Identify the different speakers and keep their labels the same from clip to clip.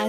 Speaker 1: À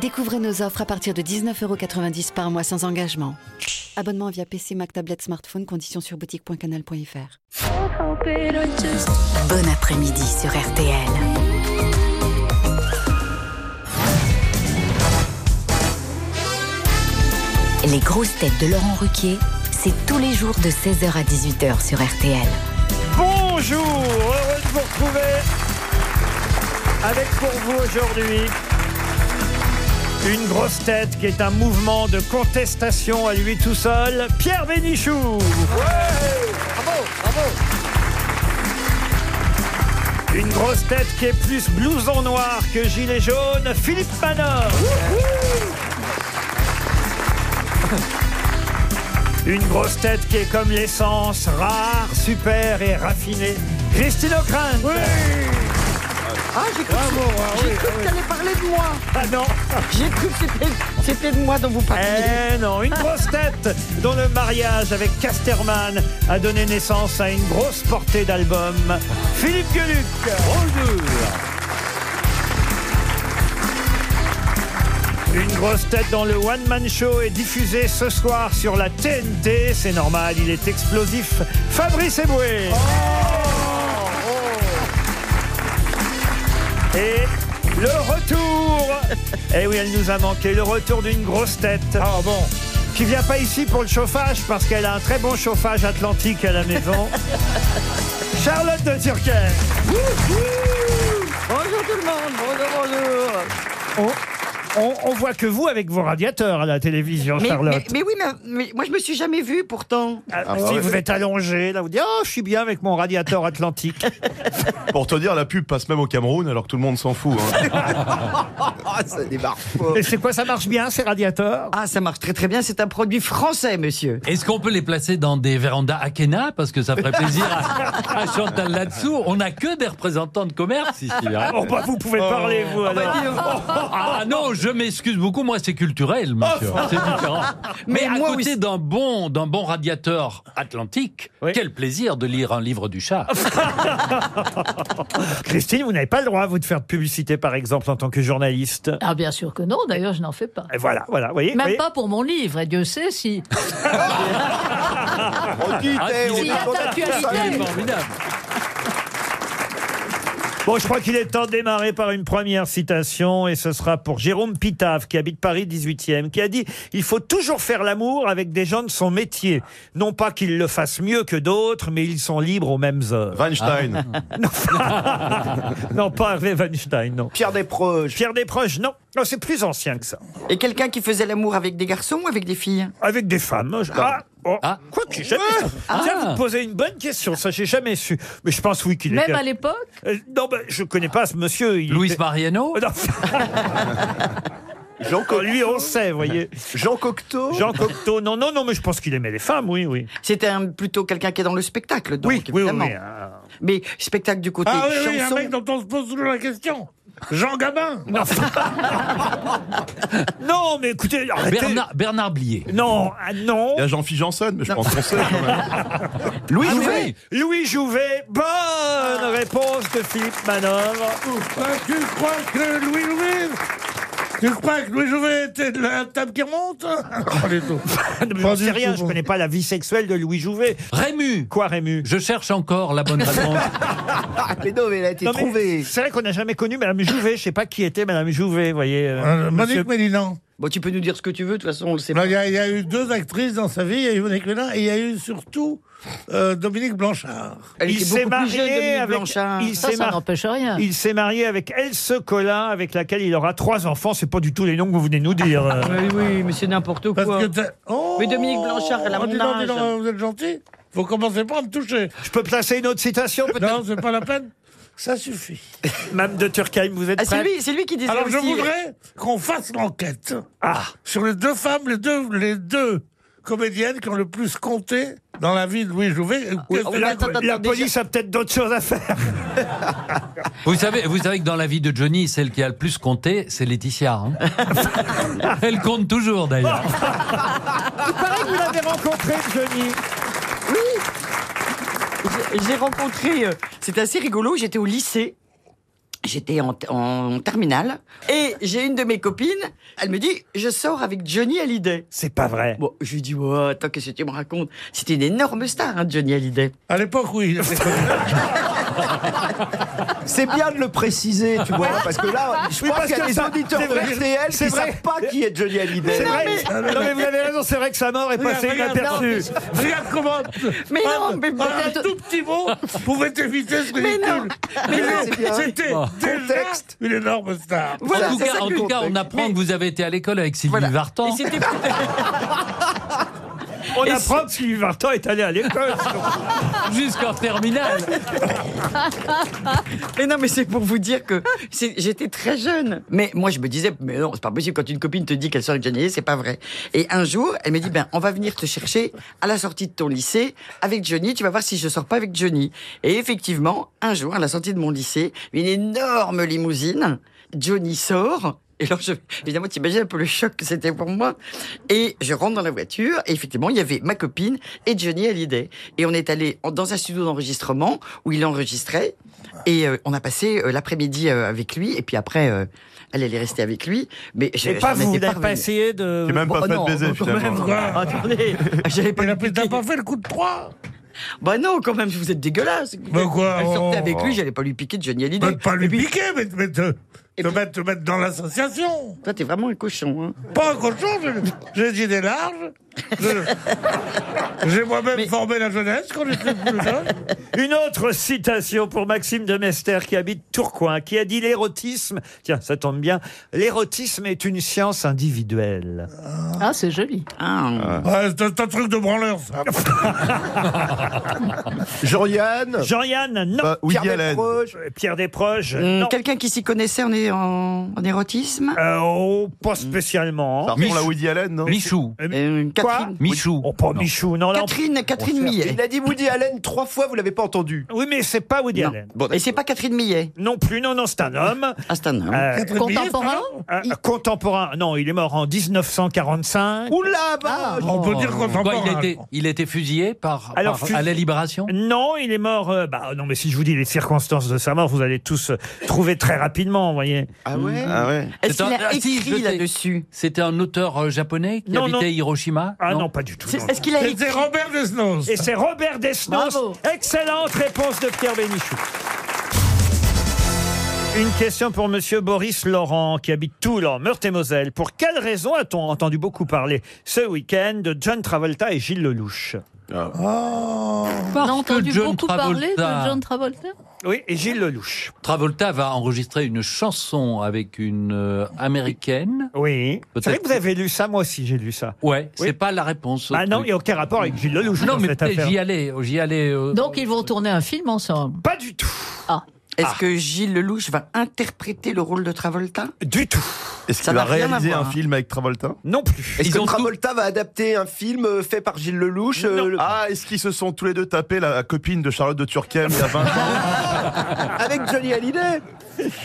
Speaker 1: Découvrez nos offres à partir de 19,90€ par mois sans engagement. Abonnement via PC, Mac, tablette, smartphone, conditions sur boutique.canal.fr.
Speaker 2: Bon après-midi sur RTL. Les grosses têtes de Laurent Ruquier, c'est tous les jours de 16h à 18h sur RTL.
Speaker 3: Bonjour, heureux de vous retrouver avec pour vous aujourd'hui une grosse tête qui est un mouvement de contestation à lui tout seul, Pierre Bénichou.
Speaker 4: Bravo, bravo.
Speaker 3: Une grosse tête qui est plus blouson noir que gilet jaune, Philippe Manor. Une grosse tête qui est comme l'essence, rare, super et raffinée, Christine O'Crane.
Speaker 4: Ah, j'ai cru, que- j'ai cru que t'allais parler de moi.
Speaker 3: Ah non.
Speaker 4: J'ai cru que c'était- c'était de moi dont vous parliez.
Speaker 3: Eh non, une grosse tête dont le mariage avec Casterman a donné naissance à une grosse portée d'albums. Philippe Gueluc. Une grosse tête dont le One Man Show est diffusé ce soir sur la TNT. C'est normal, il est explosif. Fabrice Eboué. Et le retour Eh oui, elle nous a manqué, le retour d'une grosse tête. Ah bon Qui vient pas ici pour le chauffage parce qu'elle a un très bon chauffage atlantique à la maison. Charlotte de Turquet
Speaker 4: Bonjour tout le monde, bonjour, bonjour.
Speaker 3: on, on- on voit que vous avec vos radiateurs à la télévision,
Speaker 4: Mais,
Speaker 3: Charlotte.
Speaker 4: mais- mais oui, mais, mais moi je me suis jamais vue pourtant.
Speaker 3: Ah, si vous êtes allongé, là vous dites Oh, je suis bien avec mon radiateur atlantique.
Speaker 5: Pour te dire, la pub passe même au Cameroun alors que tout le monde s'en fout. hein.
Speaker 4: Ah,
Speaker 3: Et c'est quoi, ça marche bien ces radiateurs
Speaker 4: Ah, ça marche très très bien, c'est un produit français, monsieur.
Speaker 6: Est-ce qu'on peut les placer dans des vérandas Akena Parce que ça ferait plaisir à, à Chantal là-dessous. On n'a que des représentants de commerce ici. hein. bah,
Speaker 3: Oh, bah vous pouvez parler, vous alors.
Speaker 6: Ah non, je m'excuse beaucoup. Moi, c'est culturel,
Speaker 3: Oh.
Speaker 6: monsieur. C'est différent. Mais,
Speaker 4: Mais
Speaker 6: à
Speaker 4: moi
Speaker 6: côté
Speaker 4: aussi.
Speaker 6: d'un bon, d'un bon radiateur atlantique,
Speaker 3: Oui.
Speaker 6: quel plaisir de lire un livre du chat.
Speaker 3: Christine, vous n'avez pas le droit, vous, de faire de publicité, par exemple, en tant que journaliste.
Speaker 7: Ah bien sûr que non, d'ailleurs je n'en fais pas.
Speaker 3: Et voilà, voilà, vous voyez. vous
Speaker 7: Même
Speaker 3: voyez.
Speaker 7: pas pour mon livre, et Dieu sait si...
Speaker 6: Ah, il
Speaker 7: Si,
Speaker 6: est-
Speaker 7: attends, tu as
Speaker 6: il est
Speaker 7: l'idée.
Speaker 6: formidable.
Speaker 3: Bon, je crois qu'il est temps de démarrer par une première citation, et ce sera pour Jérôme Pitave, qui habite Paris 18e, qui a dit « Il faut toujours faire l'amour avec des gens de son métier. Non pas qu'ils le fassent mieux que d'autres, mais ils sont libres aux mêmes heures. Ah.
Speaker 5: Weinstein. »
Speaker 3: Non, pas Hervé Weinstein, non.
Speaker 8: Pierre Desproges.
Speaker 3: Pierre Desproges, non. Non, c'est plus ancien que ça.
Speaker 4: Et quelqu'un qui faisait l'amour avec des garçons ou avec des filles
Speaker 3: Avec des femmes. je- Ah, oh,
Speaker 6: Ah.
Speaker 3: quoi que j'ai jamais su.
Speaker 4: Ah.
Speaker 3: Tiens, vous me posez une bonne question, ça j'ai jamais su. Mais je pense oui qu'il est.
Speaker 7: Même à l'époque,
Speaker 3: Euh, non, ben, je connais pas ce monsieur. Il
Speaker 6: Luis
Speaker 3: était-
Speaker 6: Mariano
Speaker 3: Non.
Speaker 8: Jean,
Speaker 3: Quand lui, on sait, vous voyez.
Speaker 8: Jean Cocteau.
Speaker 3: Jean Cocteau, non, non, non, mais je pense qu'il aimait les femmes, oui, oui.
Speaker 4: C'était un- plutôt quelqu'un qui est dans le spectacle, donc,
Speaker 3: oui, oui, oui,
Speaker 4: évidemment.
Speaker 3: oui,
Speaker 9: hein.
Speaker 3: ah.
Speaker 4: Mais spectacle du
Speaker 9: Ah
Speaker 4: côté chanson.
Speaker 9: dont on se pose toujours la question. Jean Gabin.
Speaker 3: Non, mais écoutez, arrêtez.
Speaker 6: Bernard, Bernard Blier.
Speaker 3: Non, ah, non.
Speaker 5: Il y a Jean-Philippe Janssen, mais je pense qu'on sait quand même.
Speaker 4: Louis
Speaker 6: Ah, mais
Speaker 4: Jouvet.
Speaker 6: oui.
Speaker 3: Louis Jouvet, bonne réponse de Philippe Manœuvre.
Speaker 9: hein, tu crois que Louis Louis Tu crois que Louis Jouvet était de la table qui remonte Euh, Oh, les taux.
Speaker 3: Je sais rien, je connais pas la vie sexuelle de Louis Jouvet.
Speaker 6: Rému
Speaker 3: Quoi, Rému
Speaker 6: Je cherche encore la bonne réponse.
Speaker 8: Ah, mais non, mais elle a été
Speaker 3: Non, mais
Speaker 8: trouvée.
Speaker 3: C'est vrai qu'on n'a jamais connu Madame Jouvet. Je sais pas qui était Madame Jouvet, vous voyez. euh,
Speaker 9: Euh,
Speaker 3: monsieur-
Speaker 9: Monique Mélinan.
Speaker 4: Bon, Oh, tu peux nous dire ce que tu veux, de toute façon, on le sait
Speaker 9: Là,
Speaker 4: pas.
Speaker 9: Il y, a- il y a eu deux actrices dans sa vie, il y a eu Monique Mélinan et il y a eu surtout euh, Dominique Blanchard.
Speaker 4: Elle
Speaker 3: il
Speaker 4: était
Speaker 3: s'est
Speaker 4: beaucoup plus jeune,
Speaker 3: marié
Speaker 4: Dominique
Speaker 3: avec.
Speaker 4: Blanchard.
Speaker 3: Il
Speaker 7: ça,
Speaker 3: s'est
Speaker 7: ça
Speaker 3: mar-
Speaker 7: n'empêche rien.
Speaker 3: il s'est marié avec Else Colin, avec laquelle il aura trois enfants. C'est pas du tout les noms que vous venez nous dire. euh.
Speaker 4: Ah, bah Oui, oui, mais c'est n'importe
Speaker 9: Parce
Speaker 4: quoi.
Speaker 9: que t'as- Oh
Speaker 4: Mais Dominique Blanchard, elle a
Speaker 9: Oh,
Speaker 4: mon
Speaker 9: dis donc,
Speaker 4: âge.
Speaker 9: dis donc, euh, vous êtes gentil. Vous commencez pas à me toucher.
Speaker 3: Je peux placer une autre citation, peut-être
Speaker 9: Non, c'est pas la peine. Ça suffit.
Speaker 3: Madame de Turckheim, vous êtes
Speaker 4: Ah, c'est
Speaker 3: prête
Speaker 4: lui, c'est lui qui disait
Speaker 9: Alors je
Speaker 4: aussi- euh,
Speaker 9: voudrais qu'on fasse l'enquête
Speaker 3: Ah,
Speaker 9: sur les deux femmes, les deux, les deux comédiennes qui ont le plus compté dans la vie de Louis
Speaker 4: Ah.
Speaker 9: Jouvet. Qu'est-ce que-
Speaker 3: La, la police a peut-être d'autres choses à faire.
Speaker 6: Vous savez, vous savez que dans la vie de Johnny, celle qui a le plus compté, c'est Laetitia. hein. Elle compte toujours d'ailleurs.
Speaker 3: Il paraît que vous l'avez rencontré, Johnny.
Speaker 4: Je- J'ai rencontré, euh, c'est assez rigolo, j'étais au lycée. J'étais en, en terminale. Et j'ai une de mes copines, elle me dit Je sors avec Johnny Hallyday.
Speaker 3: C'est pas vrai.
Speaker 4: Bon, je lui dis Oh, attends, qu'est-ce que tu me racontes C'était une énorme star, hein, Johnny Hallyday.
Speaker 9: À l'époque, oui.
Speaker 8: C'est bien de le préciser, tu vois, parce que là, je
Speaker 3: Oui,
Speaker 8: crois
Speaker 3: parce
Speaker 8: qu'il y a
Speaker 3: que
Speaker 8: des
Speaker 3: ça-
Speaker 8: auditeurs
Speaker 3: c'est vrai,
Speaker 8: de RTL
Speaker 3: c'est
Speaker 8: qui
Speaker 3: vrai.
Speaker 8: savent pas qui est Johnny
Speaker 3: C'est
Speaker 8: Hallyday.
Speaker 3: vrai. Non, mais vous avez raison, c'est vrai que sa mort est passée
Speaker 9: Regarde,
Speaker 3: inaperçue.
Speaker 9: regarde, regarde comment.
Speaker 4: Mais non, mais
Speaker 9: par un
Speaker 4: peut-être-
Speaker 9: tout petit mot pouvait éviter ce
Speaker 4: Mais non,
Speaker 9: ridicule.
Speaker 4: mais
Speaker 9: Il
Speaker 4: non,
Speaker 9: est-
Speaker 4: c'est bien.
Speaker 9: C'était déjà
Speaker 8: Contexte.
Speaker 9: une énorme star.
Speaker 4: Voilà,
Speaker 6: en tout,
Speaker 4: c'est
Speaker 6: cas,
Speaker 4: ça
Speaker 6: en
Speaker 4: que-
Speaker 6: tout cas, on apprend que vous avez été à l'école avec Sylvie
Speaker 4: Voilà.
Speaker 6: Vartan.
Speaker 4: Et c'était-
Speaker 3: On
Speaker 4: Et
Speaker 3: apprend que Sylvie Vartan est allé à l'école.
Speaker 6: Jusqu'en terminale.
Speaker 4: Mais non, mais c'est pour vous dire que c'est- j'étais très jeune. Mais moi, je me disais, mais non, c'est pas possible. Quand une copine te dit qu'elle sort avec Johnny Hallyday, c'est pas vrai. Et un jour, elle me dit, ben, on va venir te chercher à la sortie de ton lycée avec Johnny. Tu vas voir si je sors pas avec Johnny. Et effectivement, un jour, à la sortie de mon lycée, une énorme limousine, Johnny sort. Et alors, je, évidemment, t'imagines un peu le choc que c'était pour moi. Et je rentre dans la voiture, et effectivement, il y avait ma copine et Johnny Hallyday. Et on est allé en- dans un studio d'enregistrement où il enregistrait. Et euh, on a passé euh, l'après-midi euh, avec lui, et puis après, euh, elle, elle est restée avec lui. Mais je
Speaker 3: Et pas
Speaker 4: j'en
Speaker 3: vous, vous n'avez
Speaker 4: étais
Speaker 3: pas
Speaker 4: parvenue.
Speaker 3: essayé de.
Speaker 5: J'ai même pas
Speaker 4: Oh,
Speaker 5: fait
Speaker 4: non,
Speaker 5: de baiser,
Speaker 4: quand même.
Speaker 5: finalement.
Speaker 4: Attendez, Ah, j'avais pas
Speaker 9: Il a
Speaker 4: le
Speaker 9: plus- T'as pas fait le coup de trois
Speaker 4: Bah non, quand même, vous êtes dégueulasse.
Speaker 9: Mais quoi,
Speaker 4: Elle sortait
Speaker 9: oh.
Speaker 4: avec lui, j'allais pas lui piquer de Johnny Hallyday.
Speaker 9: Bah, Pas lui piquer, mais, mais te, te
Speaker 4: puis-
Speaker 9: mettre, te mettre dans l'association.
Speaker 4: Toi, t'es vraiment un cochon. Hein.
Speaker 9: Pas un cochon, je- j'ai dit des larges. Je- J'ai moi-même formé la jeunesse quand j'étais plus jeune.
Speaker 3: Une autre citation pour Maxime de Mester qui habite Tourcoing, qui a dit l'érotisme. Tiens, ça tombe bien. L'érotisme est une science individuelle.
Speaker 7: Ah, c'est joli.
Speaker 4: Ah.
Speaker 9: Ouais, c'est un- c'est un truc de branleur, ça.
Speaker 8: Jean-Yann,
Speaker 3: Jean-Yann, non.
Speaker 5: Bah, Woody
Speaker 8: Pierre
Speaker 5: Allen.
Speaker 8: Desproges.
Speaker 3: Pierre Desproges,
Speaker 4: Hum,
Speaker 3: Euh,
Speaker 7: Euh,
Speaker 3: non.
Speaker 4: Quelqu'un qui s'y connaissait en, é- en- en érotisme
Speaker 3: Euh, oh, pas spécialement. hein.
Speaker 5: Ça ressemble à
Speaker 6: Michou.
Speaker 5: Woody Allen, non
Speaker 6: Michou.
Speaker 4: Euh,
Speaker 3: Quoi
Speaker 4: Catherine.
Speaker 6: Michou.
Speaker 3: Oh, pas Michou. Non, là, on-
Speaker 4: Catherine, Catherine Millet.
Speaker 8: Il a dit Woody Allen trois fois, vous l'avez pas entendu.
Speaker 3: Oui, mais c'est pas Woody
Speaker 4: Non.
Speaker 3: Allen.
Speaker 4: Et c'est pas Catherine Millet.
Speaker 3: Non plus, non, non, c'est un homme.
Speaker 4: Ah, c'est un homme.
Speaker 3: Euh,
Speaker 7: Contemporain
Speaker 3: euh, contemporain. Non, il est mort en 1945.
Speaker 8: Oula,
Speaker 4: Ah,
Speaker 8: bah
Speaker 9: On peut dire
Speaker 6: Quoi,
Speaker 9: contemporain.
Speaker 6: il, était, il était fusillé par,
Speaker 3: Ah, Alors,
Speaker 6: par-
Speaker 3: fusi-
Speaker 6: à la Libération
Speaker 3: Non, il est mort. euh, bah non, mais si je vous dis les circonstances de sa mort, vous allez tous euh, trouver très rapidement, vous voyez.
Speaker 8: Ah ouais
Speaker 5: Ah ouais.
Speaker 4: Hmm. Est-ce
Speaker 6: c'est
Speaker 4: qu'il
Speaker 6: un-
Speaker 4: a
Speaker 6: ah, si, je
Speaker 4: écrit
Speaker 6: sais.
Speaker 4: là-dessus
Speaker 6: C'était un auteur euh, japonais qui
Speaker 3: Non,
Speaker 6: habitait
Speaker 3: non.
Speaker 6: Hiroshima
Speaker 3: Ah non, pas du tout. non.
Speaker 4: Est-ce qu'il a écrit
Speaker 9: C'était Robert Desnos.
Speaker 3: Et c'est Robert
Speaker 7: Bravo.
Speaker 3: Desnos. Excellente réponse de Pierre Bénichou.
Speaker 9: Ah,
Speaker 3: Une question pour Monsieur Boris Laurent, qui habite Toul, en Meurthe-et-Moselle. Pour quelle raison a-t-on entendu beaucoup parler ce week-end de John Travolta et Gilles Lelouch
Speaker 7: On
Speaker 6: Parce que
Speaker 7: a entendu
Speaker 6: John
Speaker 7: beaucoup
Speaker 6: Travolta-
Speaker 7: parler de John Travolta.
Speaker 3: Oui, et Gilles Lelouch.
Speaker 6: Travolta va enregistrer une chanson avec une euh, américaine.
Speaker 3: Oui. Vous
Speaker 6: Peut-être
Speaker 3: savez que vous avez lu ça Moi aussi, j'ai lu ça.
Speaker 6: Ouais,
Speaker 3: Oui.
Speaker 6: c'est pas la réponse. au
Speaker 3: Ah non, il
Speaker 6: truc.
Speaker 3: n'y a aucun rapport avec Gilles Lelouch.
Speaker 6: non
Speaker 3: dans
Speaker 6: mais
Speaker 3: cette
Speaker 6: peut-être
Speaker 3: affaire.
Speaker 6: j'y allais, j'y allais. euh,
Speaker 7: Donc, ils vont tourner un film ensemble. Ah.
Speaker 3: Pas du tout. Ah.
Speaker 4: Est-ce que Gilles Lelouch va interpréter le rôle de Travolta
Speaker 3: Du tout.
Speaker 5: Est-ce
Speaker 4: Ça
Speaker 5: qu'il
Speaker 4: n'a
Speaker 5: a
Speaker 4: rien à
Speaker 5: réalisé
Speaker 4: voir,
Speaker 5: un
Speaker 4: hein.
Speaker 5: film avec Travolta
Speaker 3: Non plus.
Speaker 8: Est-ce
Speaker 6: Ils
Speaker 8: que
Speaker 6: ont tout-
Speaker 8: Travolta va adapter un film euh, fait par Gilles Lelouch euh, le-
Speaker 5: Ah, est-ce qu'ils se sont tous les deux tapés la copine de Charlotte de Turckheim il y a 20 ans
Speaker 8: avec Johnny Hallyday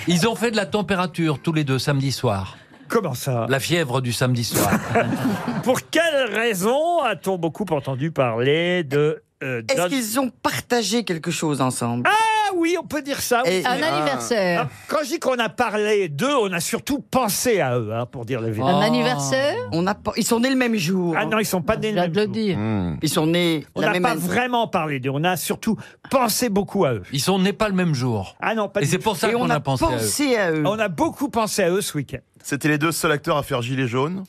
Speaker 6: Ils ont fait de la température tous les deux samedi soir.
Speaker 3: Comment ça
Speaker 6: La fièvre du samedi soir.
Speaker 3: Pour quelle raison a-t-on beaucoup entendu parler de euh,
Speaker 4: Est-ce
Speaker 3: John
Speaker 4: qu'ils ont partagé quelque chose ensemble
Speaker 3: Ah oui, on peut dire ça. oui.
Speaker 4: Et-
Speaker 7: Un anniversaire.
Speaker 3: Ah, Quand je dis qu'on a parlé d'eux, on a surtout pensé à eux, hein, pour dire la vérité.
Speaker 6: Ah.
Speaker 7: Un anniversaire
Speaker 4: Oh. on a pas- Ils sont nés le même jour.
Speaker 3: Ah non, ils sont pas nés le
Speaker 7: Je viens
Speaker 3: même
Speaker 7: de le
Speaker 3: jour.
Speaker 7: dire.
Speaker 6: Hmm.
Speaker 4: Ils sont nés
Speaker 3: On
Speaker 4: la
Speaker 3: n'a
Speaker 4: même
Speaker 3: pas
Speaker 4: année.
Speaker 3: vraiment parlé d'eux, on a surtout pensé beaucoup à eux.
Speaker 6: Ils sont nés pas le même jour.
Speaker 3: Ah non, pas
Speaker 6: Et
Speaker 3: du
Speaker 6: c'est
Speaker 3: tout.
Speaker 6: pour ça
Speaker 4: Et
Speaker 6: qu'on
Speaker 4: on a,
Speaker 6: pensé à eux.
Speaker 4: pensé à eux.
Speaker 3: On a beaucoup pensé à eux ce week-end.
Speaker 5: C'était les deux seuls acteurs à faire gilet jaune.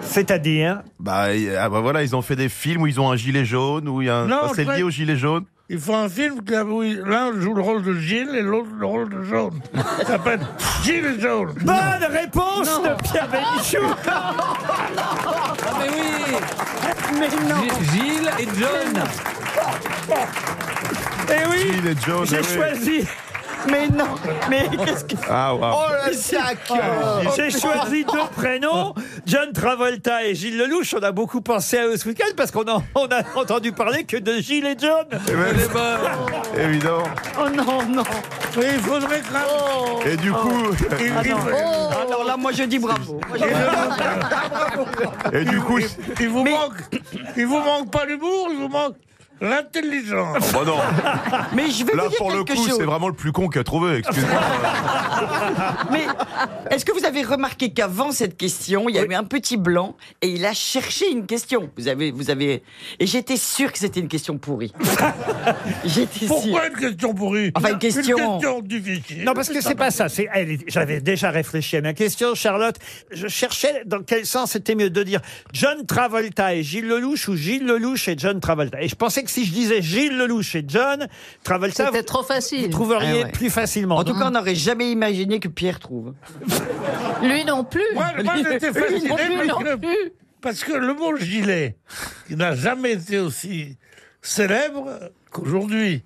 Speaker 3: C'est-à-dire
Speaker 5: Bah, et- ah bah voilà, ils ont fait des films où ils ont un gilet jaune, où il y a un...
Speaker 9: Non,
Speaker 5: Enfin, Ah, c'est
Speaker 9: je
Speaker 5: lié
Speaker 9: crois-
Speaker 5: au gilet jaune.
Speaker 9: Ils font un film qui- où il- l'un joue le rôle de Gilles et l'autre le rôle de Jaune. Ça s'appelle Gilles et Jaune.
Speaker 3: Bonne réponse de Pierre Bénichou
Speaker 6: Ah mais oui
Speaker 4: Mais non.
Speaker 6: G- Gilles et John
Speaker 3: Eh oui
Speaker 5: Gilet jaune.
Speaker 3: J'ai
Speaker 5: ah oui.
Speaker 3: choisi,
Speaker 4: Mais non, mais qu'est-ce que
Speaker 5: Ah, ouais.
Speaker 8: Oh la sac
Speaker 3: j'ai choisi deux prénoms John Travolta et Gilles Lelouch, on a beaucoup pensé à eux ce week-end parce qu'on a, on a entendu parler que de Gilles et John.
Speaker 4: Eh ben,
Speaker 6: Elle est bonne.
Speaker 5: Évidemment.
Speaker 4: Oh non, non.
Speaker 9: Oui, il faudrait quand même.
Speaker 5: Et du coup,
Speaker 3: Oh.
Speaker 9: il- il-
Speaker 4: Alors là, moi, je dis bravo. Moi, je-
Speaker 5: et du coup,
Speaker 9: il vous manque. Il vous manque pas l'humour, il vous manque l'intelligence.
Speaker 5: oh non.
Speaker 4: Mais je vais
Speaker 5: Là
Speaker 4: vous dire
Speaker 5: pour le
Speaker 4: quelque
Speaker 5: coup,
Speaker 4: chose.
Speaker 5: c'est vraiment le plus con qu'a trouvé.
Speaker 3: Ah,
Speaker 5: Excusez-moi.
Speaker 4: Mais est-ce que vous avez remarqué qu'avant cette question, il y avait un petit blanc et il a cherché une question. Vous avez, vous avez, et j'étais sûr que c'était une question pourrie. j'étais sûr.
Speaker 9: Pourquoi une question pourrie
Speaker 4: Enfin, une question.
Speaker 9: Une question difficile.
Speaker 3: Non, parce que c'est pas ça. C'est, elle est- j'avais déjà réfléchi à ma question, Charlotte. Je cherchais dans quel sens c'était mieux de dire John Travolta et Gilles Lelouch ou Gilles Lelouch et John Travolta. Et je pensais que si je disais Gilles Lelouch et John Travolta, vous
Speaker 7: C'était trop facile.
Speaker 3: trouveriez
Speaker 4: Ah ouais.
Speaker 3: plus facilement.
Speaker 4: En tout cas, on n'aurait jamais imaginé que Pierre trouve.
Speaker 7: Lui non plus.
Speaker 9: Moi, moi, j'étais fasciné
Speaker 7: Ah non plus,
Speaker 9: parce
Speaker 7: non
Speaker 9: que,
Speaker 7: plus.
Speaker 9: parce que le mot gilet, il n'a jamais été aussi célèbre qu'aujourd'hui.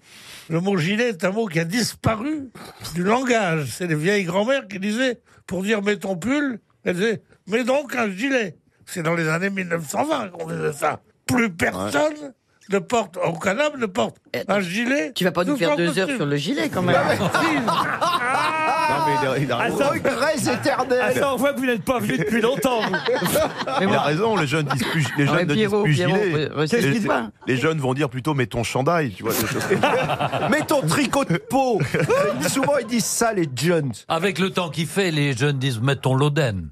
Speaker 9: Le mot gilet est un mot qui a disparu du langage. C'est les vieilles grand-mères qui disaient, pour dire mets ton pull, elles disaient mets donc un gilet. C'est dans les années 1920 qu'on disait ça. Plus personne ne porte, aucun homme ne porte
Speaker 4: Eh,
Speaker 9: un gilet.
Speaker 4: Tu vas pas nous
Speaker 9: sous
Speaker 4: faire
Speaker 9: son
Speaker 4: deux heures
Speaker 9: costume.
Speaker 4: sur le gilet quand
Speaker 8: Ah,
Speaker 4: même.
Speaker 5: Non, mais il a- il a,
Speaker 3: Ah, ça,
Speaker 8: Regrets
Speaker 3: ah,
Speaker 8: éternels.
Speaker 3: ça, on voit que vous n'êtes pas venu depuis longtemps. vous.
Speaker 5: il a raison. Les jeunes disent plus, les
Speaker 4: Ah,
Speaker 5: jeunes
Speaker 4: mais
Speaker 5: ne
Speaker 4: Pierrot,
Speaker 5: disent
Speaker 4: Pierrot,
Speaker 5: plus gilet.
Speaker 4: re- restez
Speaker 5: Les-
Speaker 4: chez toi.
Speaker 5: les jeunes vont dire plutôt mets ton chandail, tu vois. des choses comme ça.
Speaker 8: Mets ton tricot de peau. Souvent, ils disent ça, les jeunes.
Speaker 6: Avec le temps qu'il fait, les jeunes disent mettons l'Oden.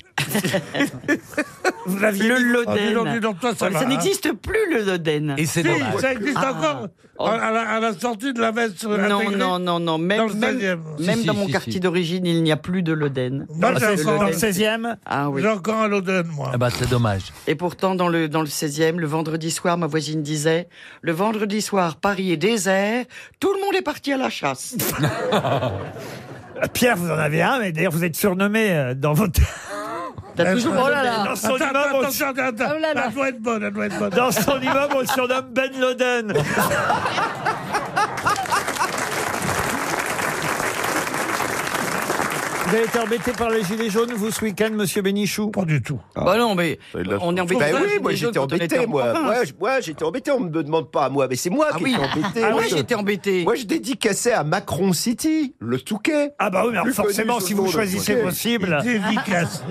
Speaker 9: Vous aviez
Speaker 4: Le
Speaker 9: dit-
Speaker 4: Loden.
Speaker 9: Ah, dis donc, dis donc, toi, ça
Speaker 4: Ça,
Speaker 9: va, hein.
Speaker 4: n'existe plus le Loden.
Speaker 6: Et c'est
Speaker 9: Ah, Si,
Speaker 6: dommage.
Speaker 9: ça existe encore à, Ah. Oh. à la, à la sortie de la veste.
Speaker 4: Ah. Oh. Non,
Speaker 9: intégrée.
Speaker 4: non, non, non.
Speaker 9: Dans
Speaker 4: Même,
Speaker 9: le
Speaker 4: même,
Speaker 9: 16e.
Speaker 4: même
Speaker 6: Si,
Speaker 4: dans
Speaker 6: si,
Speaker 4: mon
Speaker 6: si,
Speaker 4: quartier
Speaker 6: si.
Speaker 4: d'origine, il n'y a plus de Loden.
Speaker 9: Moi, j'ai
Speaker 4: le
Speaker 9: encore,
Speaker 3: Dans le
Speaker 4: Loden.
Speaker 3: 16e,
Speaker 4: Ah oui.
Speaker 9: j'ai encore un Loden, moi.
Speaker 6: Ah bah c'est dommage.
Speaker 4: Et pourtant, dans le, dans le 16e, le vendredi soir, ma voisine disait Le vendredi soir, Paris est désert, tout le monde est parti à la chasse.
Speaker 3: Pierre, vous en avez un, mais d'ailleurs, vous êtes surnommé euh, dans votre.
Speaker 4: T'as toujours.
Speaker 7: Oh là là.
Speaker 3: Dans son
Speaker 9: Attends,
Speaker 3: immeuble,
Speaker 9: attends,
Speaker 3: on-
Speaker 9: attends, attends, attends.
Speaker 7: Oh là là.
Speaker 9: Elle doit être bonne, elle doit être bonne.
Speaker 3: Dans son immeuble, on le surnomme Ben Laden. Vous avez été embêté par les gilets jaunes, vous, ce week-end, monsieur Bénichou
Speaker 9: Pas du tout.
Speaker 4: Bah non, mais
Speaker 5: Ça, il l'a
Speaker 4: on est
Speaker 5: fait.
Speaker 4: embêté.
Speaker 8: Ben
Speaker 4: par les
Speaker 8: oui, moi
Speaker 4: Gilets
Speaker 8: j'étais
Speaker 4: jaunes quand on était
Speaker 8: embêté,
Speaker 4: en
Speaker 8: moi.
Speaker 4: province.
Speaker 8: Moi, je- moi, j'étais embêté, on ne me demande pas à moi, mais c'est moi
Speaker 4: Ah
Speaker 8: qui
Speaker 4: oui.
Speaker 8: étais embêté.
Speaker 4: Ah
Speaker 8: Moi,
Speaker 4: oui,
Speaker 8: je-
Speaker 4: j'étais embêté.
Speaker 8: Moi, je dédicaçais à Macron City, le Touquet.
Speaker 3: Ah bah oui, mais alors
Speaker 8: Plus connu
Speaker 3: forcément,
Speaker 8: sous
Speaker 3: si
Speaker 8: le
Speaker 3: vous
Speaker 8: nom de
Speaker 3: choisissez
Speaker 8: Touquet.
Speaker 3: vos cibles...
Speaker 9: Dédicace.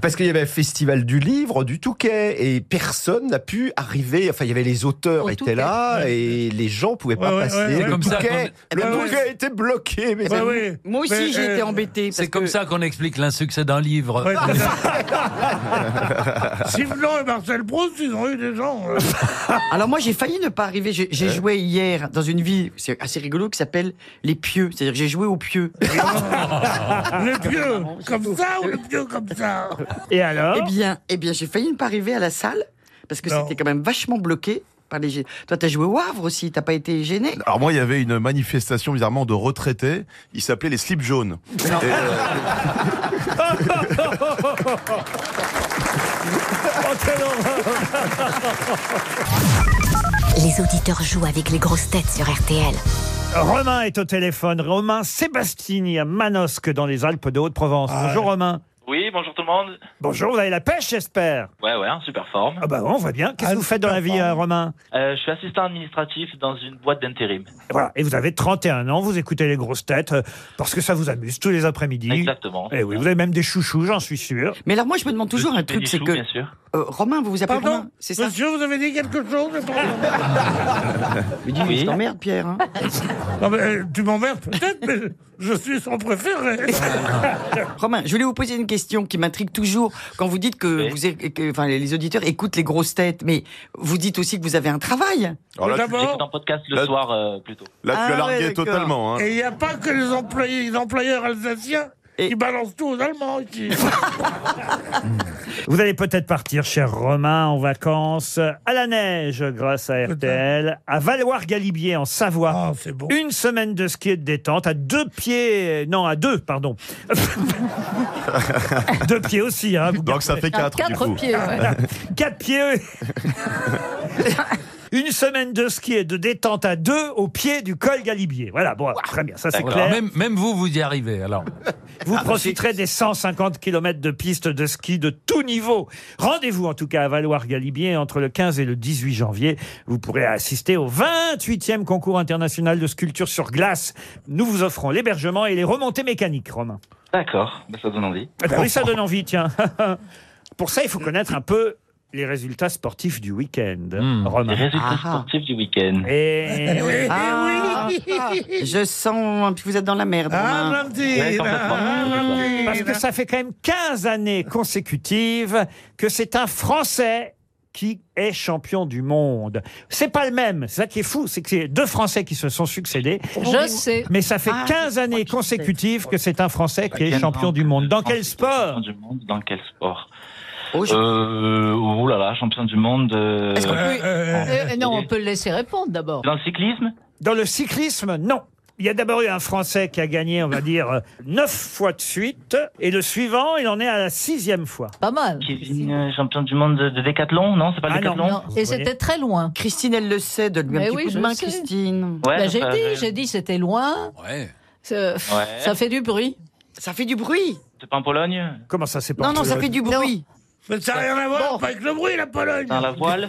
Speaker 8: Parce qu'il y avait le festival du livre du Touquet et personne n'a pu arriver. Enfin, il y avait les auteurs
Speaker 7: Au
Speaker 8: étaient
Speaker 7: Touquet.
Speaker 8: là et les gens pouvaient pas
Speaker 9: Ouais, ouais,
Speaker 8: passer.
Speaker 9: ouais, ouais.
Speaker 8: Le
Speaker 6: Comme ça,
Speaker 8: Touquet, le
Speaker 9: Eh ben,
Speaker 8: Touquet était bloqué. Mais
Speaker 9: Bah oui.
Speaker 4: Moi aussi,
Speaker 9: Mais,
Speaker 4: j'ai été
Speaker 9: euh,
Speaker 4: embêté.
Speaker 6: C'est
Speaker 4: parce
Speaker 6: comme
Speaker 4: que-
Speaker 6: ça qu'on explique l'insuccès d'un livre.
Speaker 9: ouais, c'est ça. Simenon et Marcel Proust, ils ont eu des gens. euh,
Speaker 4: Alors moi, j'ai failli ne pas arriver. J'ai j'ai joué hier dans une ville, c'est assez rigolo, qui s'appelle Les Pieux. C'est-à-dire que j'ai joué aux Pieux.
Speaker 9: le pieux comme ça ou le pieux comme ça
Speaker 3: Et alors
Speaker 4: Eh bien, eh bien j'ai failli ne pas arriver à la salle, parce que
Speaker 9: Non.
Speaker 4: c'était quand même vachement bloqué par les Gilets. Toi, t'as joué au Havre aussi, t'as pas été gêné
Speaker 5: Alors moi, il y avait une manifestation bizarrement de retraités. Ils s'appelaient les slips jaunes. Et, euh,
Speaker 3: Oh, quelle horreur
Speaker 2: Les auditeurs jouent avec les grosses têtes sur RTL.
Speaker 3: Romain est au téléphone. Romain Sébastini à Manosque, dans les Alpes de Haute-Provence. Bonjour, Romain.
Speaker 10: Oui, bonjour tout le monde.
Speaker 3: Bonjour, vous avez la pêche, j'espère
Speaker 10: Ouais, ouais, en super forme.
Speaker 3: Ah bah on voit bien. Qu'est-ce que vous faites dans la vie, euh, Romain
Speaker 10: Euh, je suis assistant administratif dans une boîte d'intérim.
Speaker 3: Voilà, et vous avez 31 ans, vous écoutez les grosses têtes, euh, parce que ça vous amuse tous les après-midi.
Speaker 10: Exactement.
Speaker 3: Et oui, vous avez même des chouchous, j'en suis sûr.
Speaker 4: Mais alors moi, je me demande toujours un truc, c'est
Speaker 10: Bénichou,
Speaker 4: que...
Speaker 10: bien sûr.
Speaker 4: Euh, Romain, vous vous appelez
Speaker 9: Pardon
Speaker 4: Romain C'est ça
Speaker 9: Monsieur, vous avez dit quelque chose j'ai pas entendu.
Speaker 4: Mais dis,
Speaker 10: Oui.
Speaker 4: je t'emmerde, Pierre. hein.
Speaker 9: Non, mais, euh, Tu m'emmerdes peut-être, mais je suis son préféré.
Speaker 4: Romain, je voulais vous poser une question qui m'intrigue toujours quand vous dites que,
Speaker 10: Oui.
Speaker 4: vous, é- que- enfin, les auditeurs écoutent les grosses têtes, mais vous dites aussi que vous avez un travail.
Speaker 9: Oh,
Speaker 5: alors là, tu,
Speaker 10: J'écoute
Speaker 9: D'abord,
Speaker 10: un podcast le
Speaker 5: Là-
Speaker 10: soir euh, plutôt.
Speaker 5: là, tu
Speaker 4: Ah
Speaker 5: as
Speaker 4: ouais,
Speaker 5: largué
Speaker 4: d'accord.
Speaker 5: totalement. hein.
Speaker 9: et il n'y a pas que les, employés, les employeurs alsaciens
Speaker 4: Et-
Speaker 9: qui balancent tout aux Allemands ici.
Speaker 3: Vous allez peut-être partir, cher Romain, en vacances, à la neige, grâce à RTL, à Valoir-Galibier, en Savoie.
Speaker 9: Ah, c'est bon.
Speaker 3: Une semaine de ski et de détente à deux pieds, non, à deux, pardon. deux pieds aussi, hein. vous
Speaker 5: Donc ça fait
Speaker 7: À
Speaker 5: 4 du
Speaker 7: quatre
Speaker 5: coup.
Speaker 7: pieds. ouais.
Speaker 3: Quatre pieds. Une semaine de ski et de détente à deux au pied du col Galibier. Voilà, bon, très bien, ça c'est
Speaker 6: D'accord.
Speaker 3: clair.
Speaker 6: Même, même vous, vous y arrivez alors.
Speaker 3: Vous profiterez des 150 km de pistes de ski de tout niveau. Rendez-vous en tout cas à Valoir-Galibier entre le 15 et le 18 janvier. Vous pourrez assister au 28e concours international de sculpture sur glace. Nous vous offrons l'hébergement et les remontées mécaniques, Romain.
Speaker 10: D'accord, bah, ça donne envie.
Speaker 3: Ah bah oui, ça donne envie, tiens. Pour ça, il faut connaître un peu les résultats sportifs du week-end, Romain.
Speaker 10: Hmm.
Speaker 3: Eh
Speaker 10: Les résultats sportifs du week-end.
Speaker 3: Et oui.
Speaker 4: Eh Ah, je sens que vous êtes dans la merde.
Speaker 3: Ah,
Speaker 4: Romain.
Speaker 10: Ouais, complètement.
Speaker 3: Parce que ça fait quand même 15 années consécutives que c'est un Français qui est champion du monde. C'est pas le même, c'est ça qui est fou, c'est que c'est deux Français qui se sont succédés,
Speaker 7: Je sais.
Speaker 3: mais ça fait
Speaker 4: Ah,
Speaker 3: 15 années consécutives que c'est un Français qui est champion du monde. Dans quel sport
Speaker 10: Champion du monde, dans quel sport
Speaker 4: Oh, je-
Speaker 10: euh, Oh là là, champion du monde. euh,
Speaker 7: Est-ce qu'on peut-
Speaker 9: euh,
Speaker 7: Euh, non, on peut le laisser répondre d'abord.
Speaker 10: Dans le cyclisme
Speaker 3: Dans le cyclisme, non. Il y a d'abord eu un Français qui a gagné, on va dire, euh, neuf fois de suite, et le suivant, il en est à la sixième fois.
Speaker 7: Pas mal.
Speaker 10: Kevin, euh, champion du monde de, de décathlon Non, c'est pas le
Speaker 3: Ah non.
Speaker 10: décathlon
Speaker 7: Non,
Speaker 3: Vous voyez.
Speaker 7: Et c'était très loin.
Speaker 4: Christine, elle le sait, donne-lui un
Speaker 7: Mais
Speaker 4: petit
Speaker 7: oui,
Speaker 4: coup de
Speaker 7: je
Speaker 4: main,
Speaker 7: sais.
Speaker 4: Christine.
Speaker 10: Ouais,
Speaker 7: Bah,
Speaker 10: ça,
Speaker 7: j'ai
Speaker 10: ça-
Speaker 7: dit, j'ai dit c'était loin.
Speaker 6: Ouais.
Speaker 7: Ça, pff,
Speaker 10: Ouais.
Speaker 7: ça fait du bruit.
Speaker 4: Ça fait du bruit.
Speaker 10: C'est pas en Pologne
Speaker 3: Comment ça, c'est pas
Speaker 4: Non,
Speaker 3: en
Speaker 4: non, ça
Speaker 3: Pologne
Speaker 4: fait du bruit.
Speaker 9: Mais ça n'a rien à voir pas avec le bruit, la Pologne.
Speaker 10: Dans la voile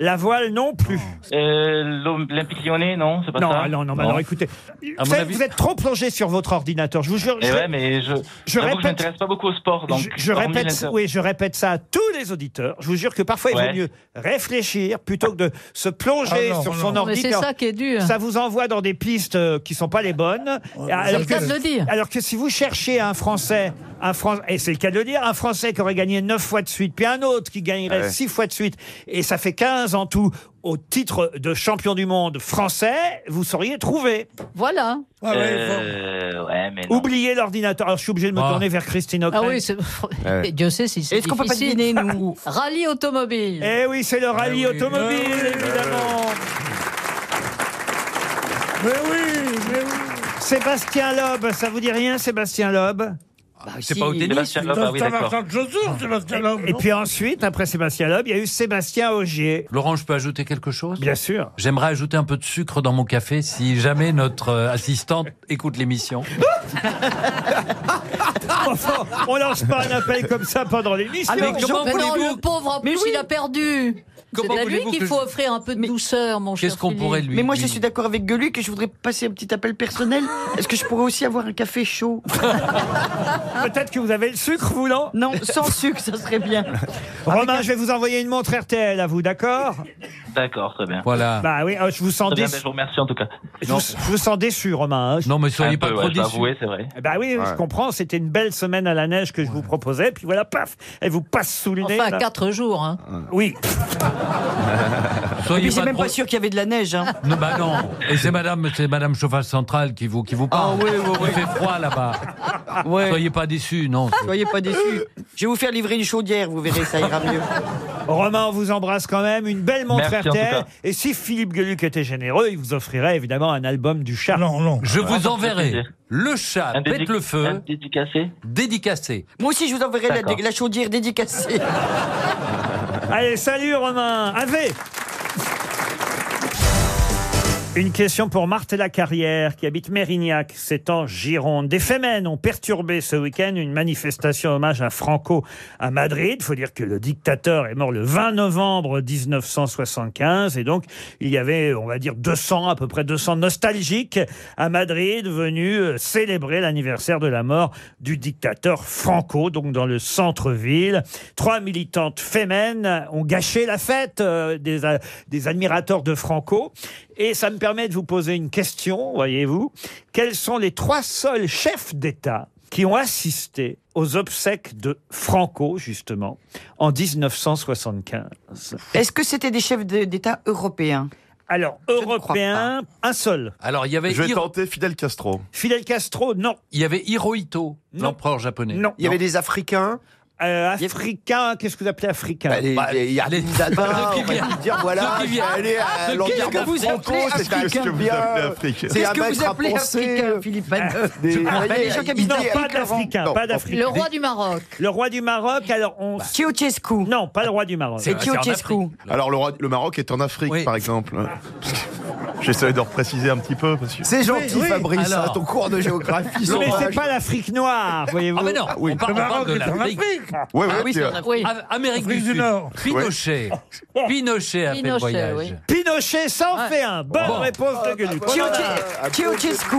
Speaker 3: La voile non plus.
Speaker 10: Euh, L'Olympique lyonnais, non C'est pas
Speaker 3: Non,
Speaker 10: ça
Speaker 3: ah non, non, mais alors écoutez,
Speaker 6: À
Speaker 3: vous,
Speaker 6: mon
Speaker 3: êtes-
Speaker 6: avis-
Speaker 3: vous êtes trop plongé sur votre ordinateur. Je vous jure,
Speaker 10: Eh
Speaker 3: je,
Speaker 10: ouais, mais je,
Speaker 3: je
Speaker 10: j'avoue que
Speaker 3: répète-
Speaker 10: je m'intéresse pas beaucoup au sport, donc
Speaker 3: je- je
Speaker 10: hormis
Speaker 3: répète,
Speaker 10: l'inter-
Speaker 3: oui, je répète ça à tous les auditeurs. Je vous jure que parfois il
Speaker 10: Ouais.
Speaker 3: vaut mieux réfléchir plutôt que de se plonger
Speaker 9: Ah non,
Speaker 3: sur
Speaker 9: non.
Speaker 3: son
Speaker 9: Non,
Speaker 7: Mais c'est
Speaker 3: ordinateur.
Speaker 7: ça qui est dur.
Speaker 3: Ça vous envoie dans des pistes euh, qui sont pas les bonnes.
Speaker 7: C'est
Speaker 3: Alors
Speaker 7: le
Speaker 3: que,
Speaker 7: cas de le dire.
Speaker 3: alors que si vous cherchez un Français, un Fran- et c'est le cas de le dire, un Français qui aurait gagné 9 fois de suite, puis un autre qui gagnerait
Speaker 5: Ouais.
Speaker 3: 6 fois de suite, et ça fait 15 en tout au titre de champion du monde français, vous sauriez trouver.
Speaker 7: Voilà.
Speaker 9: Ah oui, faut-
Speaker 10: Euh, ouais, mais non.
Speaker 3: Oubliez l'ordinateur. Alors, je suis obligé de me
Speaker 6: Ah.
Speaker 3: tourner vers Christine
Speaker 7: Ah
Speaker 3: O'Crane.
Speaker 7: oui, c'est- Et Dieu sait si c'est
Speaker 4: Est-ce qu'on peut pas
Speaker 7: difficile.
Speaker 4: deviner, nous
Speaker 7: Rallye automobile.
Speaker 3: Eh oui, c'est le rallye
Speaker 6: Ah oui.
Speaker 3: automobile,
Speaker 9: Eh oui.
Speaker 3: évidemment.
Speaker 9: Mais oui, mais oui.
Speaker 3: Sébastien Loeb, ça vous dit rien, Sébastien Loeb
Speaker 6: C'est pas au tennis,
Speaker 10: Sébastien Loeb, ah oui,
Speaker 9: Dans un
Speaker 10: d'accord.
Speaker 9: marchand de chaussures, Sébastien Loeb,
Speaker 3: Et
Speaker 9: non
Speaker 3: puis ensuite, après Sébastien Loeb, il y a eu Sébastien Augier.
Speaker 6: Laurent, je peux ajouter quelque chose
Speaker 3: Bien sûr.
Speaker 6: J'aimerais ajouter un peu de sucre dans mon café si jamais notre euh, assistante écoute l'émission.
Speaker 3: Ah, Enfin, on lance pas un appel comme ça pendant l'émission.
Speaker 6: Ah, mais comment
Speaker 7: Mais non,
Speaker 6: voulez-vous
Speaker 7: le pauvre, en plus, il a perdu. C'est
Speaker 6: Comment
Speaker 7: à lui
Speaker 6: voulez-vous
Speaker 7: qu'il
Speaker 6: que
Speaker 7: faut
Speaker 6: je-
Speaker 7: offrir un peu de douceur, mon cher
Speaker 6: Qu'est-ce qu'on
Speaker 7: Philippe.
Speaker 6: pourrait lui
Speaker 4: Mais moi, je
Speaker 6: lui-
Speaker 4: suis d'accord avec Gueulu que je voudrais passer un petit appel personnel. Est-ce que je pourrais aussi avoir un café chaud
Speaker 3: Peut-être que vous avez le sucre, vous, non
Speaker 4: Non, sans sucre, ça serait bien.
Speaker 3: Romain, je vais vous envoyer une montre RTL à vous, d'accord
Speaker 10: D'accord, très bien.
Speaker 6: Voilà.
Speaker 3: Bah oui, euh, je vous sens
Speaker 10: Très bien,
Speaker 3: déçu.
Speaker 10: ben, je vous remercie en tout cas.
Speaker 3: Je vous, je vous sens déçu, Romain. hein. Je-
Speaker 6: Non, mais
Speaker 10: Un
Speaker 6: soyez pas
Speaker 10: peu,
Speaker 6: trop
Speaker 10: ouais, je dois
Speaker 6: déçus.
Speaker 10: avouer, c'est vrai.
Speaker 3: Bah oui, je
Speaker 5: Ouais.
Speaker 3: comprends, c'était une belle semaine à la neige que je vous proposais, puis voilà, paf, elle vous passe sous le nez.
Speaker 7: Enfin,
Speaker 3: là.
Speaker 7: quatre jours. hein.
Speaker 3: Oui,
Speaker 4: Et
Speaker 6: Soyez
Speaker 4: puis, c'est
Speaker 6: pas
Speaker 4: même
Speaker 6: trop...
Speaker 4: pas sûr qu'il y avait de la neige. Hein.
Speaker 6: Non, bah non. Et c'est Madame, c'est Madame Chauffage Centrale qui vous, qui vous parle.
Speaker 4: Ah oui, oui, oui.
Speaker 6: Il fait froid là-bas.
Speaker 4: Ouais.
Speaker 6: Soyez pas déçus, Ah, non.
Speaker 4: Soyez pas déçus. Je vais vous faire livrer une chaudière, vous verrez, ça ira mieux.
Speaker 3: Romain, on vous embrasse quand même, une belle montre
Speaker 10: Merci, en tout
Speaker 3: RTL.
Speaker 10: cas.
Speaker 3: Et si Philippe Gueluc était généreux, il vous offrirait évidemment un album du chat.
Speaker 9: Non, non.
Speaker 6: Je vous enverrai
Speaker 10: plaisir.
Speaker 6: le chat
Speaker 10: dédic-
Speaker 6: pète le
Speaker 10: un
Speaker 6: feu
Speaker 10: dédicacé
Speaker 6: dédicacé.
Speaker 4: Moi aussi, je vous enverrai la,
Speaker 10: D'accord.
Speaker 4: la chaudière dédicacée.
Speaker 3: Allez, salut Romain, Ave une question pour Marthe Lacarrière, qui habite Mérignac, c'est en Gironde. Des fémènes ont perturbé ce week-end une manifestation hommage à Franco à Madrid. faut dire que le dictateur est mort le 20 novembre 1975, et donc il y avait, on va dire, 200, à peu près 200 nostalgiques à Madrid, venus euh, célébrer l'anniversaire de la mort du dictateur Franco, donc dans le centre-ville. Trois militantes fémènes ont gâché la fête euh, des, a- des admirateurs de Franco. Et ça me permet de vous poser une question, voyez-vous. Quels sont les trois seuls chefs d'État qui ont assisté aux obsèques de Franco, justement, en 1975
Speaker 4: Est-ce que c'était des chefs de- d'État européens
Speaker 3: Alors,
Speaker 4: ne crois
Speaker 3: européen, un seul.
Speaker 6: Alors il y avait
Speaker 5: Je vais
Speaker 6: Hiro-
Speaker 5: tenter Fidel Castro.
Speaker 3: Fidel Castro, non.
Speaker 6: il y avait Hirohito,
Speaker 3: Non.
Speaker 6: l'empereur japonais.
Speaker 3: Non.
Speaker 8: Il y avait des Africains.
Speaker 3: euh, africain, qu'est-ce que vous appelez africain
Speaker 8: Bah, Il y a les Dada, on va lui dire voilà,
Speaker 3: Ceux qui
Speaker 8: je vais aller
Speaker 3: viennent.
Speaker 8: à
Speaker 3: Ceux qui-
Speaker 8: l'enquête
Speaker 3: qu'est-ce que vous
Speaker 8: Franco,
Speaker 3: appelez
Speaker 8: c'est
Speaker 3: africain
Speaker 8: quelqu'un de
Speaker 3: Qu'est-ce que
Speaker 8: bien.
Speaker 3: vous appelez africain
Speaker 8: C'est un
Speaker 3: Qu'est-ce que
Speaker 8: mec
Speaker 3: vous appelez
Speaker 8: rapproché.
Speaker 3: africain,
Speaker 4: Philippe
Speaker 8: Ah, Des-
Speaker 3: Non,
Speaker 8: vous voyez, idéal.
Speaker 3: pas d'Africain, pas d'Africain.
Speaker 7: Le roi du Maroc.
Speaker 3: Le roi du Maroc, alors on...
Speaker 4: Ceausescu.
Speaker 3: Non, pas le roi du Maroc. Bah,
Speaker 5: C'est Ceausescu. Alors, le, roi- le Maroc est en Afrique, par exemple. J'essaie de repréciser un petit peu. parce que-
Speaker 8: C'est gentil, Fabrice, hein, ton cours de géographie.
Speaker 3: Non, mais
Speaker 8: sauvage.
Speaker 3: c'est pas l'Afrique noire, voyez-vous.
Speaker 6: Ah, mais non, on parle, on parle de l'Afrique.
Speaker 5: Ouais, ouais,
Speaker 6: Ah
Speaker 5: c'est-
Speaker 8: euh,
Speaker 6: c'est en Afrique. Am- Amérique
Speaker 9: Afrique
Speaker 6: du,
Speaker 9: du
Speaker 6: Sud.
Speaker 9: Nord.
Speaker 6: Pinochet. Pinochet a fait le
Speaker 7: Pinochet,
Speaker 6: voyage.
Speaker 7: oui.
Speaker 3: Pinochet, ça en fait un. Bonne
Speaker 6: Bon.
Speaker 3: réponse
Speaker 8: Ah,
Speaker 3: de Gueluc.
Speaker 8: bah,
Speaker 4: Ceausescu.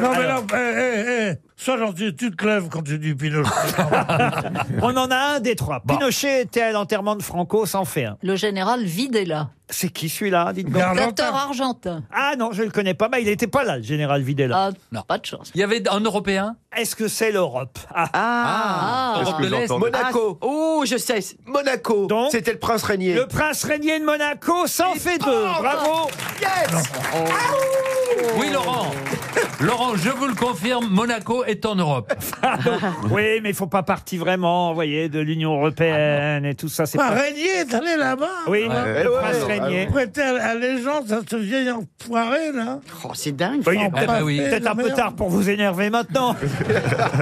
Speaker 9: Non, mais là, eh, eh, eh, sois gentil, tu te lèves quand tu dis Pinochet.
Speaker 3: Ah, bah. On en a un des trois.
Speaker 6: Bah.
Speaker 3: Pinochet était à l'enterrement de Franco, ça en fait un.
Speaker 7: Le général Videla,
Speaker 3: C'est qui celui-là dites donc
Speaker 7: l'acteur argentin.
Speaker 3: Ah non, je ne le connais pas. Bah, il n'était pas là, le général Videla.
Speaker 7: Ah, pas de chance.
Speaker 6: Il y avait un Européen
Speaker 3: Est-ce que c'est l'Europe Ah,
Speaker 6: Ah, Europe
Speaker 5: que
Speaker 6: de l'Est.
Speaker 5: j'entends
Speaker 8: Monaco.
Speaker 4: Oh, je sais. c'est-
Speaker 8: Monaco.
Speaker 3: Donc
Speaker 8: C'était le prince régné.
Speaker 3: Le prince régné de Monaco, ça en fait deux. Bravo.
Speaker 8: Yes
Speaker 6: Oui, Laurent. Laurent, je vous le confirme, Monaco est en Europe.
Speaker 3: Oui, mais il faut pas partir vraiment, vous voyez, de l'Union européenne et tout ça. C'est
Speaker 9: Ma
Speaker 3: pas...
Speaker 9: Régnier est allé là-bas.
Speaker 3: Oui,
Speaker 8: Ouais.
Speaker 3: le
Speaker 8: Ouais,
Speaker 3: prince
Speaker 8: ouais,
Speaker 3: régné.
Speaker 8: ouais.
Speaker 9: Prêter allégeance à ce vieil enfoiré, là.
Speaker 4: Oh, c'est dingue.
Speaker 3: Oui,
Speaker 9: Sans
Speaker 3: eh ben
Speaker 9: pas hein.
Speaker 6: oui.
Speaker 9: faire
Speaker 3: Peut-être
Speaker 9: de
Speaker 3: un peu
Speaker 9: merde.
Speaker 3: tard pour vous énerver maintenant.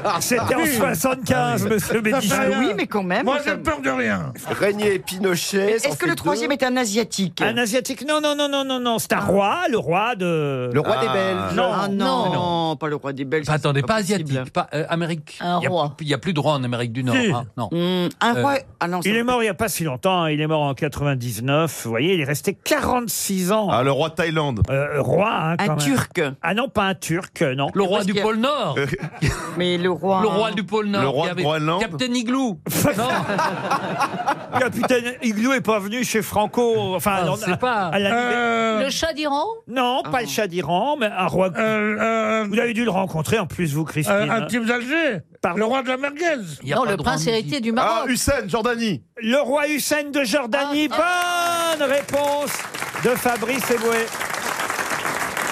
Speaker 8: Ah,
Speaker 4: Ah
Speaker 3: C'était en 75, monsieur
Speaker 9: Ça fait
Speaker 3: Bénichou.
Speaker 9: rien.
Speaker 4: Oui, mais quand même.
Speaker 9: Moi,
Speaker 4: ça-
Speaker 9: j'ai peur de rien.
Speaker 8: Régnier et Pinochet. ça
Speaker 4: Est-ce
Speaker 8: fait
Speaker 4: que le troisième
Speaker 8: deux.
Speaker 4: est un asiatique
Speaker 3: Un asiatique Non, non, non, non, non, non. C'est un roi, le roi de.
Speaker 8: Le roi
Speaker 5: Ah.
Speaker 8: des Belges.
Speaker 3: Non.
Speaker 4: Ah non, non, pas le roi des Belges.
Speaker 6: Enfin, attendez,
Speaker 4: c'est
Speaker 6: pas
Speaker 4: possible.
Speaker 6: asiatique, pas euh, Amérique.
Speaker 7: Un
Speaker 6: Il y a-
Speaker 7: roi.
Speaker 6: Il n'y a, plus de roi en Amérique du Nord.
Speaker 9: Si.
Speaker 6: hein, non.
Speaker 4: Hum, un
Speaker 6: Euh,
Speaker 4: roi. Ah non,
Speaker 3: Il
Speaker 4: c'est-
Speaker 3: est mort il n'y a pas si longtemps, hein. il est mort en 99, vous voyez, il est resté 46 ans
Speaker 5: Ah, le roi de Thaïlande.
Speaker 3: euh, roi. hein, quand
Speaker 4: un
Speaker 3: même.
Speaker 4: turc.
Speaker 3: Ah non, pas un turc, euh, non.
Speaker 6: Le
Speaker 4: Parce
Speaker 6: roi du
Speaker 4: qu'il y a-
Speaker 6: pôle Nord.
Speaker 4: Mais le roi.
Speaker 6: Le roi du pôle Nord.
Speaker 5: Le roi
Speaker 6: qui
Speaker 5: de
Speaker 6: avait-
Speaker 5: Groenland.
Speaker 6: Captain Igloo. Non,
Speaker 3: Capitaine Igloo est pas venu chez Franco. Enfin,
Speaker 6: Ah,
Speaker 3: non,
Speaker 6: c'est
Speaker 3: à-
Speaker 6: pas-
Speaker 3: à la-
Speaker 9: Euh,
Speaker 7: Le chat d'Iran
Speaker 3: non, pas
Speaker 6: Ah.
Speaker 3: le chat d'Iran, mais un roi.
Speaker 9: euh, euh,
Speaker 3: Vous avez dû le rencontrer en plus, vous, Christine.
Speaker 9: un, un type d'Alger.
Speaker 3: Pardon.
Speaker 9: Le roi de la merguez.
Speaker 6: il y a
Speaker 7: Non,
Speaker 6: pas
Speaker 7: le
Speaker 6: de roi en
Speaker 7: prince
Speaker 6: Égypte.
Speaker 7: héritier du
Speaker 5: Ah,
Speaker 7: Maroc. Ah,
Speaker 5: Hussein, Jordanie.
Speaker 3: Le roi Hussein de Jordanie. Bonne réponse de Fabrice Eboué.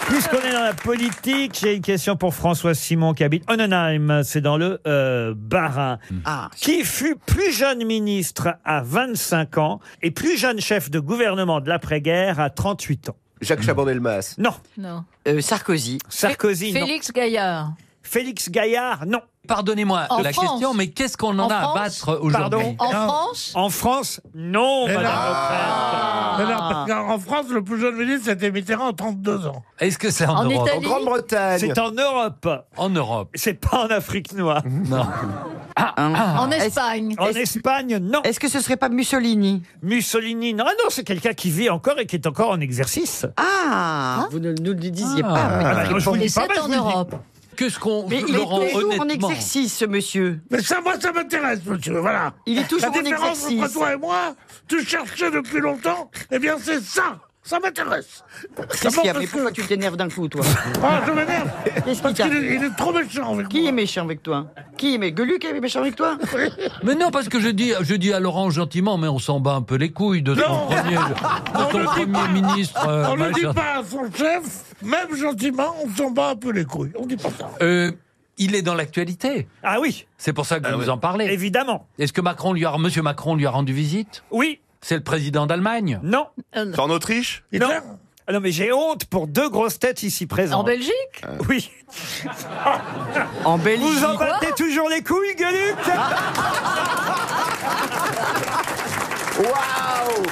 Speaker 3: Puisqu'on est dans la politique, j'ai une question pour François Simon qui habite Onenheim, c'est dans le euh, Bas-Rhin,
Speaker 4: Ah.
Speaker 3: qui fut plus jeune ministre à 25 ans et plus jeune chef de gouvernement de l'après-guerre à 38 ans.
Speaker 8: Jacques Chaban-Delmas.
Speaker 3: Non,
Speaker 7: Non.
Speaker 4: Euh, Sarkozy.
Speaker 3: Sarkozy, non.
Speaker 7: Félix Gaillard.
Speaker 3: Félix Gaillard, non.
Speaker 6: Pardonnez-moi
Speaker 7: En
Speaker 6: la
Speaker 7: France.
Speaker 6: question, mais qu'est-ce qu'on en,
Speaker 7: En
Speaker 6: a
Speaker 7: France.
Speaker 6: à battre
Speaker 3: Pardon.
Speaker 6: aujourd'hui
Speaker 7: En
Speaker 9: Non.
Speaker 7: France
Speaker 3: En France, non,
Speaker 9: Mais
Speaker 3: madame
Speaker 9: non.
Speaker 3: Leclerc.
Speaker 9: Mais non, parce qu'en- en France, le plus jeune ministre, c'était Mitterrand, à 32 ans.
Speaker 6: Est-ce que c'est en,
Speaker 7: En
Speaker 6: Europe
Speaker 8: En
Speaker 7: Italie
Speaker 8: Grande-Bretagne.
Speaker 3: C'est en Europe,
Speaker 6: En Europe.
Speaker 3: c'est pas en Afrique noire.
Speaker 6: Non. Ah.
Speaker 4: Hein.
Speaker 7: Ah. En Espagne
Speaker 3: Ah. En Espagne, non.
Speaker 4: Est-ce que ce serait pas Mussolini
Speaker 3: Mussolini, non, Ah non, c'est quelqu'un qui vit encore et qui est encore en exercice.
Speaker 4: Ah Vous ne nous le disiez
Speaker 6: Ah.
Speaker 4: pas. mais-
Speaker 3: Ah, je vous le
Speaker 7: Et
Speaker 3: dis pas,
Speaker 7: c'est
Speaker 3: mais je
Speaker 7: en
Speaker 3: vous le dis.
Speaker 7: Europe.
Speaker 6: Qu'est-ce qu'on.
Speaker 4: Mais il est
Speaker 6: Laurent,
Speaker 4: toujours en
Speaker 6: honnêtement.
Speaker 4: exercice, ce monsieur.
Speaker 9: Mais ça, moi, ça m'intéresse, monsieur, voilà.
Speaker 4: Il est toujours
Speaker 9: La
Speaker 4: en
Speaker 9: différence
Speaker 4: exercice.
Speaker 9: entre toi et moi, tu cherchais depuis longtemps, eh bien, c'est ça. Ça m'intéresse.
Speaker 4: Qu'est-ce
Speaker 9: D'abord
Speaker 4: qu'il y a
Speaker 9: parce
Speaker 4: Mais pourquoi
Speaker 9: que-
Speaker 4: tu t'énerves d'un coup, toi
Speaker 9: Ah, je m'énerve.
Speaker 4: Qu'est-ce qui
Speaker 9: Parce qu'il
Speaker 4: t'arrive
Speaker 9: est, il est trop méchant avec
Speaker 4: Qui est
Speaker 9: moi.
Speaker 4: méchant avec toi Qui est méchant Gueluc est méchant avec toi
Speaker 6: Mais non, parce que je dis, je dis à Laurent gentiment, mais on s'en bat un peu les couilles de
Speaker 9: Non.
Speaker 6: ton premier, de
Speaker 9: On
Speaker 6: ton
Speaker 9: le dit
Speaker 6: premier
Speaker 9: pas.
Speaker 6: ministre. euh,
Speaker 9: On ne dit
Speaker 6: machin.
Speaker 9: pas à son chef, même gentiment, on s'en bat un peu les couilles. On dit pas ça.
Speaker 6: Euh, il est dans l'actualité.
Speaker 3: Ah oui,
Speaker 6: C'est pour ça que vous nous en parlez.
Speaker 3: évidemment.
Speaker 6: Est-ce que Macron lui a, Monsieur Macron lui a rendu visite
Speaker 3: Oui,
Speaker 6: C'est le président d'Allemagne.
Speaker 3: non.
Speaker 7: euh,
Speaker 5: C'est en Autriche
Speaker 9: Et
Speaker 3: Non.
Speaker 9: là,
Speaker 3: Ah non, mais j'ai honte pour deux grosses têtes ici
Speaker 7: En
Speaker 3: présentes. Euh.
Speaker 7: Belgique
Speaker 3: oui.
Speaker 4: En Belgique.
Speaker 3: Vous en battez toujours les couilles, Gueluc
Speaker 8: Waouh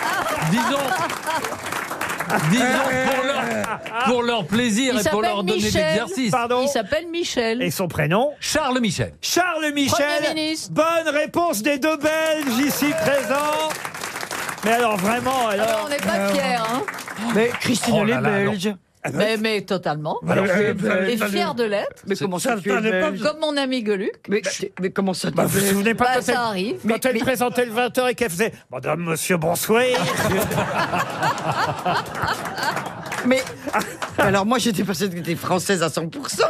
Speaker 6: Disons. Disons pour leur, pour leur plaisir
Speaker 7: Il
Speaker 6: et pour leur
Speaker 7: s'appelle
Speaker 6: donner
Speaker 7: Michel.
Speaker 6: l'exercice.
Speaker 3: Pardon
Speaker 7: Il s'appelle Michel.
Speaker 3: Et son prénom
Speaker 6: Charles
Speaker 4: Ah
Speaker 6: Michel.
Speaker 3: Charles
Speaker 7: Premier
Speaker 3: Michel.
Speaker 7: ministre.
Speaker 3: Bonne réponse des deux Belges ici présents. Mais alors vraiment,
Speaker 7: Alors,
Speaker 3: alors...
Speaker 7: Ah ben, Euh,
Speaker 3: euh,
Speaker 7: on n'est pas fiers, hein
Speaker 4: Mais Christine,
Speaker 6: Oh
Speaker 4: elle
Speaker 6: là
Speaker 4: est
Speaker 6: là, non.
Speaker 4: belge.
Speaker 3: Ah
Speaker 7: mais, mais totalement.
Speaker 9: Alors, euh,
Speaker 7: Et
Speaker 9: euh,
Speaker 7: fier de l'être,
Speaker 4: Mais comment
Speaker 9: ça,
Speaker 4: ça,
Speaker 9: ça
Speaker 4: tu es
Speaker 9: n'est pas-
Speaker 4: belge
Speaker 7: comme mon ami Geluc.
Speaker 4: mais, mais comment ça, tu
Speaker 3: Bah,
Speaker 4: es
Speaker 3: vous vous
Speaker 4: belge
Speaker 3: souvenez pas
Speaker 7: Bah,
Speaker 3: quand
Speaker 7: ça
Speaker 3: elle,
Speaker 7: arrive.
Speaker 3: quand elle présentait le 20h et qu'elle faisait « Madame, monsieur, bonsoir
Speaker 4: Mais alors moi, j'étais persuadée que t'étais française à 100%.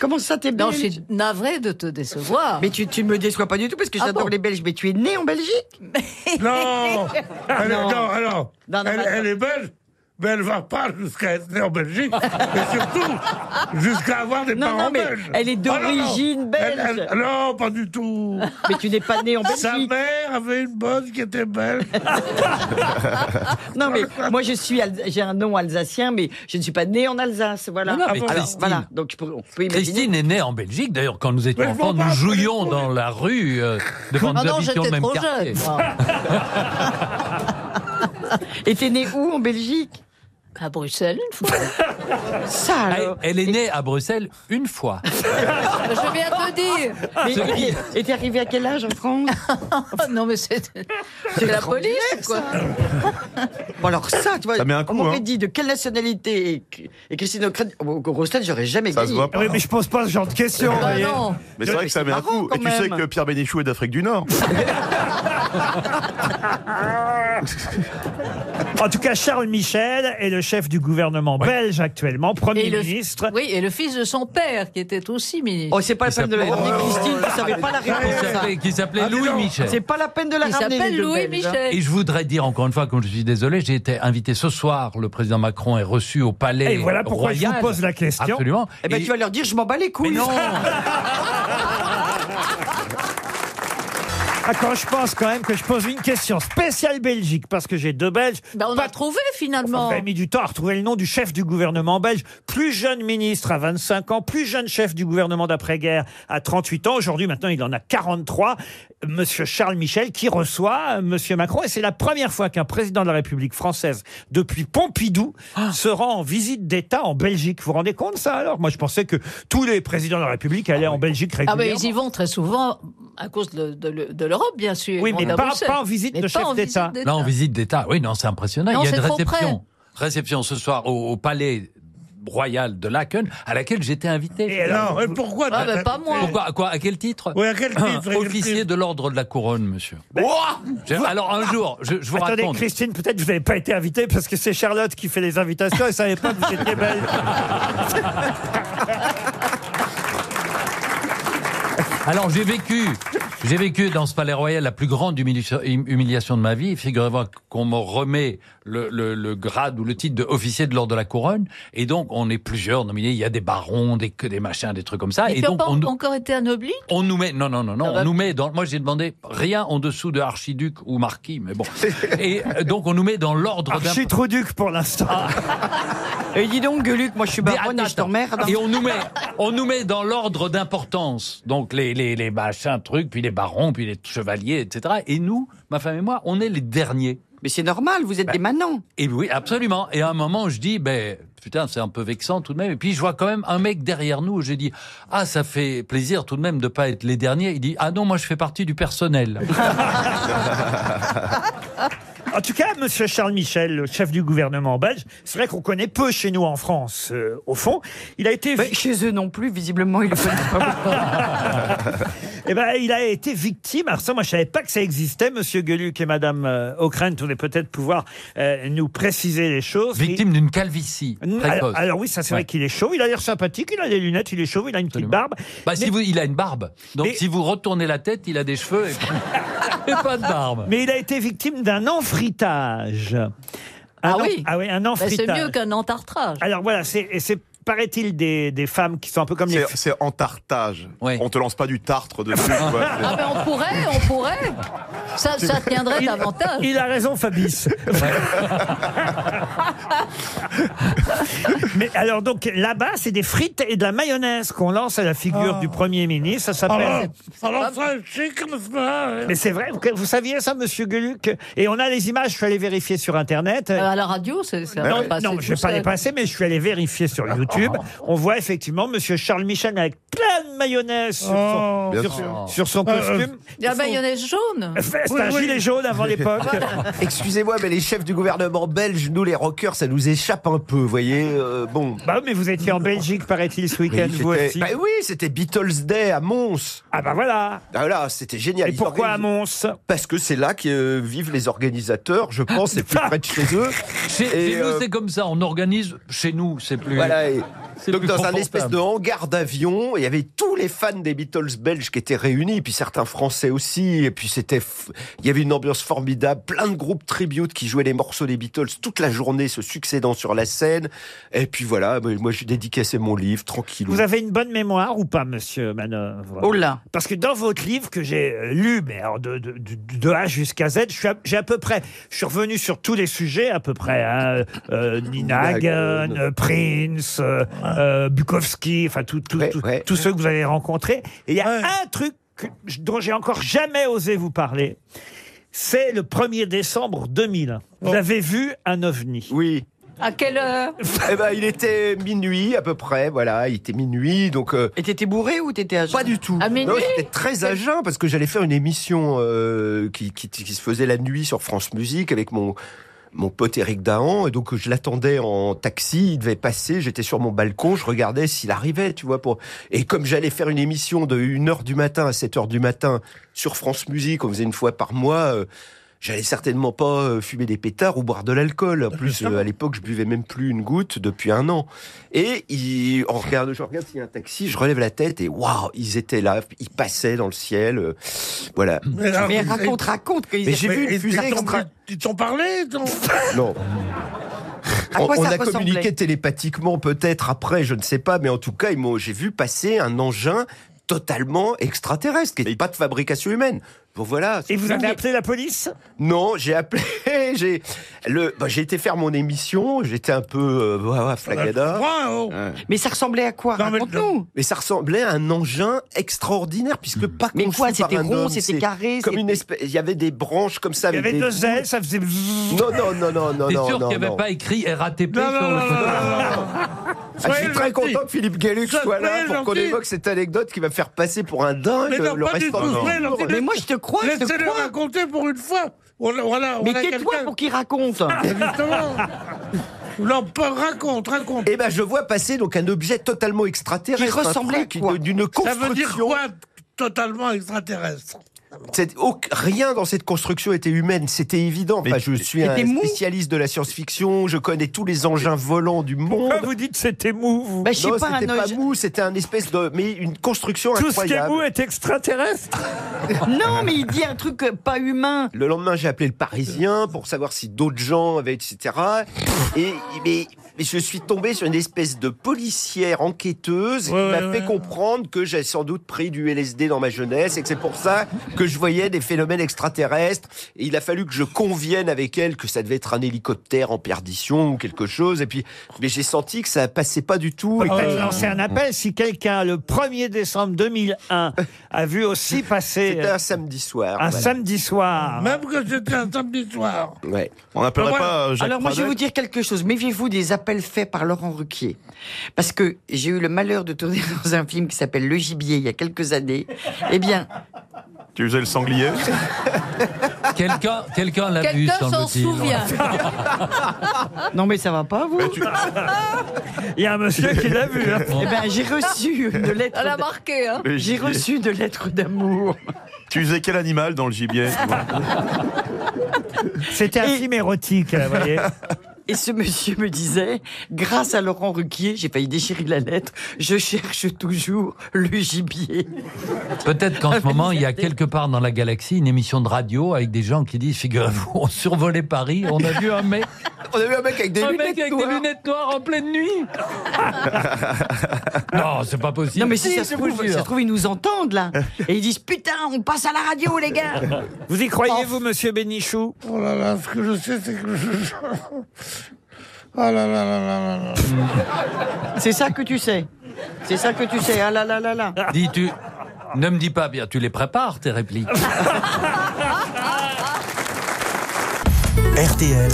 Speaker 4: Comment ça, t'es
Speaker 7: Non,
Speaker 4: belge
Speaker 7: je suis navrée de te décevoir.
Speaker 4: Mais tu, tu ne me déçois pas du tout parce que
Speaker 7: Ah
Speaker 4: j'adore
Speaker 7: bon
Speaker 4: les Belges, mais tu es né en Belgique
Speaker 9: Ah, Non Elle est- Non, alors,
Speaker 4: Non, non,
Speaker 9: elle,
Speaker 4: non.
Speaker 9: elle est belge, mais elle va pas jusqu'à être née en Belgique, et surtout jusqu'à avoir des
Speaker 4: Non,
Speaker 9: parents
Speaker 4: non, mais
Speaker 9: belges.
Speaker 4: elle est
Speaker 9: Ah, non, non.
Speaker 4: d'origine
Speaker 9: Elle-
Speaker 4: belge.
Speaker 9: elle- non, pas du tout.
Speaker 4: Mais tu n'es pas né en Belgique.
Speaker 9: Sa mère avait une bonne qui était belge.
Speaker 4: Non, mais moi, je suis, Al- j'ai un nom alsacien, mais je ne suis pas née en Alsace, voilà. Ah
Speaker 6: Non, non, mais
Speaker 4: Alors,
Speaker 6: Christine.
Speaker 4: voilà. Donc, je pourrais- on peut imaginer.
Speaker 6: Christine est née en Belgique. D'ailleurs, quand nous étions
Speaker 9: Mais je m'en
Speaker 6: enfants, nous
Speaker 9: bats,
Speaker 6: jouions dans la rue euh, devant
Speaker 7: Ah
Speaker 6: nous
Speaker 7: non,
Speaker 6: habitions le
Speaker 7: j'étais
Speaker 6: même
Speaker 7: trop
Speaker 6: quartier.
Speaker 7: jeune. moi.
Speaker 4: Et t'es née où en Belgique
Speaker 7: À Bruxelles, une fois.
Speaker 4: Ça, alors.
Speaker 6: Elle, elle est née à Bruxelles une fois.
Speaker 7: Je viens de le dire.
Speaker 4: Mais- et t'es- et t'es arrivée à quel âge en France
Speaker 7: Ah, non, mais c'est c'est la police, quoi.
Speaker 4: Bon, alors ça, tu vois,
Speaker 5: Ça met un coup,
Speaker 4: on m'aurait
Speaker 5: hein.
Speaker 4: dit de quelle nationalité est- et Christine O'Crane, au Grosset, j'aurais jamais Eh
Speaker 5: Ça se
Speaker 4: gagné.
Speaker 5: voit
Speaker 3: Ah
Speaker 5: pas.
Speaker 3: oui, mais je pose pas ce genre de questions. vous
Speaker 7: Bah
Speaker 3: voyez.
Speaker 7: non.
Speaker 5: Mais c'est vrai que ça met un
Speaker 4: marrant,
Speaker 5: coup.
Speaker 4: quand
Speaker 5: Et tu sais
Speaker 4: même.
Speaker 5: que Pierre Bénichou est d'Afrique du Nord.
Speaker 3: En tout cas, Charles Michel est le chef du gouvernement belge actuellement, Premier
Speaker 7: Et le-
Speaker 3: ministre.
Speaker 7: Oui, et le fils de son père, qui était aussi ministre.
Speaker 4: Oh, c'est pas la
Speaker 6: Il
Speaker 4: peine de la
Speaker 6: s'appelait-
Speaker 4: ramener, Christine, tu savais pas la
Speaker 6: Qui
Speaker 4: réponse à ça.
Speaker 6: s'appelait- Qui s'appelait
Speaker 9: Ah, dis
Speaker 6: Louis
Speaker 9: donc.
Speaker 6: Michel.
Speaker 4: C'est pas la peine de la
Speaker 7: Il
Speaker 4: ramener. les
Speaker 7: s'appelle
Speaker 4: deux
Speaker 7: Louis
Speaker 4: Belges, hein.
Speaker 6: Et
Speaker 7: Michel.
Speaker 6: je voudrais dire encore une fois, comme je suis désolé, j'ai été invité ce soir. Le président Macron est reçu au palais.
Speaker 3: Et voilà pourquoi je vous
Speaker 6: royal.
Speaker 3: pose la question.
Speaker 6: Absolument.
Speaker 4: Eh ben,
Speaker 6: Et-
Speaker 4: tu vas leur dire, je m'en bats les
Speaker 6: Mais
Speaker 4: couilles.
Speaker 6: non
Speaker 3: Ah, quand je pense quand même que je pose une question spéciale Belgique, parce que j'ai deux Belges.
Speaker 7: Bah, on
Speaker 3: pas
Speaker 7: a trouvé, finalement.
Speaker 3: Vous avez mis du temps à retrouver le nom du chef du gouvernement belge, plus jeune ministre à 25 ans, plus jeune chef du gouvernement d'après-guerre à 38 ans. Aujourd'hui, maintenant, il en a 43. Monsieur Charles Michel qui reçoit euh, Monsieur Macron. Et c'est la première fois qu'un président de la République française, depuis Pompidou,
Speaker 6: Ah.
Speaker 3: se rend en visite d'État en Belgique. Vous vous rendez compte, ça, alors Moi, je pensais que tous les présidents de la République allaient en Belgique
Speaker 7: Ah,
Speaker 3: régulièrement.
Speaker 7: mais ils y vont très souvent à cause de, de- de l'europe, bien sûr.
Speaker 3: Oui, mais
Speaker 7: Ils vont à
Speaker 3: pas-
Speaker 7: Bruxelles.
Speaker 3: pas en visite
Speaker 7: Mais
Speaker 3: de
Speaker 7: pas
Speaker 3: chef
Speaker 7: en visite
Speaker 3: d'État.
Speaker 6: Là, en visite d'État. Oui, non, c'est impressionnant.
Speaker 7: Non,
Speaker 6: Il y a
Speaker 7: c'est
Speaker 6: une
Speaker 7: trop
Speaker 6: réception.
Speaker 7: près.
Speaker 6: Réception ce soir au, au palais royal de Laken, à laquelle j'étais
Speaker 3: Et
Speaker 6: invité.
Speaker 3: alors, euh,
Speaker 9: Non, et pourquoi
Speaker 7: Ah,
Speaker 9: t'as-
Speaker 7: bah, pas moi.
Speaker 6: Pourquoi quoi, À quel titre
Speaker 9: Oui, à quel titre, à quel
Speaker 6: Officier
Speaker 9: titre
Speaker 6: de l'ordre de la couronne, monsieur.
Speaker 5: Ouah
Speaker 6: J'ai- Alors un jour, je, je vous
Speaker 3: Ben, Ah. Attendez,
Speaker 6: raconte.
Speaker 3: Christine, peut-être vous n'avez pas été invitée parce que c'est Charlotte qui fait les invitations et ne savait pas que vous étiez belge.
Speaker 6: Alors j'ai vécu, j'ai vécu dans ce palais royal la plus grande humiliation, hum- humiliation de ma vie. Figurez-vous qu'on me remet le, le- le grade ou le titre d'officier de l'ordre de la couronne, et donc on est plusieurs nominés. Il y a des barons, des que des machins, des trucs comme ça,
Speaker 7: Et,
Speaker 6: et,
Speaker 7: puis,
Speaker 6: donc
Speaker 7: on
Speaker 6: on,
Speaker 7: n'a pas encore été anobli
Speaker 6: on nous met, non non non non,
Speaker 7: Ça
Speaker 6: on
Speaker 7: va.
Speaker 6: nous met dans. Moi j'ai demandé rien en dessous de archiduc ou marquis, mais bon. Et euh, donc on nous met dans l'ordre d'un. Ah,
Speaker 3: Architroduc pour l'instant.
Speaker 4: Et dis donc, Gueuluc, moi je suis
Speaker 6: Des-
Speaker 4: baronne
Speaker 6: attends,
Speaker 4: et je t'emmerde.
Speaker 6: attends. Et on nous met, on nous met dans l'ordre d'importance. Donc les, les, les machins, trucs, puis les barons, puis les chevaliers, etc. Et nous, ma femme et moi, on est les derniers. Ben,
Speaker 4: Mais c'est normal, vous êtes des manants.
Speaker 6: Et oui, absolument. Et à un moment, je dis, ben, putain, c'est un peu vexant tout de même. Et puis, je vois quand même un mec derrière nous. J'ai dit, ah, ça fait plaisir tout de même de pas être les derniers. Il dit, ah non, moi, je fais partie du personnel.
Speaker 3: En tout cas, Monsieur Charles Michel, le chef du gouvernement belge, c'est vrai qu'on connaît peu chez nous en France, euh, au fond. Il a été,
Speaker 4: Mais chez eux non plus, visiblement, ils le connaissent pas.
Speaker 3: eh ben, il a été victime. Alors ça, moi, je savais pas que ça existait, Monsieur Gueluc et Madame euh, Ockrent. Vous allez peut-être pouvoir euh, nous préciser les choses.
Speaker 6: Victime d'une calvitie
Speaker 3: Et-
Speaker 6: précoce.
Speaker 3: alors, alors oui, ça c'est vrai
Speaker 6: Ouais.
Speaker 3: qu'il est chauve. Il a l'air sympathique. Il a des lunettes. Il est chauve. Il a une petite
Speaker 6: Absolument.
Speaker 3: barbe.
Speaker 6: Bah, si
Speaker 3: Mais-
Speaker 6: vous, il a une barbe. Donc,
Speaker 3: Mais-
Speaker 6: si vous retournez la tête, il a des cheveux et, et pas de barbe.
Speaker 3: Mais il a été victime d'un enfritage. Un
Speaker 7: Ah
Speaker 3: en-
Speaker 7: oui.
Speaker 3: Ah oui, un
Speaker 7: Bah,
Speaker 3: enfritage.
Speaker 7: C'est mieux qu'un entartrage.
Speaker 3: Alors voilà, c'est et c'est paraît-il des, des femmes qui sont un peu comme les.
Speaker 5: C'est- C'est en tartage.
Speaker 6: Ouais.
Speaker 5: On te lance pas du tartre dessus. quoi.
Speaker 7: Ah, mais on pourrait, on pourrait. Ça, ça tiendrait
Speaker 3: Il-
Speaker 7: davantage.
Speaker 3: Il a raison, Fabrice. Mais alors donc là-bas, c'est des frites et de la mayonnaise qu'on lance à la figure du premier ministre. Ça
Speaker 9: Alors,
Speaker 3: s'appelle.
Speaker 9: alors ça, chic, n'est-ce pas
Speaker 3: Ah, Mais c'est vrai, vous, vous saviez ça, Monsieur Gueluc Et on a les images. Je suis allé vérifier sur Internet.
Speaker 7: Euh, À la radio, c'est ça
Speaker 5: Non,
Speaker 7: va
Speaker 5: non,
Speaker 7: passer
Speaker 3: Non, je
Speaker 7: tout
Speaker 3: vais pas
Speaker 7: seul. Ah.
Speaker 3: les passer, mais je suis allé vérifier sur YouTube. On voit effectivement Monsieur Charles Michel avec plein de mayonnaise sur son,
Speaker 9: Oh.
Speaker 5: Bien
Speaker 3: sur-
Speaker 5: sûr.
Speaker 3: sur son
Speaker 9: Euh,
Speaker 3: costume.
Speaker 7: La mayonnaise jaune.
Speaker 3: C'est
Speaker 9: Oui,
Speaker 3: un
Speaker 9: oui.
Speaker 3: gilet jaune avant l'époque.
Speaker 8: Excusez-moi, mais les chefs du gouvernement belge, nous les rockers, ça nous échappe un peu, vous voyez. euh, bon.
Speaker 3: Bah, mais vous étiez en Belgique, paraît-il, ce week-end,
Speaker 8: C'était-
Speaker 3: vous aussi.
Speaker 8: Bah oui, c'était Beatles Day à Mons.
Speaker 3: Ah bah voilà.
Speaker 8: Ah là, c'était génial.
Speaker 3: Et
Speaker 8: Ils
Speaker 3: pourquoi à
Speaker 8: organisent-
Speaker 3: Mons
Speaker 8: Parce que c'est là que euh, vivent les organisateurs, je pense, c'est plus près de chez eux.
Speaker 6: Chez,
Speaker 8: Et,
Speaker 6: chez nous,
Speaker 8: euh,
Speaker 6: c'est comme ça. On organise. Chez nous, c'est plus.
Speaker 8: Voilà, et,
Speaker 6: C'est
Speaker 8: Donc
Speaker 6: plus
Speaker 8: dans un
Speaker 6: confortable.
Speaker 8: espèce de hangar d'avion, il y avait tous les fans des Beatles belges qui étaient réunis, puis certains français aussi, et puis c'était, f- il y avait une ambiance formidable, plein de groupes tributes qui jouaient les morceaux des Beatles toute la journée, se succédant sur la scène, et puis voilà, moi moi, j'ai dédicacé mon livre tranquille.
Speaker 3: Vous avez une bonne mémoire ou pas, monsieur Manœuvre
Speaker 4: Oh là
Speaker 3: Parce que dans votre livre que j'ai euh, lu, mais alors de, de- de- de A jusqu'à Z, je suis à- j'ai à, peu près, je suis revenu sur tous les sujets à peu près. hein, euh, Nina Hagen, euh, Prince, euh, euh, Bukowski, enfin tout- tout- tout- tous ceux que vous avez rencontrés. Et il y a un truc que- dont j'ai encore jamais osé vous parler. C'est le 1er décembre 2000. Vous avez vu un ovni
Speaker 8: Oui.
Speaker 7: À quelle heure
Speaker 8: Eh ben, il était minuit à peu près, voilà, il était minuit, donc. euh,
Speaker 4: Et t'étais bourré ou t'étais à
Speaker 8: Pas du tout.
Speaker 7: À minuit
Speaker 8: Non, j'étais très à jeun parce que j'allais faire une émission euh, qui, qui- qui se faisait la nuit sur France Musique avec mon mon pote Eric Dahan et donc euh, je l'attendais en taxi, il devait passer, j'étais sur mon balcon, je regardais s'il arrivait, tu vois pour et comme j'allais faire une émission de 1h du matin à 7h du matin sur France Musique, on faisait une fois par mois euh, J'allais certainement pas euh, fumer des pétards ou boire de l'alcool. En plus, euh, à l'époque, je buvais même plus une goutte depuis un an. Et il, on regarde, je regarde s'il y a un taxi, je relève la tête et waouh, ils étaient là, ils passaient dans le ciel. euh, voilà.
Speaker 4: Mais raconte, raconte. qu'ils
Speaker 8: Mais j'ai vu une
Speaker 9: et-
Speaker 8: fusée
Speaker 9: et t'en-
Speaker 8: extra-
Speaker 9: Ils t'ont parlé ils t'ont-
Speaker 8: Non.
Speaker 4: À
Speaker 8: On,
Speaker 4: quoi
Speaker 8: on
Speaker 4: ça
Speaker 8: a
Speaker 4: ressemblait
Speaker 8: communiqué télépathiquement peut-être après, je ne sais pas, mais en tout cas, ils m'ont- j'ai vu passer un engin totalement extraterrestre, qui n'est pas de fabrication humaine. Bon voilà.
Speaker 3: Et vous avez appelé la police
Speaker 8: Non, j'ai appelé, j'ai le, bah, j'ai été faire mon émission, j'étais un peu euh, voilà, flagada.
Speaker 3: hein,
Speaker 8: Ouais.
Speaker 4: Mais ça ressemblait à quoi Raconte-nous
Speaker 8: Mais ça ressemblait à un engin extraordinaire, puisque pas
Speaker 4: Hmm. Mais
Speaker 8: conçu
Speaker 4: quoi,
Speaker 8: par
Speaker 4: c'était
Speaker 8: un
Speaker 4: rond,
Speaker 8: homme,
Speaker 4: c'était
Speaker 8: c'est
Speaker 4: carré,
Speaker 8: Comme
Speaker 4: c'était-
Speaker 8: une espèce, il y avait des branches comme ça.
Speaker 3: Il y
Speaker 8: avec
Speaker 3: avait
Speaker 8: des
Speaker 3: deux ailes, ça faisait... bzzz.
Speaker 8: Non, non, non, non, non,
Speaker 6: T'es
Speaker 8: non.
Speaker 6: sûr
Speaker 8: non,
Speaker 6: qu'il n'y avait
Speaker 8: non.
Speaker 6: pas écrit RATP
Speaker 8: Non,
Speaker 6: sur
Speaker 8: non,
Speaker 6: le
Speaker 8: non, Ah, je suis très content que Philippe Gallux soit là pour qu'on évoque cette anecdote qui va faire passer pour un
Speaker 6: Hein,
Speaker 8: dingue
Speaker 9: Mais non,
Speaker 8: le
Speaker 9: pas du
Speaker 8: reste
Speaker 9: tout, soyez gentil.
Speaker 8: Mais moi,
Speaker 4: je te crois,
Speaker 8: je te
Speaker 9: Laissez-le
Speaker 8: crois.
Speaker 9: raconter pour une fois. On a- on a- on
Speaker 4: Mais
Speaker 9: a
Speaker 4: tais-toi
Speaker 9: quelqu'un- Ah,
Speaker 4: pour qu'il raconte
Speaker 9: Justement. Non, pas- raconte, raconte.
Speaker 8: Eh ben, je vois passer donc un objet totalement extraterrestre.
Speaker 9: Qui ressemblait
Speaker 8: un truc de- d'une
Speaker 9: Ça veut dire
Speaker 8: construction.
Speaker 9: quoi Totalement extraterrestre.
Speaker 8: C'est- au- rien dans cette construction était humaine, c'était évident. Enfin, je suis un
Speaker 9: C'était mou.
Speaker 8: spécialiste de la science-fiction, je connais tous les engins volants du monde.
Speaker 3: Pourquoi vous dites c'était mou vous Bah,
Speaker 8: non, c'était pas, mou, c'était un espèce de, mais une construction
Speaker 3: Tout ce qui est
Speaker 8: incroyable.
Speaker 3: mou est extraterrestre
Speaker 4: Non, mais il dit un truc euh, pas humain.
Speaker 8: Le lendemain, j'ai appelé le Parisien pour savoir si d'autres gens avaient, etc. Et mais, mais je suis tombé sur une espèce de policière enquêteuse
Speaker 9: Ouais,
Speaker 8: qui m'a
Speaker 9: ouais,
Speaker 8: fait
Speaker 9: ouais.
Speaker 8: comprendre que j'ai sans doute pris du LSD dans ma jeunesse et que c'est pour ça que je voyais des phénomènes extraterrestres. Et il a fallu que je convienne avec elle que ça devait être un hélicoptère en perdition ou quelque chose. Et puis, mais j'ai senti que ça passait pas du
Speaker 5: Ah,
Speaker 8: tout.
Speaker 3: peut lancer un appel si quelqu'un, le 1er décembre 2001, a vu aussi passer
Speaker 8: C'était
Speaker 3: euh,
Speaker 8: un samedi soir.
Speaker 3: un
Speaker 8: voilà.
Speaker 3: samedi soir.
Speaker 9: Même que c'était un samedi soir.
Speaker 8: Ouais.
Speaker 5: On n'appellerait
Speaker 9: Alors,
Speaker 5: pas euh, Jacques
Speaker 4: Ah, Alors moi, je vais vous
Speaker 5: Pradel
Speaker 4: dire quelque chose. Méfiez-vous des appels faits par Laurent Ruquier. Parce que j'ai eu le malheur de tourner dans un film qui s'appelle Le Gibier il y a quelques années. Eh bien,
Speaker 5: Tu faisais le sanglier
Speaker 6: Quelqu'un quelqu'un l'a vu,
Speaker 7: Quelqu'un s'en
Speaker 6: semble-t-il.
Speaker 7: souvient.
Speaker 4: non mais ça va pas,
Speaker 5: Ben,
Speaker 4: vous
Speaker 3: Il y a un monsieur qui l'a vu. hein.
Speaker 4: Eh
Speaker 7: ben,
Speaker 4: bien, j'ai reçu une lettre...
Speaker 7: Elle a marqué, hein
Speaker 5: Le
Speaker 4: Ah, J'ai
Speaker 5: gibier.
Speaker 4: reçu de lettres d'amour.
Speaker 5: Tu faisais quel animal dans le gibier
Speaker 3: C'était un film érotique, vous voyez.
Speaker 4: Et ce monsieur me disait, grâce à Laurent Ruquier, j'ai failli déchirer la lettre, je cherche toujours le gibier.
Speaker 6: Peut-être qu'en ce moment, il y a quelque part dans la galaxie une émission de radio avec des gens qui disent Figurez-vous, on survolait Paris, on a vu un mec,
Speaker 8: On a vu un mec avec des
Speaker 6: un
Speaker 8: lunettes
Speaker 6: mec avec des
Speaker 8: noires.
Speaker 6: lunettes noires en pleine nuit. non, c'est pas possible.
Speaker 4: Non mais si,
Speaker 6: Si,
Speaker 4: ça, se
Speaker 6: je vous
Speaker 4: trouve,
Speaker 6: jure.
Speaker 4: ça se trouve, ils nous entendent là. Et ils disent, putain, on passe à la radio les gars.
Speaker 3: Vous y croyez,
Speaker 4: Oh.
Speaker 3: vous, monsieur Bénichou
Speaker 9: Oh là là, ce que je sais, c'est que je... Oh là là là là là là.
Speaker 4: C'est ça que tu sais. C'est ça que tu sais. Ah là là là là.
Speaker 6: Dis, tu. Ne me dis pas bien, tu les prépares, tes répliques.
Speaker 11: RTL,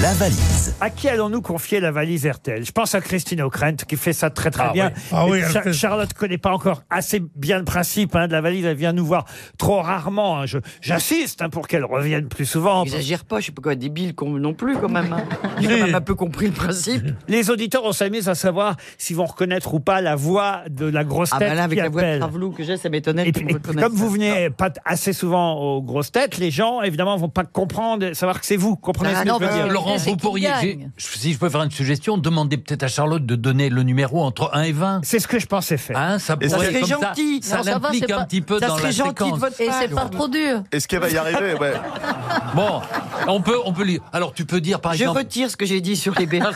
Speaker 11: la valise.
Speaker 3: À qui allons-nous confier la valise RTL Je pense à Christine O'Krent qui fait ça très très
Speaker 6: Ah
Speaker 3: bien.
Speaker 6: oui.
Speaker 9: Ah
Speaker 3: Et
Speaker 9: oui, elle
Speaker 3: Cha-
Speaker 9: fait-
Speaker 3: Charlotte connaît pas encore assez bien le principe hein, de la valise. Elle vient nous voir trop rarement. hein. Je- J'insiste hein, pour qu'elle revienne plus souvent.
Speaker 4: Exagère pas, je sais pas quoi, débile qu'on- non plus quand même. hein. J'ai quand même un peu compris le principe.
Speaker 3: Les auditeurs, on s'amuse à savoir s'ils vont reconnaître ou pas la voix de la grosse
Speaker 4: Ah
Speaker 3: tête
Speaker 4: bah là, avec
Speaker 3: qui
Speaker 4: la voix de
Speaker 3: appelle.
Speaker 4: Travelou que j'ai, ça m'étonnait
Speaker 3: Et
Speaker 4: que
Speaker 3: puis,
Speaker 4: tu me
Speaker 3: et comme
Speaker 4: reconnaisses.
Speaker 3: vous venez pas t- assez souvent aux grosses têtes, les gens évidemment vont pas comprendre, savoir que c'est vous. Comprenez
Speaker 4: Ah,
Speaker 3: ce que
Speaker 4: non,
Speaker 3: je veux
Speaker 6: Bah
Speaker 4: parce
Speaker 3: dire
Speaker 6: Laurent,
Speaker 7: c'est
Speaker 6: vous
Speaker 7: qui
Speaker 6: pourriez.
Speaker 7: gagne,
Speaker 6: si, si je peux faire une suggestion, demandez peut-être à Charlotte de donner le numéro entre 1 et 20.
Speaker 3: C'est ce que je pensais faire.
Speaker 6: Hein, ça
Speaker 5: Et ça
Speaker 6: pourrait
Speaker 5: serait
Speaker 6: comme
Speaker 5: gentil.
Speaker 6: Ça,
Speaker 5: Non,
Speaker 6: ça
Speaker 5: ça va,
Speaker 6: l'implique
Speaker 5: c'est
Speaker 6: un
Speaker 5: pas-
Speaker 6: petit peu
Speaker 5: ça
Speaker 6: dans la
Speaker 5: serait gentil de
Speaker 6: séquence.
Speaker 5: votre
Speaker 7: Et c'est pas trop dur.
Speaker 5: Est-ce qu'elle va y arriver Ouais.
Speaker 6: Bon, on peut, on peut lire. Alors, tu peux dire, par
Speaker 4: Je
Speaker 6: exemple.
Speaker 4: retire ce que j'ai dit sur les BH.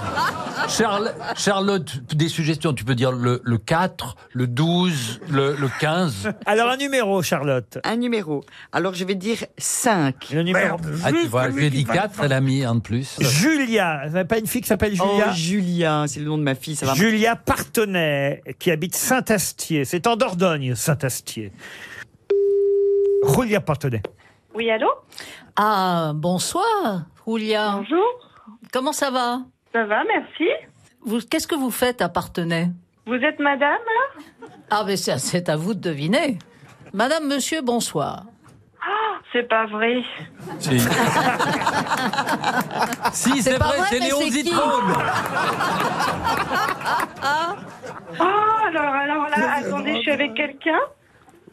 Speaker 6: Charl- Charlotte, des suggestions, tu peux dire le, le 4, le 12, le, le 15.
Speaker 3: Alors, un numéro, Charlotte.
Speaker 4: Un numéro. Alors, je vais dire 5.
Speaker 3: Le numéro.
Speaker 6: Ah, tu vois, je lui ai dit 4, elle a mis un de plus.
Speaker 3: Julia, vous n'avez pas une fille qui s'appelle Julia
Speaker 4: Oh, Julia, c'est le nom de ma fille, ça va.
Speaker 3: Julia Partenay, qui habite Saint-Astier. C'est en Dordogne, Saint-Astier. Julia Partenay.
Speaker 7: Oui, allô Ah, bonsoir, Julia. Bonjour. Comment ça va Ça va, merci. Vous, qu'est-ce que vous faites à Partenay Vous êtes madame, là Ah, mais ça, c'est à vous de deviner. Madame, monsieur, bonsoir. Ah, c'est pas vrai.
Speaker 6: Si,
Speaker 4: Ah,
Speaker 6: si c'est
Speaker 7: pas
Speaker 6: vrai,
Speaker 7: vrai,
Speaker 6: c'est
Speaker 7: mais
Speaker 6: Léon
Speaker 7: c'est qui
Speaker 6: Zitrone.
Speaker 12: Ah, alors, alors là, attendez, je suis avec quelqu'un.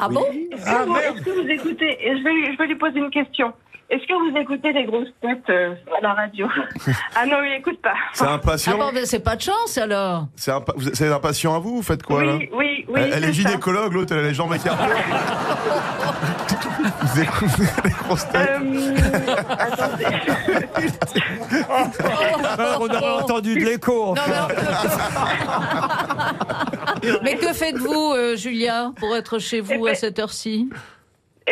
Speaker 7: Ah bon
Speaker 12: Est-ce que, vous, est-ce que vous écoutez je vais, je vais lui poser une question. Est-ce que vous écoutez les grosses têtes euh, à la radio Ah non, il écoute pas.
Speaker 5: C'est un patient
Speaker 7: Ah bon, mais c'est pas de chance, alors.
Speaker 5: C'est un, pa- vous- c'est un patient à vous Vous faites quoi
Speaker 7: Oui,
Speaker 5: là
Speaker 7: oui, oui,
Speaker 5: Elle, elle
Speaker 7: c'est
Speaker 5: est
Speaker 7: ça.
Speaker 5: gynécologue, l'autre elle a les jambes écartées. vous écoutez les grosses têtes.
Speaker 7: Euh,
Speaker 3: on aurait entendu de l'écho.
Speaker 7: Mais que faites-vous, euh, Julia, pour être chez vous à cette heure-ci
Speaker 12: ben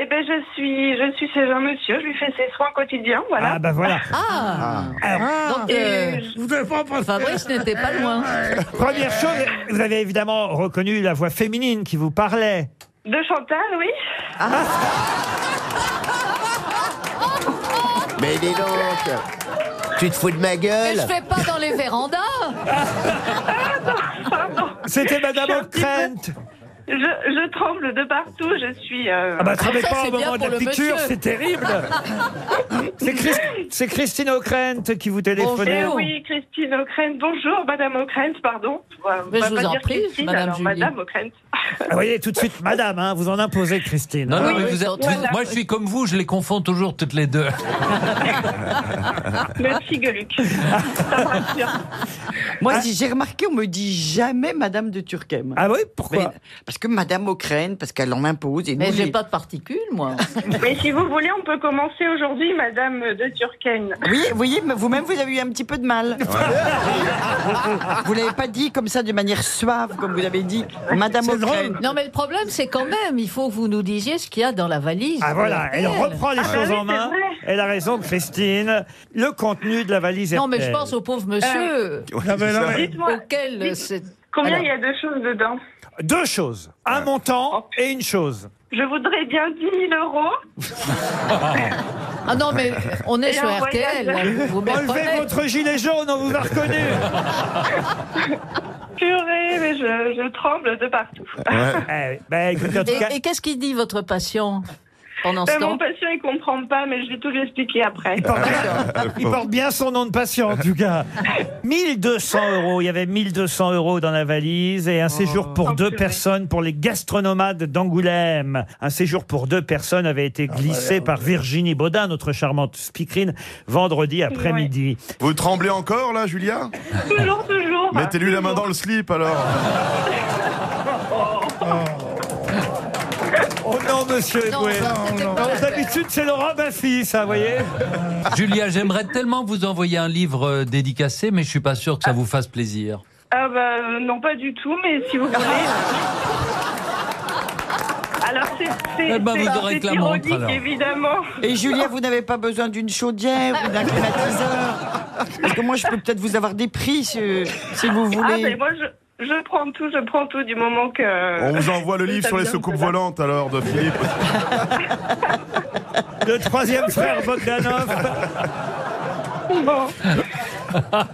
Speaker 12: Eh ben, je suis, je suis chez un monsieur. Je lui fais ses soins quotidiens, voilà.
Speaker 3: Ah bah voilà.
Speaker 7: Ah, Donc, euh, Fabrice n'était pas loin.
Speaker 3: Première chose, vous avez évidemment reconnu la voix féminine qui vous parlait.
Speaker 12: De Chantal, oui.
Speaker 7: Ah.
Speaker 13: Mais dis donc Tu te fous de ma
Speaker 7: Mais
Speaker 13: gueule
Speaker 7: je fais pas dans les vérandas.
Speaker 3: C'était Madame O'Krent.
Speaker 12: Je, je tremble de partout. Je suis. euh,
Speaker 3: Ah bah, tremblez
Speaker 12: Ça,
Speaker 3: pas
Speaker 12: c'est
Speaker 3: au
Speaker 12: bien
Speaker 3: moment de
Speaker 12: pour
Speaker 3: la
Speaker 12: le
Speaker 3: piqûre,
Speaker 12: monsieur.
Speaker 3: c'est terrible. C'est Christ- c'est Christine O'Krent qui vous téléphonait.
Speaker 12: Eh oui, Christine O'Krent. Bonjour, Madame O'Krent, pardon. On
Speaker 7: Mais
Speaker 12: va
Speaker 7: je
Speaker 12: pas
Speaker 7: vous en
Speaker 12: dire
Speaker 7: prie,
Speaker 12: Christine,
Speaker 7: Madame
Speaker 12: alors,
Speaker 7: Julie.
Speaker 12: Madame O'Krent.
Speaker 3: Ah, Vous voyez, tout de suite, madame, hein, vous en imposez, Christine.
Speaker 6: Non, non,
Speaker 3: Ah,
Speaker 6: mais
Speaker 3: oui.
Speaker 6: vous êtes-
Speaker 12: voilà.
Speaker 6: vous- moi je suis comme vous, je les confonds toujours toutes les deux.
Speaker 12: Merci, Gueuluc. Ça me rassure.
Speaker 4: Moi, si j'ai remarqué, on me dit jamais Madame de Turquem.
Speaker 3: Ah oui, pourquoi
Speaker 4: Parce que Madame O'Krent, parce qu'elle en impose. Et
Speaker 7: Mais
Speaker 4: nous,
Speaker 7: j'ai
Speaker 4: les-
Speaker 7: pas de particules, moi.
Speaker 12: Mais si vous voulez, on peut commencer aujourd'hui, Madame de Turquenne.
Speaker 4: Oui, vous voyez, mais vous-même, vous avez eu un petit peu de mal. vous l'avez pas dit comme ça, de manière suave, comme vous avez dit, Madame O'Krent.
Speaker 7: Non, mais le problème, c'est quand même, il faut que vous nous disiez ce qu'il y a dans la valise.
Speaker 3: Ah voilà, elle
Speaker 7: RTL. Ah
Speaker 3: reprend
Speaker 12: Ah,
Speaker 3: les choses en main. Elle a raison, Christine. Le contenu de la valise
Speaker 7: Non, mais je
Speaker 3: RTL.
Speaker 7: pense au pauvre monsieur.
Speaker 5: Ouais, Non, Euh, Ah, mais c'est non, ça. mais-
Speaker 7: Auquel euh, c'est.
Speaker 12: Combien
Speaker 7: Alors.
Speaker 12: il y a de choses dedans
Speaker 3: Deux choses. Un montant et une chose.
Speaker 12: Je voudrais bien 10 000 euros.
Speaker 7: Ah non, mais on est
Speaker 12: Et
Speaker 7: sur
Speaker 12: un
Speaker 7: RTL. là,
Speaker 12: voyage.
Speaker 7: hein, Vous
Speaker 3: Enlevez
Speaker 7: méprenez.
Speaker 3: votre gilet jaune, on vous a reconnu.
Speaker 12: Purée, mais je, je tremble de partout.
Speaker 3: Eh, ben, écoutez, en tout cas,
Speaker 7: Et, et qu'est-ce qu'il dit, votre patient, pendant ce
Speaker 12: Ben,
Speaker 7: temps
Speaker 12: mon patient, il comprend pas, mais je vais tout lui expliquer après.
Speaker 3: il porte bien son nom de patient, en tout cas. 1200 euros. Il y avait 1200 euros dans la valise et un
Speaker 5: Oh.
Speaker 3: séjour pour deux personnes pour les gastronomades d'Angoulême. Un séjour pour deux personnes avait
Speaker 5: Ah,
Speaker 3: été
Speaker 5: bah,
Speaker 3: glissé par Virginie Baudin, notre charmante speakerine, vendredi après-midi.
Speaker 5: Vous tremblez encore là, Julia
Speaker 12: toujours, toujours.
Speaker 5: Mettez-lui la main dans le slip alors.
Speaker 3: Oh non, monsieur
Speaker 7: Non,
Speaker 3: Eboué.
Speaker 7: non, c'était pas la peine.
Speaker 3: D'habitude, c'est Laurent Baffy, ça, vous voyez
Speaker 6: Julia, j'aimerais tellement vous envoyer un livre euh, dédicacé, mais je suis pas sûr que ça vous fasse plaisir.
Speaker 12: Ah bah euh, non, pas du tout, mais si vous voulez. Alors c'est c'est-
Speaker 6: Eh ben, vous
Speaker 12: c'est-
Speaker 6: aurez
Speaker 12: c'est
Speaker 6: que la montre,
Speaker 12: ironique,
Speaker 6: alors.
Speaker 12: évidemment.
Speaker 4: Et Julia, vous n'avez pas besoin d'une chaudière ou d'un climatiseur Parce que moi, je peux peut-être vous avoir des prix, si, si vous
Speaker 12: Ah mais
Speaker 4: voulez.
Speaker 12: moi je, je prends tout, je prends tout du moment que.
Speaker 5: On vous envoie le
Speaker 12: que
Speaker 5: livre
Speaker 12: ça
Speaker 5: sur les
Speaker 12: vient de
Speaker 5: soucoupes
Speaker 12: là.
Speaker 5: volantes alors de Philippe.
Speaker 3: Le troisième frère Bogdanov.
Speaker 12: Bon.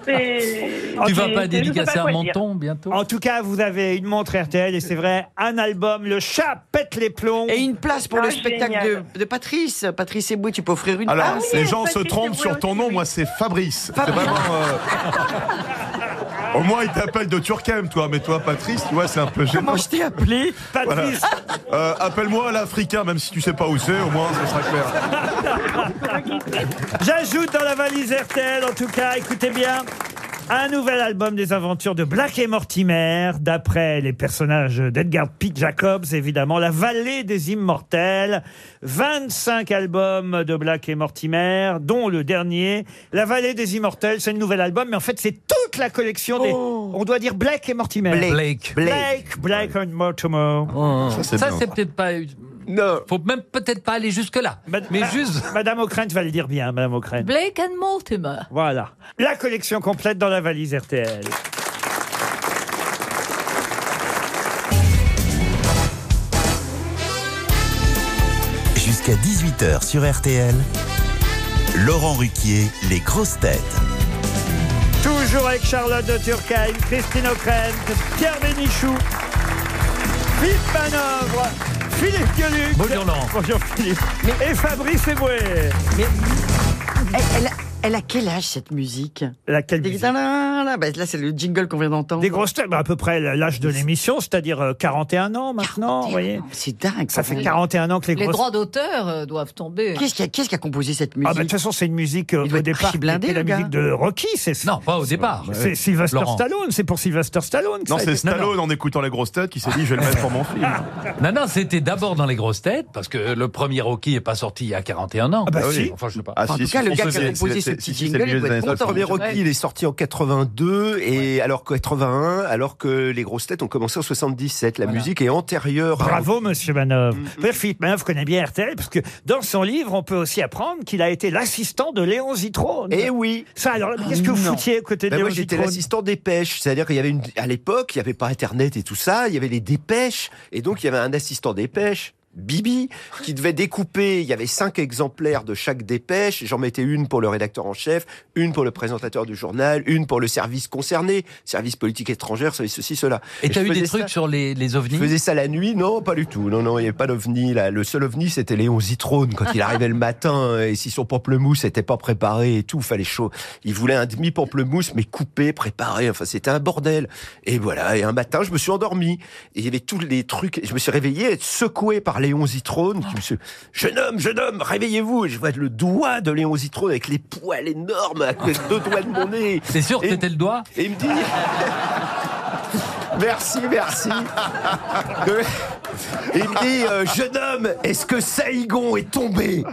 Speaker 12: C'est- c'est-
Speaker 6: tu vas pas
Speaker 12: c'est- je sais
Speaker 6: dédicacer
Speaker 12: pas quoi
Speaker 6: un menton bientôt
Speaker 3: En tout cas, vous avez une montre RTL et c'est vrai, un album, Le chat pète les plombs.
Speaker 4: Et une place pour
Speaker 12: Ah,
Speaker 4: le spectacle
Speaker 12: génial.
Speaker 4: de, de Patrice. Patrice Eboué, tu peux offrir une
Speaker 5: Alors,
Speaker 4: place.
Speaker 5: Ah les gens
Speaker 12: Patrice
Speaker 5: se trompent
Speaker 12: Eboué
Speaker 5: sur ton nom, moi c'est Fabrice. C'est
Speaker 4: Fabrice.
Speaker 5: vraiment. euh, Au moins, il t'appelle de Turquem, toi. Mais toi, Patrice, tu vois, c'est un peu gênant.
Speaker 4: Comment je t'ai appelé
Speaker 5: Patrice Appelle-moi l'Africain, même si tu sais pas où c'est, au moins, ça sera clair.
Speaker 3: J'ajoute dans la valise RTL, en tout cas, écoutez bien. Un nouvel album des aventures de Black et Mortimer, d'après les personnages d'Edgar Pete Jacobs, évidemment, La Vallée des Immortels. 25 albums de Black et Mortimer, dont le dernier, La Vallée des Immortels, c'est le nouvel album, mais en fait, c'est toute la collection des... On doit dire Black et Mortimer.
Speaker 6: Oh. Blake.
Speaker 3: Blake,
Speaker 6: Blake. Oh.
Speaker 3: Blake, and Mortimer.
Speaker 6: Ça, c'est peut-être pas.
Speaker 8: Non.
Speaker 6: Faut même peut-être pas aller jusque-là. Mais juste.
Speaker 3: Madame O'Krent va le dire bien, Madame O'Krent.
Speaker 7: Blake and Mortimer.
Speaker 3: Voilà. La collection complète dans la valise RTL.
Speaker 11: Jusqu'à 18h sur RTL, Laurent Ruquier, les grosses têtes.
Speaker 3: Toujours avec Charlotte de Turckheim, Christine O'Krent, Pierre Bénichou, Philippe Manœuvre, Philippe Gueluc. Bonjour Laurent. Bonjour Philippe. Et Fabrice Eboué.
Speaker 4: Elle, elle a, elle a quel âge cette musique
Speaker 3: Laquelle
Speaker 4: musique Là, c'est le jingle qu'on vient d'entendre.
Speaker 3: Des grosses têtes, bah, à peu près l'âge de l'émission, c'est-à-dire euh, 41 ans maintenant. vous voyez.
Speaker 4: C'est dingue.
Speaker 3: Ça fait 41 ans que les,
Speaker 7: Les
Speaker 3: grosses
Speaker 7: droits d'auteur euh, doivent tomber.
Speaker 4: Qu'est-ce qui a, qu'est-ce qui a composé cette musique
Speaker 3: Ah bah, de toute façon, c'est une musique euh,
Speaker 4: doit
Speaker 3: au
Speaker 4: être
Speaker 3: départ.
Speaker 4: archi blindé,
Speaker 3: c'était la
Speaker 4: le gars.
Speaker 3: musique de Rocky, c'est
Speaker 6: Non, pas au départ.
Speaker 3: C'est Sylvester
Speaker 6: Laurent.
Speaker 3: Stallone, c'est pour Sylvester Stallone. que
Speaker 5: Non,
Speaker 3: ça a
Speaker 5: c'est
Speaker 3: été-
Speaker 5: Stallone en écoutant les grosses têtes qui s'est dit je vais le mettre pour mon film.
Speaker 6: Non, non, c'était d'abord dans les grosses têtes, parce que le premier Rocky est pas sorti il y a 41 ans.
Speaker 5: Ah bah
Speaker 6: Oui,
Speaker 5: si.
Speaker 6: Enfin, je sais pas.
Speaker 5: Ah, En si, tout si, cas, le on gars se qui a faisait-
Speaker 8: ce
Speaker 5: composé c'est-
Speaker 8: petit
Speaker 5: si, si, c'est le milieu des années
Speaker 8: Le
Speaker 5: 60.
Speaker 8: premier Rocky, il est sorti en 82 et alors que 81, alors que les grosses têtes ont commencé en 77. La musique est antérieure. à-
Speaker 3: Bravo, monsieur
Speaker 8: Mm,
Speaker 3: Manov. Philippe Manov connaît bien RTL, parce que dans son livre, on peut aussi apprendre qu'il a été l'assistant de Léon Zitrone. Eh
Speaker 8: oui. Ah
Speaker 3: Ça, alors, qu'est-ce que vous foutiez à côté de
Speaker 8: Ben
Speaker 3: Léon
Speaker 8: Moi, j'étais
Speaker 3: Zitrone
Speaker 8: l'assistant des pêches. C'est-à-dire qu'il y avait une. À l'époque, il n'y avait pas Internet et tout ça. Il y avait les dépêches. Et donc, il y avait un assistant des pêches. Bibi, qui devait découper, il y avait cinq exemplaires de chaque dépêche, j'en mettais une pour le rédacteur en chef, une pour le présentateur du journal, une pour le service concerné, service politique étrangère, service ceci, cela.
Speaker 6: Et t'as
Speaker 8: je
Speaker 6: eu des
Speaker 8: faisais
Speaker 6: trucs
Speaker 8: ça-
Speaker 6: sur les, les
Speaker 8: je
Speaker 6: ovnis
Speaker 8: faisais ça la nuit Non, pas du tout. Non, non, il n'y avait pas d'ovni. Là. Le seul ovni, c'était Léon Zitrone quand il arrivait le matin. euh, Et si son pamplemousse n'était pas préparé et tout, fallait chaud. Il voulait un demi pamplemousse, mais coupé, préparé. Enfin, c'était un bordel. Et voilà. Et un matin, je me suis endormi. Et il y avait tous les trucs. Et Je me suis réveillé, secoué par Léon Zitrone. Qui me se- Jeune homme, jeune homme, réveillez-vous. Et je vois le doigt de Léon Zitrone avec les poils énormes, avec les deux doigts de mon nez.
Speaker 6: C'est sûr que
Speaker 8: Et-
Speaker 6: c'était le doigt
Speaker 8: et il me dit. Merci, merci. Euh, Il me dit, euh, jeune homme, est-ce que Saïgon est tombé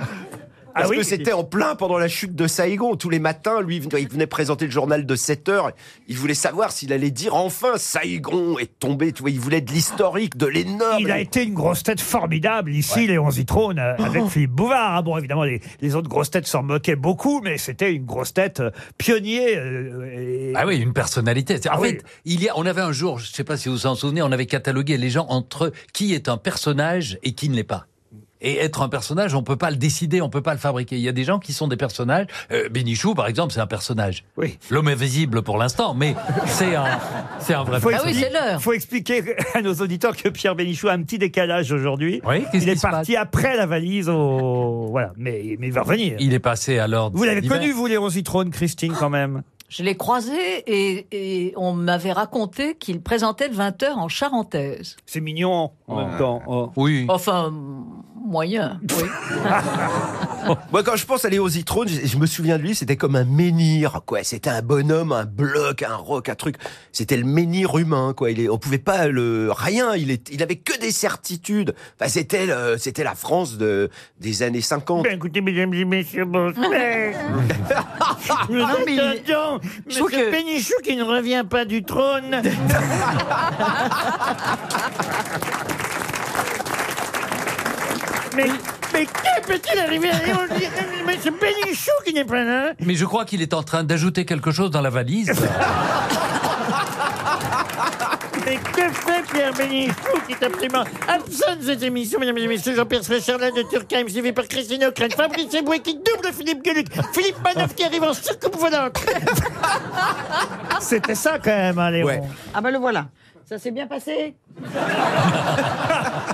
Speaker 8: parce que c'était en plein pendant la chute de Saïgon. Tous les matins, lui, il venait présenter le journal de 7 heures. Il voulait savoir s'il allait dire enfin Saïgon est tombé. Tu vois, il voulait de l'historique, de l'énorme.
Speaker 3: Il a été une grosse tête formidable ici, Léon Zitrone, euh, avec
Speaker 8: Oh.
Speaker 3: Philippe Bouvard. hein. Bon, évidemment, les, les autres grosses têtes s'en moquaient beaucoup, mais c'était une grosse tête euh, pionnier. euh, et-
Speaker 6: Ah oui, une personnalité. C'est- En
Speaker 3: Ah
Speaker 6: fait,
Speaker 3: oui.
Speaker 6: il y a, on avait un jour, je ne sais pas si vous vous en souvenez, on avait catalogué les gens entre qui est un personnage et qui ne l'est pas. Et être un personnage, on peut pas le décider, on peut pas le fabriquer. Il y a des gens qui sont des personnages. Euh, Bénichou, par exemple, c'est un personnage.
Speaker 3: Oui.
Speaker 6: L'homme est visible pour l'instant, mais c'est un, c'est un vrai
Speaker 3: Faut
Speaker 6: personnage.
Speaker 4: Ah
Speaker 3: expliquer- faut expliquer à nos auditeurs que Pierre Bénichou a un petit décalage aujourd'hui.
Speaker 6: qu'est-ce
Speaker 3: il est
Speaker 6: qui se
Speaker 3: parti après la valise au... Voilà, mais, mais il va revenir.
Speaker 6: Il est passé à l'ordre.
Speaker 3: Vous l'avez
Speaker 6: divers.
Speaker 3: connu, vous, Léon Zitrone, Christine, quand même
Speaker 7: Je l'ai croisé et, et on m'avait raconté qu'il présentait le 20h en charentaise.
Speaker 3: C'est mignon, en même temps. oh.
Speaker 6: Oui.
Speaker 7: Enfin, m- moyen. oui.
Speaker 8: Moi, quand je pense à Léo Zitrone, je, je me souviens de lui, c'était comme un menhir, quoi. C'était un bonhomme, un bloc, un roc, un truc. C'était le menhir humain, quoi. Il est, on pouvait pas le, rien. Il est, il avait que des certitudes. Enfin, c'était le- c'était la France de, des années 50.
Speaker 3: Bien, Ben, écoutez, mesdames et messieurs, bonsoir. Nous
Speaker 4: Non, mais il-
Speaker 3: entendons Monsieur
Speaker 4: trouve que-
Speaker 3: Pénichou qui ne revient pas du trône. mais mais que peut-il arriver à Monsieur Pénichou qui n'est pas là
Speaker 6: Mais je crois qu'il est en train d'ajouter quelque chose dans la valise.
Speaker 3: Mais que fait Pierre Bénichou qui est absolument absent de cette émission, mesdames et messieurs Jean-Pierre Charlotte de Turckheim, suivi par Christine O'Crane, Fabrice Eboué qui double Philippe Gueluc, Philippe Manoff qui arrive en soucoupe volante. C'était ça quand même, hein, Léon.
Speaker 8: Ouais.
Speaker 4: Ah ben le voilà. Ça s'est bien passé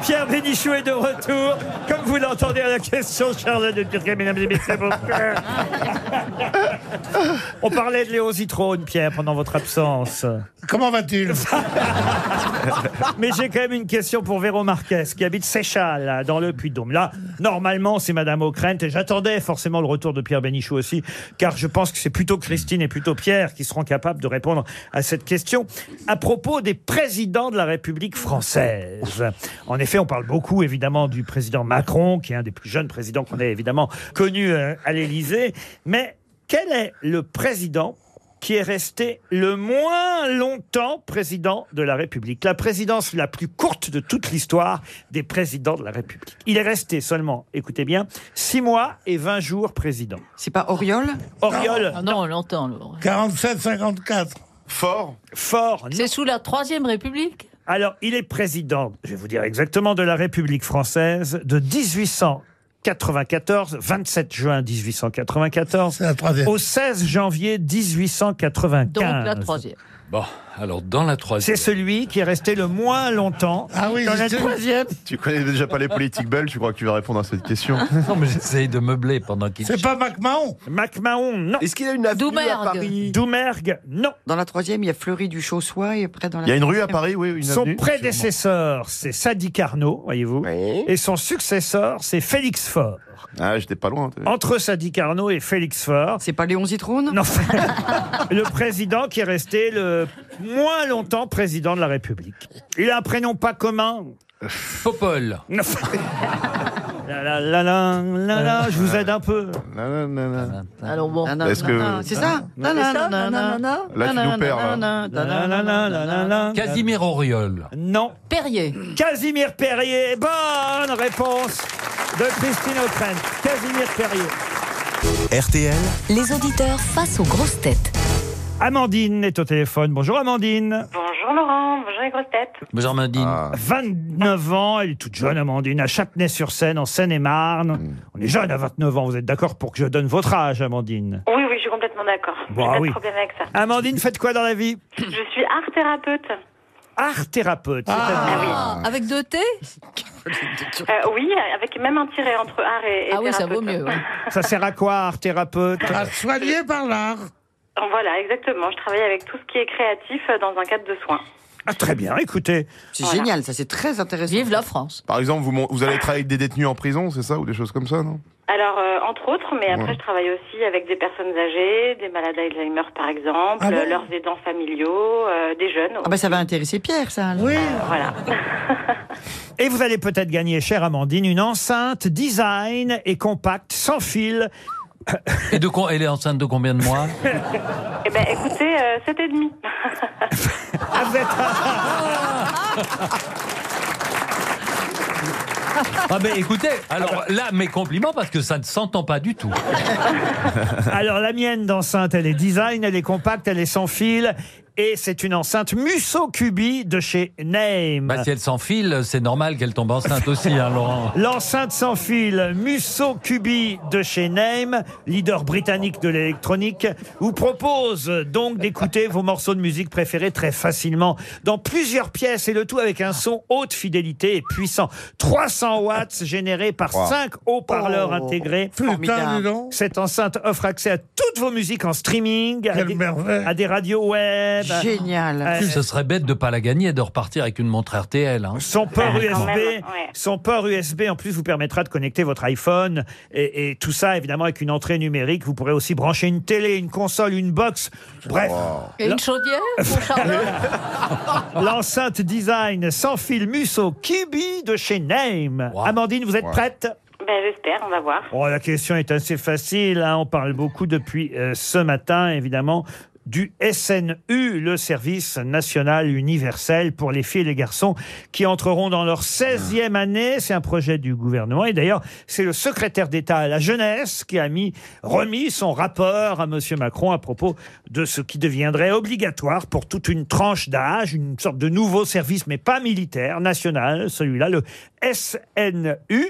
Speaker 3: Pierre Bénichou est de retour. Comme vous l'entendez à la question, Charles de Turquet, mesdames et messieurs,
Speaker 9: Euh.
Speaker 3: bonsoir. On parlait de Léo Zitrone, Pierre, pendant votre absence.
Speaker 9: Comment va-t-il
Speaker 3: Mais j'ai quand même une question pour Véro Marquez, qui habite Séchal, là, dans le Puy-de-Dôme. Là, normalement, c'est Madame O'Krent, et j'attendais forcément le retour de Pierre Bénichou aussi, car je pense que c'est plutôt Christine et plutôt Pierre qui seront capables de répondre à cette question à propos des présidents de la République française. En effet, on parle beaucoup, évidemment, du président Macron, qui est un des plus jeunes présidents qu'on ait évidemment connu euh, à l'Élysée. Mais quel est le président qui est resté le moins longtemps président de la République. La présidence la plus courte de toute l'histoire des présidents de la République. Il est resté seulement, écoutez bien, 6 mois et 20 jours président.
Speaker 4: C'est pas Oriol
Speaker 3: Oriol.
Speaker 7: Ah non, longtemps. alors.
Speaker 3: 47-54. Fort. Fort.
Speaker 7: C'est sous la Troisième République
Speaker 3: Alors, il est président, je vais vous dire exactement, de la République française de 1894, 27 juin 1894, au 16 janvier 1895.
Speaker 7: Donc la Troisième.
Speaker 6: Bon, alors dans la troisième.
Speaker 3: C'est celui qui est resté le moins longtemps. Ah oui, dans la troisième.
Speaker 5: Tu connais déjà pas les politiques belges, tu crois que tu vas répondre à cette question
Speaker 6: Non, mais j'essaye de meubler pendant qu'il.
Speaker 9: C'est pas MacMahon
Speaker 3: MacMahon, non.
Speaker 8: Est-ce qu'il a une avenue
Speaker 4: Doumergue.
Speaker 8: à Paris
Speaker 3: Doumergue, non.
Speaker 4: Dans la troisième, il y a Fleury du Chaussois et après dans la.
Speaker 5: Il y a une rue à Paris,
Speaker 4: troisième-
Speaker 5: oui, une
Speaker 3: Son
Speaker 5: avenue.
Speaker 3: prédécesseur, c'est Sadi Carnot, voyez-vous. Et son successeur, c'est Félix Faure.
Speaker 5: Ah, j'étais pas loin. t'as vu.
Speaker 3: Entre Sadi Carnot et Félix Faure.
Speaker 4: C'est pas Léon Zitrone
Speaker 3: Non. le président qui est resté le moins longtemps président de la République. Il a un prénom pas commun.
Speaker 6: Popol.
Speaker 3: la, la, la, la, la, la, je vous aide un peu.
Speaker 5: Nanana.
Speaker 7: Alors bon.
Speaker 5: Est-ce
Speaker 3: Euh,
Speaker 5: que-
Speaker 4: Ah, C'est ça
Speaker 7: C'est ça, nanana.
Speaker 5: Là, tu nous perds. hein. là.
Speaker 6: Casimir Auriol.
Speaker 3: Non.
Speaker 7: Perrier.
Speaker 3: Casimir Perrier. Bonne réponse de Christine O'Krent. Casimir Perrier.
Speaker 11: RTL,
Speaker 2: Les auditeurs face aux grosses têtes.
Speaker 3: Amandine est au téléphone. Bonjour Amandine.
Speaker 12: Bonjour Laurent, bonjour les grosses têtes.
Speaker 6: Bonjour Amandine.
Speaker 9: Ah.
Speaker 3: 29 ans, elle est toute jeune Amandine, à Châtenay-sur-Seine, en Seine-et-Marne.
Speaker 9: Mm.
Speaker 3: On est jeune à 29 ans, vous êtes d'accord pour que je donne votre âge Amandine
Speaker 12: Oui, oui, je suis complètement d'accord. J'ai
Speaker 3: Bah
Speaker 12: pas
Speaker 3: oui.
Speaker 12: de problème avec ça.
Speaker 3: Amandine, faites quoi dans la vie
Speaker 12: Je suis art thérapeute.
Speaker 3: Art thérapeute.
Speaker 7: Ah, avec deux T
Speaker 12: Euh, oui, avec même un tiret entre art et, et
Speaker 7: Ah oui, ça
Speaker 12: thérapeute.
Speaker 7: vaut mieux. ouais.
Speaker 3: Ça sert à quoi art thérapeute
Speaker 9: À soigner par l'art.
Speaker 12: Voilà, exactement. Je travaille avec tout ce qui est créatif euh, dans un cadre de soins.
Speaker 3: Ah, Très bien, écoutez.
Speaker 4: C'est génial, ça c'est très intéressant.
Speaker 7: Vive la France.
Speaker 5: Par exemple, vous, mon- vous allez travailler avec des détenus en prison, c'est ça Ou des choses comme ça, non
Speaker 12: Alors, euh, entre autres, mais après,
Speaker 5: Ouais.
Speaker 12: je travaille aussi avec des personnes âgées, des malades d'Alzheimer, par exemple,
Speaker 4: Ah bon
Speaker 12: euh, leurs aidants familiaux, euh, des jeunes.
Speaker 4: Ah bah ça va intéresser Pierre, ça. alors.
Speaker 12: Voilà.
Speaker 3: Et vous allez peut-être gagner, chère Amandine, une enceinte design et compacte, sans fil.
Speaker 6: Et de quoi elle est enceinte de combien de mois
Speaker 12: Eh ben, écoutez, euh, sept et demi.
Speaker 3: Ah, vous êtes-
Speaker 6: Ah ben écoutez, alors là mes compliments parce que ça ne s'entend pas du tout.
Speaker 3: Alors la mienne d'enceinte, elle est design, elle est compacte, elle est sans fil. Et c'est une enceinte Musso Cubi de chez Name.
Speaker 6: Bah si elle s'enfile, c'est normal qu'elle tombe enceinte aussi, hein, Laurent.
Speaker 3: L'enceinte sans fil Musso Cubi de chez Name, leader britannique de l'électronique, vous propose donc d'écouter vos morceaux de musique préférés très facilement dans plusieurs pièces et le tout avec un son haute fidélité et puissant. 300 watts générés par
Speaker 5: Wow.
Speaker 3: 5 haut-parleurs intégrés.
Speaker 9: Putain,
Speaker 4: Formidable.
Speaker 9: dis donc.
Speaker 3: Cette enceinte offre accès à toutes vos musiques en streaming, à
Speaker 9: Quelle
Speaker 3: des,
Speaker 9: merveille.
Speaker 3: à des radios web.
Speaker 4: Génial.
Speaker 3: Euh,
Speaker 6: Ce serait bête de pas la gagner et de repartir avec une montre RTL. hein.
Speaker 3: Son port
Speaker 12: quand
Speaker 3: USB,
Speaker 12: même, ouais.
Speaker 3: son port USB en plus vous permettra de connecter votre iPhone et, et tout ça évidemment avec une entrée numérique. Vous pourrez aussi brancher une télé, une console, une box. Bref,
Speaker 7: Et une chaudière pour Charlotte
Speaker 3: l'enceinte design sans fil Musso Kibi de chez Name.
Speaker 6: Wow.
Speaker 3: Amandine, vous êtes prête
Speaker 12: Ben, j'espère, on va voir.
Speaker 3: Oh, la question est assez facile. hein. On parle beaucoup depuis euh, ce matin, évidemment, du SNU, le service national universel pour les filles et les garçons qui entreront dans leur 16e année. C'est un projet du gouvernement. Et d'ailleurs, c'est le secrétaire d'État à la jeunesse qui a mis, remis son rapport à M. Macron à propos de ce qui deviendrait obligatoire pour toute une tranche d'âge, une sorte de nouveau service, mais pas militaire, national, celui-là, le SNU.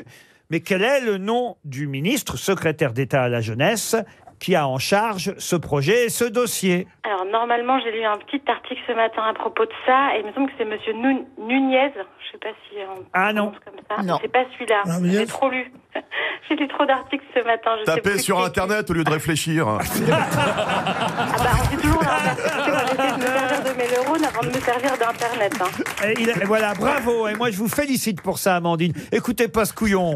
Speaker 3: Mais quel est le nom du ministre, secrétaire d'État à la jeunesse qui a en charge ce projet et ce dossier.
Speaker 14: Alors normalement, j'ai lu un petit article ce matin à propos de ça, et il me semble que c'est Monsieur Nu- Nunez. Je sais pas si on
Speaker 3: Ah non.
Speaker 14: comme ça. C'est pas celui-là.
Speaker 5: Ah, mais
Speaker 14: J'ai
Speaker 5: yes.
Speaker 14: trop lu. j'ai lu trop d'articles ce matin. Je sais
Speaker 5: Tapez
Speaker 14: plus
Speaker 5: sur
Speaker 14: qui-
Speaker 5: Internet au lieu de réfléchir.
Speaker 14: Ah bah, on dit toujours l'inverse. Tu vois, J'essaie de me servir de mes neurones avant de me servir d'internet. hein.
Speaker 3: Et il- et voilà, bravo. Et moi, je vous félicite pour ça, Amandine. Écoutez pas ce couillon.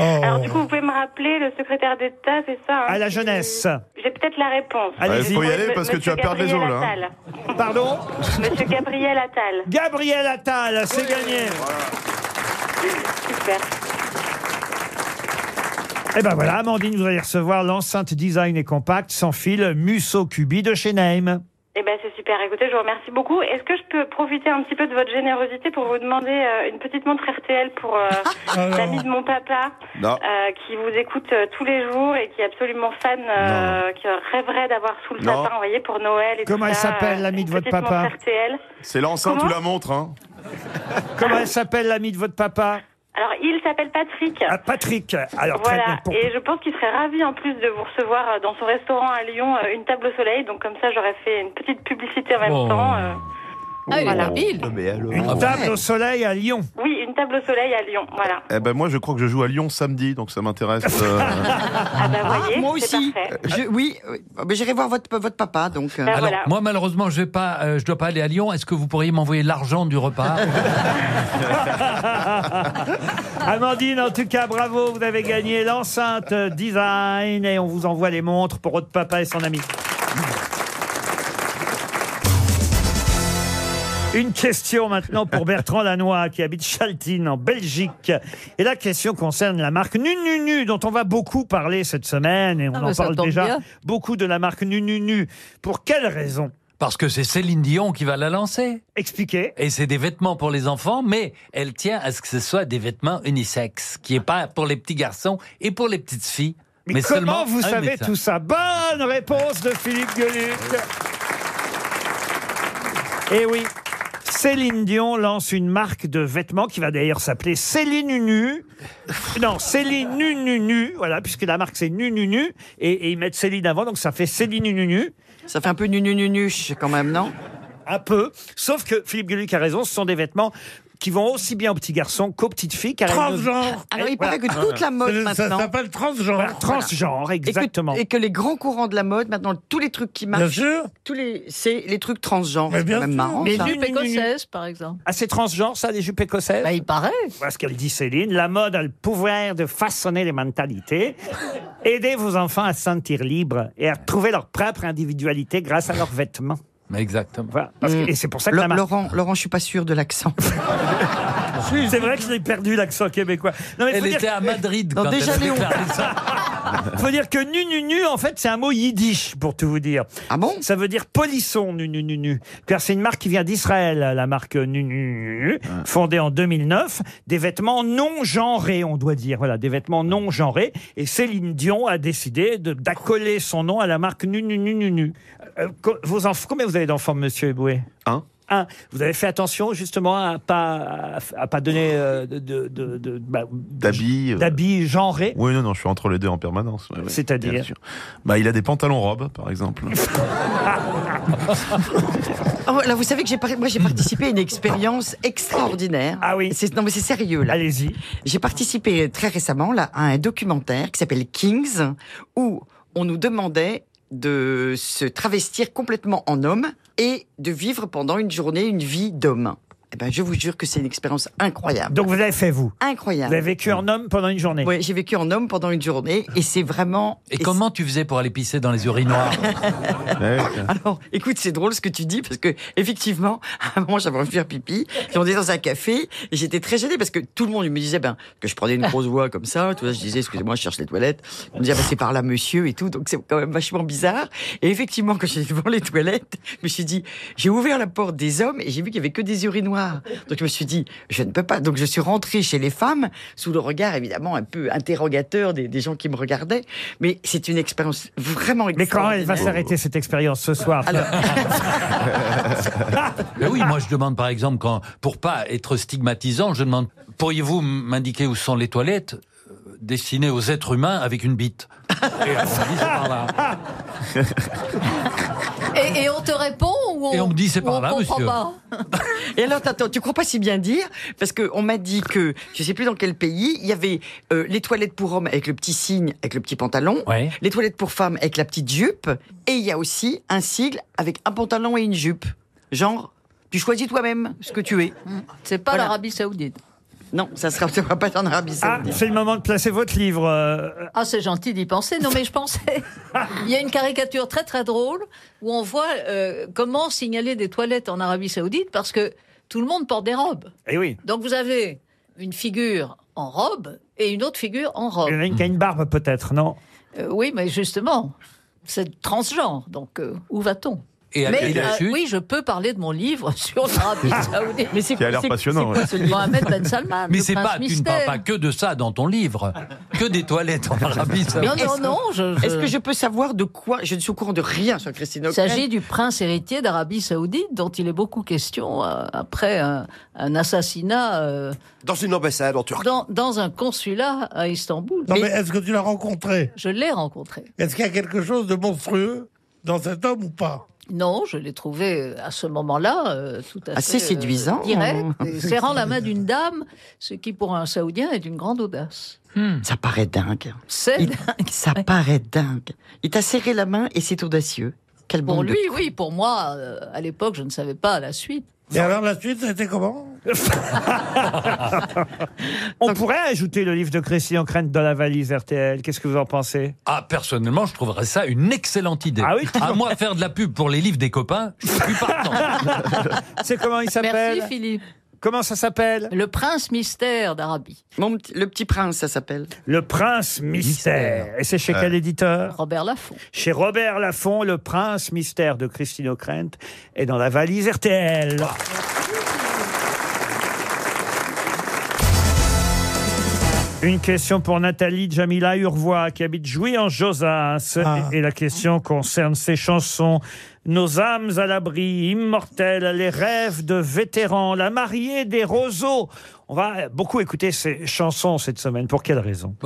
Speaker 14: Alors du coup, vous pouvez me rappeler le secrétaire d'État, c'est ça hein
Speaker 3: À la jeunesse.
Speaker 14: J'ai peut-être la réponse.
Speaker 3: Allez-y.
Speaker 14: Je
Speaker 3: Faut Bah, y
Speaker 14: dirais
Speaker 3: aller
Speaker 14: M-
Speaker 3: parce que tu
Speaker 14: Monsieur
Speaker 3: vas perdre les
Speaker 14: Gabriel
Speaker 3: os, là, hein.
Speaker 14: Attal.
Speaker 3: Pardon
Speaker 14: Monsieur Gabriel Attal.
Speaker 3: Gabriel Attal, c'est gagné.
Speaker 14: Super.
Speaker 3: Et ben voilà, Amandine, vous allez recevoir l'enceinte design et compact sans fil Musso Cubi de chez Naïm.
Speaker 14: Eh ben c'est super. Écoutez, je vous remercie beaucoup. Est-ce que je peux profiter un petit peu de votre générosité pour vous demander euh, une petite montre RTL pour euh,
Speaker 3: Ah
Speaker 14: l'ami de mon papa
Speaker 5: Non.
Speaker 14: euh, qui vous écoute euh, tous les jours et qui est absolument fan, euh, qui rêverait d'avoir sous le
Speaker 5: Non.
Speaker 14: sapin, vous voyez, pour Noël et
Speaker 3: Comment
Speaker 14: tout
Speaker 3: elle
Speaker 14: ça,
Speaker 3: s'appelle,
Speaker 14: euh,
Speaker 3: l'ami
Speaker 14: une
Speaker 3: de votre
Speaker 14: petite
Speaker 3: papa
Speaker 14: montre RTL.
Speaker 5: C'est l'enceinte ou la montre, hein
Speaker 3: Comment elle s'appelle l'ami de votre papa
Speaker 14: Alors il s'appelle Patrick.
Speaker 3: Ah, Patrick. Alors très bien.
Speaker 14: voilà,
Speaker 3: Pour-
Speaker 14: et je pense qu'il serait ravi en plus de vous recevoir euh, dans son restaurant à Lyon, euh, une table au soleil. Donc comme ça, j'aurais fait une petite publicité en même
Speaker 3: Oh. Ah,
Speaker 14: temps. euh. voilà.
Speaker 3: Une
Speaker 5: Ah bon.
Speaker 3: table au soleil à Lyon.
Speaker 14: Oui, une table au soleil à Lyon. Voilà.
Speaker 5: Eh ben moi, je crois que je joue à Lyon samedi, donc ça m'intéresse. euh.
Speaker 14: Ah bah voyez,
Speaker 4: moi
Speaker 14: c'est
Speaker 4: aussi.
Speaker 14: parfait.
Speaker 4: Je- oui, oui. Ah, mais j'irai voir votre, votre papa donc. euh.
Speaker 6: Alors, moi, malheureusement, je vais pas, euh, je dois pas aller à Lyon. Est-ce que vous pourriez m'envoyer l'argent du repas
Speaker 3: Amandine, en tout cas, bravo, vous avez gagné l'enceinte design et on vous envoie les montres pour votre papa et son ami. Une question maintenant pour Bertrand Lannoy qui habite Chaltine en Belgique. Et la question concerne la marque Nununu dont on va beaucoup parler cette semaine et on
Speaker 6: Ah,
Speaker 3: en
Speaker 6: bah, ça
Speaker 3: parle
Speaker 6: tombe
Speaker 3: déjà
Speaker 6: bien.
Speaker 3: beaucoup de la marque Nununu. Pour quelle raison
Speaker 6: Parce que c'est Céline Dion qui va la lancer.
Speaker 3: Expliquez.
Speaker 6: Et c'est des vêtements pour les enfants, mais elle tient à ce que ce soit des vêtements unisexes, qui est pas pour les petits garçons et pour les petites filles.
Speaker 3: Mais,
Speaker 6: Mais,
Speaker 3: comment
Speaker 6: seulement
Speaker 3: vous
Speaker 6: un
Speaker 3: savez
Speaker 6: médecin.
Speaker 3: tout ça Bonne réponse de Philippe Gueluc. Eh oui. Céline Dion lance une marque de vêtements qui va d'ailleurs s'appeler Céline Nunu. Non, Céline Nunu, voilà, puisque la marque c'est Nunu et, et ils mettent Céline avant, donc ça fait Céline Nunu.
Speaker 4: Ça fait un peu nununuche quand même, non
Speaker 3: Un peu. Sauf que Philippe Gueluc a raison, ce sont des vêtements qui vont aussi bien aux petits garçons qu'aux petites filles. car elles ne-
Speaker 4: Transgenre.
Speaker 3: Ah,
Speaker 4: Alors, Ah il paraît que toute la mode Ça- ça maintenant- s'appelle transgenre.
Speaker 3: Voilà, transgenre,
Speaker 4: Voilà. Et que-
Speaker 3: exactement.
Speaker 4: Et que, les grands courants de la mode, maintenant, tous les trucs qui marchent.
Speaker 3: sûr.
Speaker 4: Tous les, c'est les trucs transgenres. C'est quand même marrant.
Speaker 7: Les
Speaker 4: ça.
Speaker 7: jupes écossaises, par exemple.
Speaker 3: Ah, c'est transgenre, ça, les jupes écossaises
Speaker 7: Bah, Il paraît.
Speaker 3: Voilà ce qu'elle dit, Céline. La mode a le pouvoir de façonner les mentalités. Aidez vos enfants à se sentir libres et à trouver leur propre individualité grâce à leurs vêtements.
Speaker 6: Exactement.
Speaker 3: Parce que- et c'est pour ça que
Speaker 4: Lo-
Speaker 3: la marque-
Speaker 4: Mm. Laurent, Laurent, je suis pas sûr de l'accent.
Speaker 3: C'est vrai que j'ai perdu l'accent québécois. Non, mais
Speaker 6: Elle
Speaker 3: faut dire-
Speaker 6: était à Madrid
Speaker 3: Non,
Speaker 6: quand
Speaker 3: déjà,
Speaker 6: elle a
Speaker 3: Léon.
Speaker 6: déclaré ça.
Speaker 3: faut dire que nu nu nu en fait c'est un mot yiddish pour tout vous dire.
Speaker 4: Ah bon
Speaker 3: Ça veut dire polisson nu nu nu nu. Car c'est une marque qui vient d'Israël, la marque nu nu nu, nu,
Speaker 4: Ah.
Speaker 3: fondée en 2009, des vêtements non genrés on doit dire, voilà, des vêtements non genrés et Céline Dion a décidé de d'accoler son nom à la marque nu nu nu nu nu. Euh, co- vos enfants combien vous avez d'enfants monsieur Eboué
Speaker 5: Un.
Speaker 3: Un. Vous avez fait attention justement à pas à, à pas donner euh, de de, de- de- bah,
Speaker 5: D'habits. euh.
Speaker 3: d'habits genrés.
Speaker 5: Oui, non, non, je suis entre les deux en permanence. ouais, ouais,
Speaker 3: C'est-à-dire
Speaker 5: bien sûr. Bah, il a des pantalons robes, par exemple.
Speaker 4: Ah ouais, là, vous savez que j'ai par- moi j'ai participé à une expérience extraordinaire.
Speaker 3: Ah oui.
Speaker 4: Non mais c'est sérieux là.
Speaker 3: Allez-y.
Speaker 4: J'ai participé très récemment là à un documentaire qui s'appelle Kings où on nous demandait de se travestir complètement en homme et de vivre pendant une journée une vie d'homme. Eh ben je vous jure que c'est une expérience incroyable.
Speaker 3: Donc vous avez fait vous.
Speaker 4: Incroyable.
Speaker 3: Vous avez vécu en homme pendant une journée.
Speaker 4: Oui, j'ai vécu en homme pendant une journée et c'est vraiment.
Speaker 6: Et comment tu faisais pour aller pisser dans les urinoirs
Speaker 4: Alors, écoute, c'est drôle ce que tu dis parce que effectivement, à un moment j'avais envie de faire pipi, puis on était dans un café et j'étais très gênée parce que tout le monde me disait ben que je prenais une grosse voix comme ça, tout ça, je disais excusez-moi, je cherche les toilettes. On me disait ben, c'est par là monsieur et tout, donc c'est quand même vachement bizarre. Et effectivement, quand j'étais devant les toilettes, je me suis dit j'ai ouvert la porte des hommes et j'ai vu qu'il y avait que des urinoirs. Donc je me suis dit je ne peux pas. Donc je suis rentrée chez les femmes sous le regard évidemment un peu interrogateur des, des gens qui me regardaient, mais c'est une expérience vraiment
Speaker 3: Mais quand
Speaker 4: extraordinaire.
Speaker 3: elle va s'arrêter cette expérience ce soir
Speaker 6: Ben oui, moi je demande par exemple, quand, pour pas être stigmatisant, je demande pourriez-vous m'indiquer où sont les toilettes Euh, destiné aux êtres humains avec une bite. Et on me dit, c'est par là.
Speaker 7: Et, et on te répond ou on,
Speaker 6: Et on me dit, c'est
Speaker 7: ou
Speaker 6: par
Speaker 7: on
Speaker 6: là,
Speaker 7: comprend
Speaker 6: monsieur.
Speaker 7: pas
Speaker 4: Et alors, attends, tu crois pas si bien dire Parce que on m'a dit que, je sais plus dans quel pays, il y avait euh, les toilettes pour hommes avec le petit signe, avec le petit pantalon, les toilettes pour femmes avec la petite jupe, et il y a aussi un sigle avec un pantalon et une jupe. Genre, tu choisis toi-même ce que tu es.
Speaker 7: C'est pas
Speaker 4: Voilà.
Speaker 7: l'Arabie Saoudite.
Speaker 4: Non, ça sera, ça sera pas en Arabie
Speaker 3: Ah,
Speaker 4: Saoudite.
Speaker 3: c'est le moment de placer votre livre. euh,
Speaker 7: Ah, c'est gentil d'y penser. Non, mais je pensais. Il y a une caricature très très drôle où on voit euh, comment signaler des toilettes en Arabie Saoudite parce que tout le monde porte des robes.
Speaker 3: Eh oui.
Speaker 7: Donc vous avez une figure en robe et une autre figure en robe.
Speaker 3: Il y en a une qui a une barbe, peut-être, non
Speaker 7: Euh, oui, mais justement, c'est transgenre. Donc euh, où va-t-on
Speaker 6: Et
Speaker 7: Mais,
Speaker 6: avec la
Speaker 7: euh,
Speaker 6: chute
Speaker 7: oui, je peux parler de mon livre sur l'Arabie Saoudite. Mais
Speaker 6: Qui a l'air passionnant, ouais.
Speaker 7: Mohamed Ben Salman.
Speaker 6: Mais
Speaker 7: le
Speaker 6: c'est
Speaker 7: prince
Speaker 6: pas, tu ne
Speaker 7: mystère.
Speaker 6: parles pas que de ça dans ton livre, que des toilettes en Arabie Saoudite.
Speaker 7: non, non, je- je-
Speaker 4: Est-ce que je peux savoir de quoi Je ne suis au courant de rien sur Christine
Speaker 7: Il
Speaker 4: O'Crane.
Speaker 7: s'agit du prince héritier d'Arabie Saoudite, dont il est beaucoup question euh, après un, un assassinat euh,
Speaker 8: Dans une ambassade en Turquie.
Speaker 7: dans, dans un consulat à Istanbul.
Speaker 9: Non, mais est-ce que tu l'as rencontré
Speaker 7: Je l'ai rencontré.
Speaker 9: Est-ce qu'il y a quelque chose de monstrueux dans cet homme ou pas
Speaker 7: Non, je l'ai trouvé euh, à ce moment-là euh, tout à
Speaker 9: Assez
Speaker 7: fait euh,
Speaker 9: séduisant.
Speaker 7: direct, et serrant la main d'une dame, ce qui pour un Saoudien est d'une grande audace.
Speaker 4: Ça paraît dingue.
Speaker 7: Hmm. C'est
Speaker 4: Il- Ça paraît dingue. Il t'a serré la main et c'est audacieux. Quel
Speaker 7: Pour
Speaker 4: bon
Speaker 7: lui, oui, pour moi, euh, à l'époque, je ne savais pas la suite.
Speaker 9: Et alors la suite, ça a été comment
Speaker 3: On pourrait ajouter le livre de Christian Crène dans la valise RTL. Qu'est-ce que vous en pensez
Speaker 6: Ah, personnellement, je trouverais ça une excellente idée.
Speaker 3: Ah oui
Speaker 6: à moi, faire de la pub pour les livres des copains, je suis plus partant.
Speaker 3: C'est comment il s'appelle
Speaker 7: Merci Philippe.
Speaker 3: Comment ça s'appelle
Speaker 7: Le prince mystère d'Arabie.
Speaker 4: Mon petit- le petit prince, ça s'appelle.
Speaker 3: Le Prince Mystère. Et c'est chez
Speaker 4: Ouais.
Speaker 3: quel éditeur
Speaker 7: Robert Laffont.
Speaker 3: Chez Robert Laffont, Le Prince Mystère de Christine O'Krent est dans la valise RTL. Une question pour Nathalie Jamila Urvois qui habite Jouy en Josas. Et la question concerne ses chansons. Nos âmes à l'abri, immortelles, les rêves de vétérans, la mariée des roseaux. On va beaucoup écouter ces chansons cette semaine. Pour quelle raison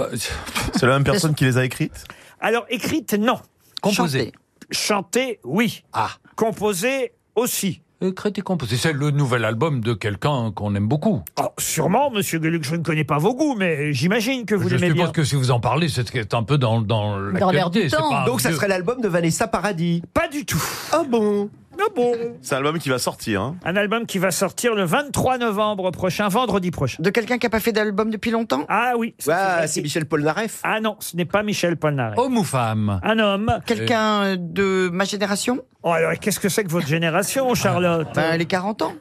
Speaker 5: C'est la même personne qui les a écrites
Speaker 3: Alors, écrites, non.
Speaker 6: Composées.
Speaker 3: Chantées, oui.
Speaker 6: Ah.
Speaker 3: Composées aussi.
Speaker 6: Écrites Euh, et composées. C'est le nouvel album de quelqu'un qu'on aime beaucoup.
Speaker 3: Oh, sûrement, monsieur Gueluc, je ne connais pas vos goûts, mais j'imagine que vous
Speaker 6: je
Speaker 3: l'aimez
Speaker 6: suppose
Speaker 3: bien.
Speaker 6: que si vous en parlez, c'est c'est un peu dans, dans l'actualité, c'est pas un
Speaker 8: Donc ça
Speaker 6: vieux-
Speaker 8: serait l'album de Vanessa Paradis.
Speaker 3: Pas du tout.
Speaker 8: Ah bon
Speaker 3: Ah bon
Speaker 5: C'est un album qui va sortir. hein.
Speaker 3: Un album qui va sortir le 23 novembre prochain, vendredi prochain.
Speaker 4: De quelqu'un qui n'a pas fait d'album depuis longtemps
Speaker 3: Ah oui.
Speaker 8: Ah, c'est Michel Polnareff.
Speaker 3: Ah non, ce n'est pas Michel Polnareff.
Speaker 6: Homme ou femme
Speaker 3: Un homme.
Speaker 4: Quelqu'un de ma génération
Speaker 3: Oh, alors, et qu'est-ce que c'est que votre génération, Charlotte
Speaker 4: Ben, les 40 ans.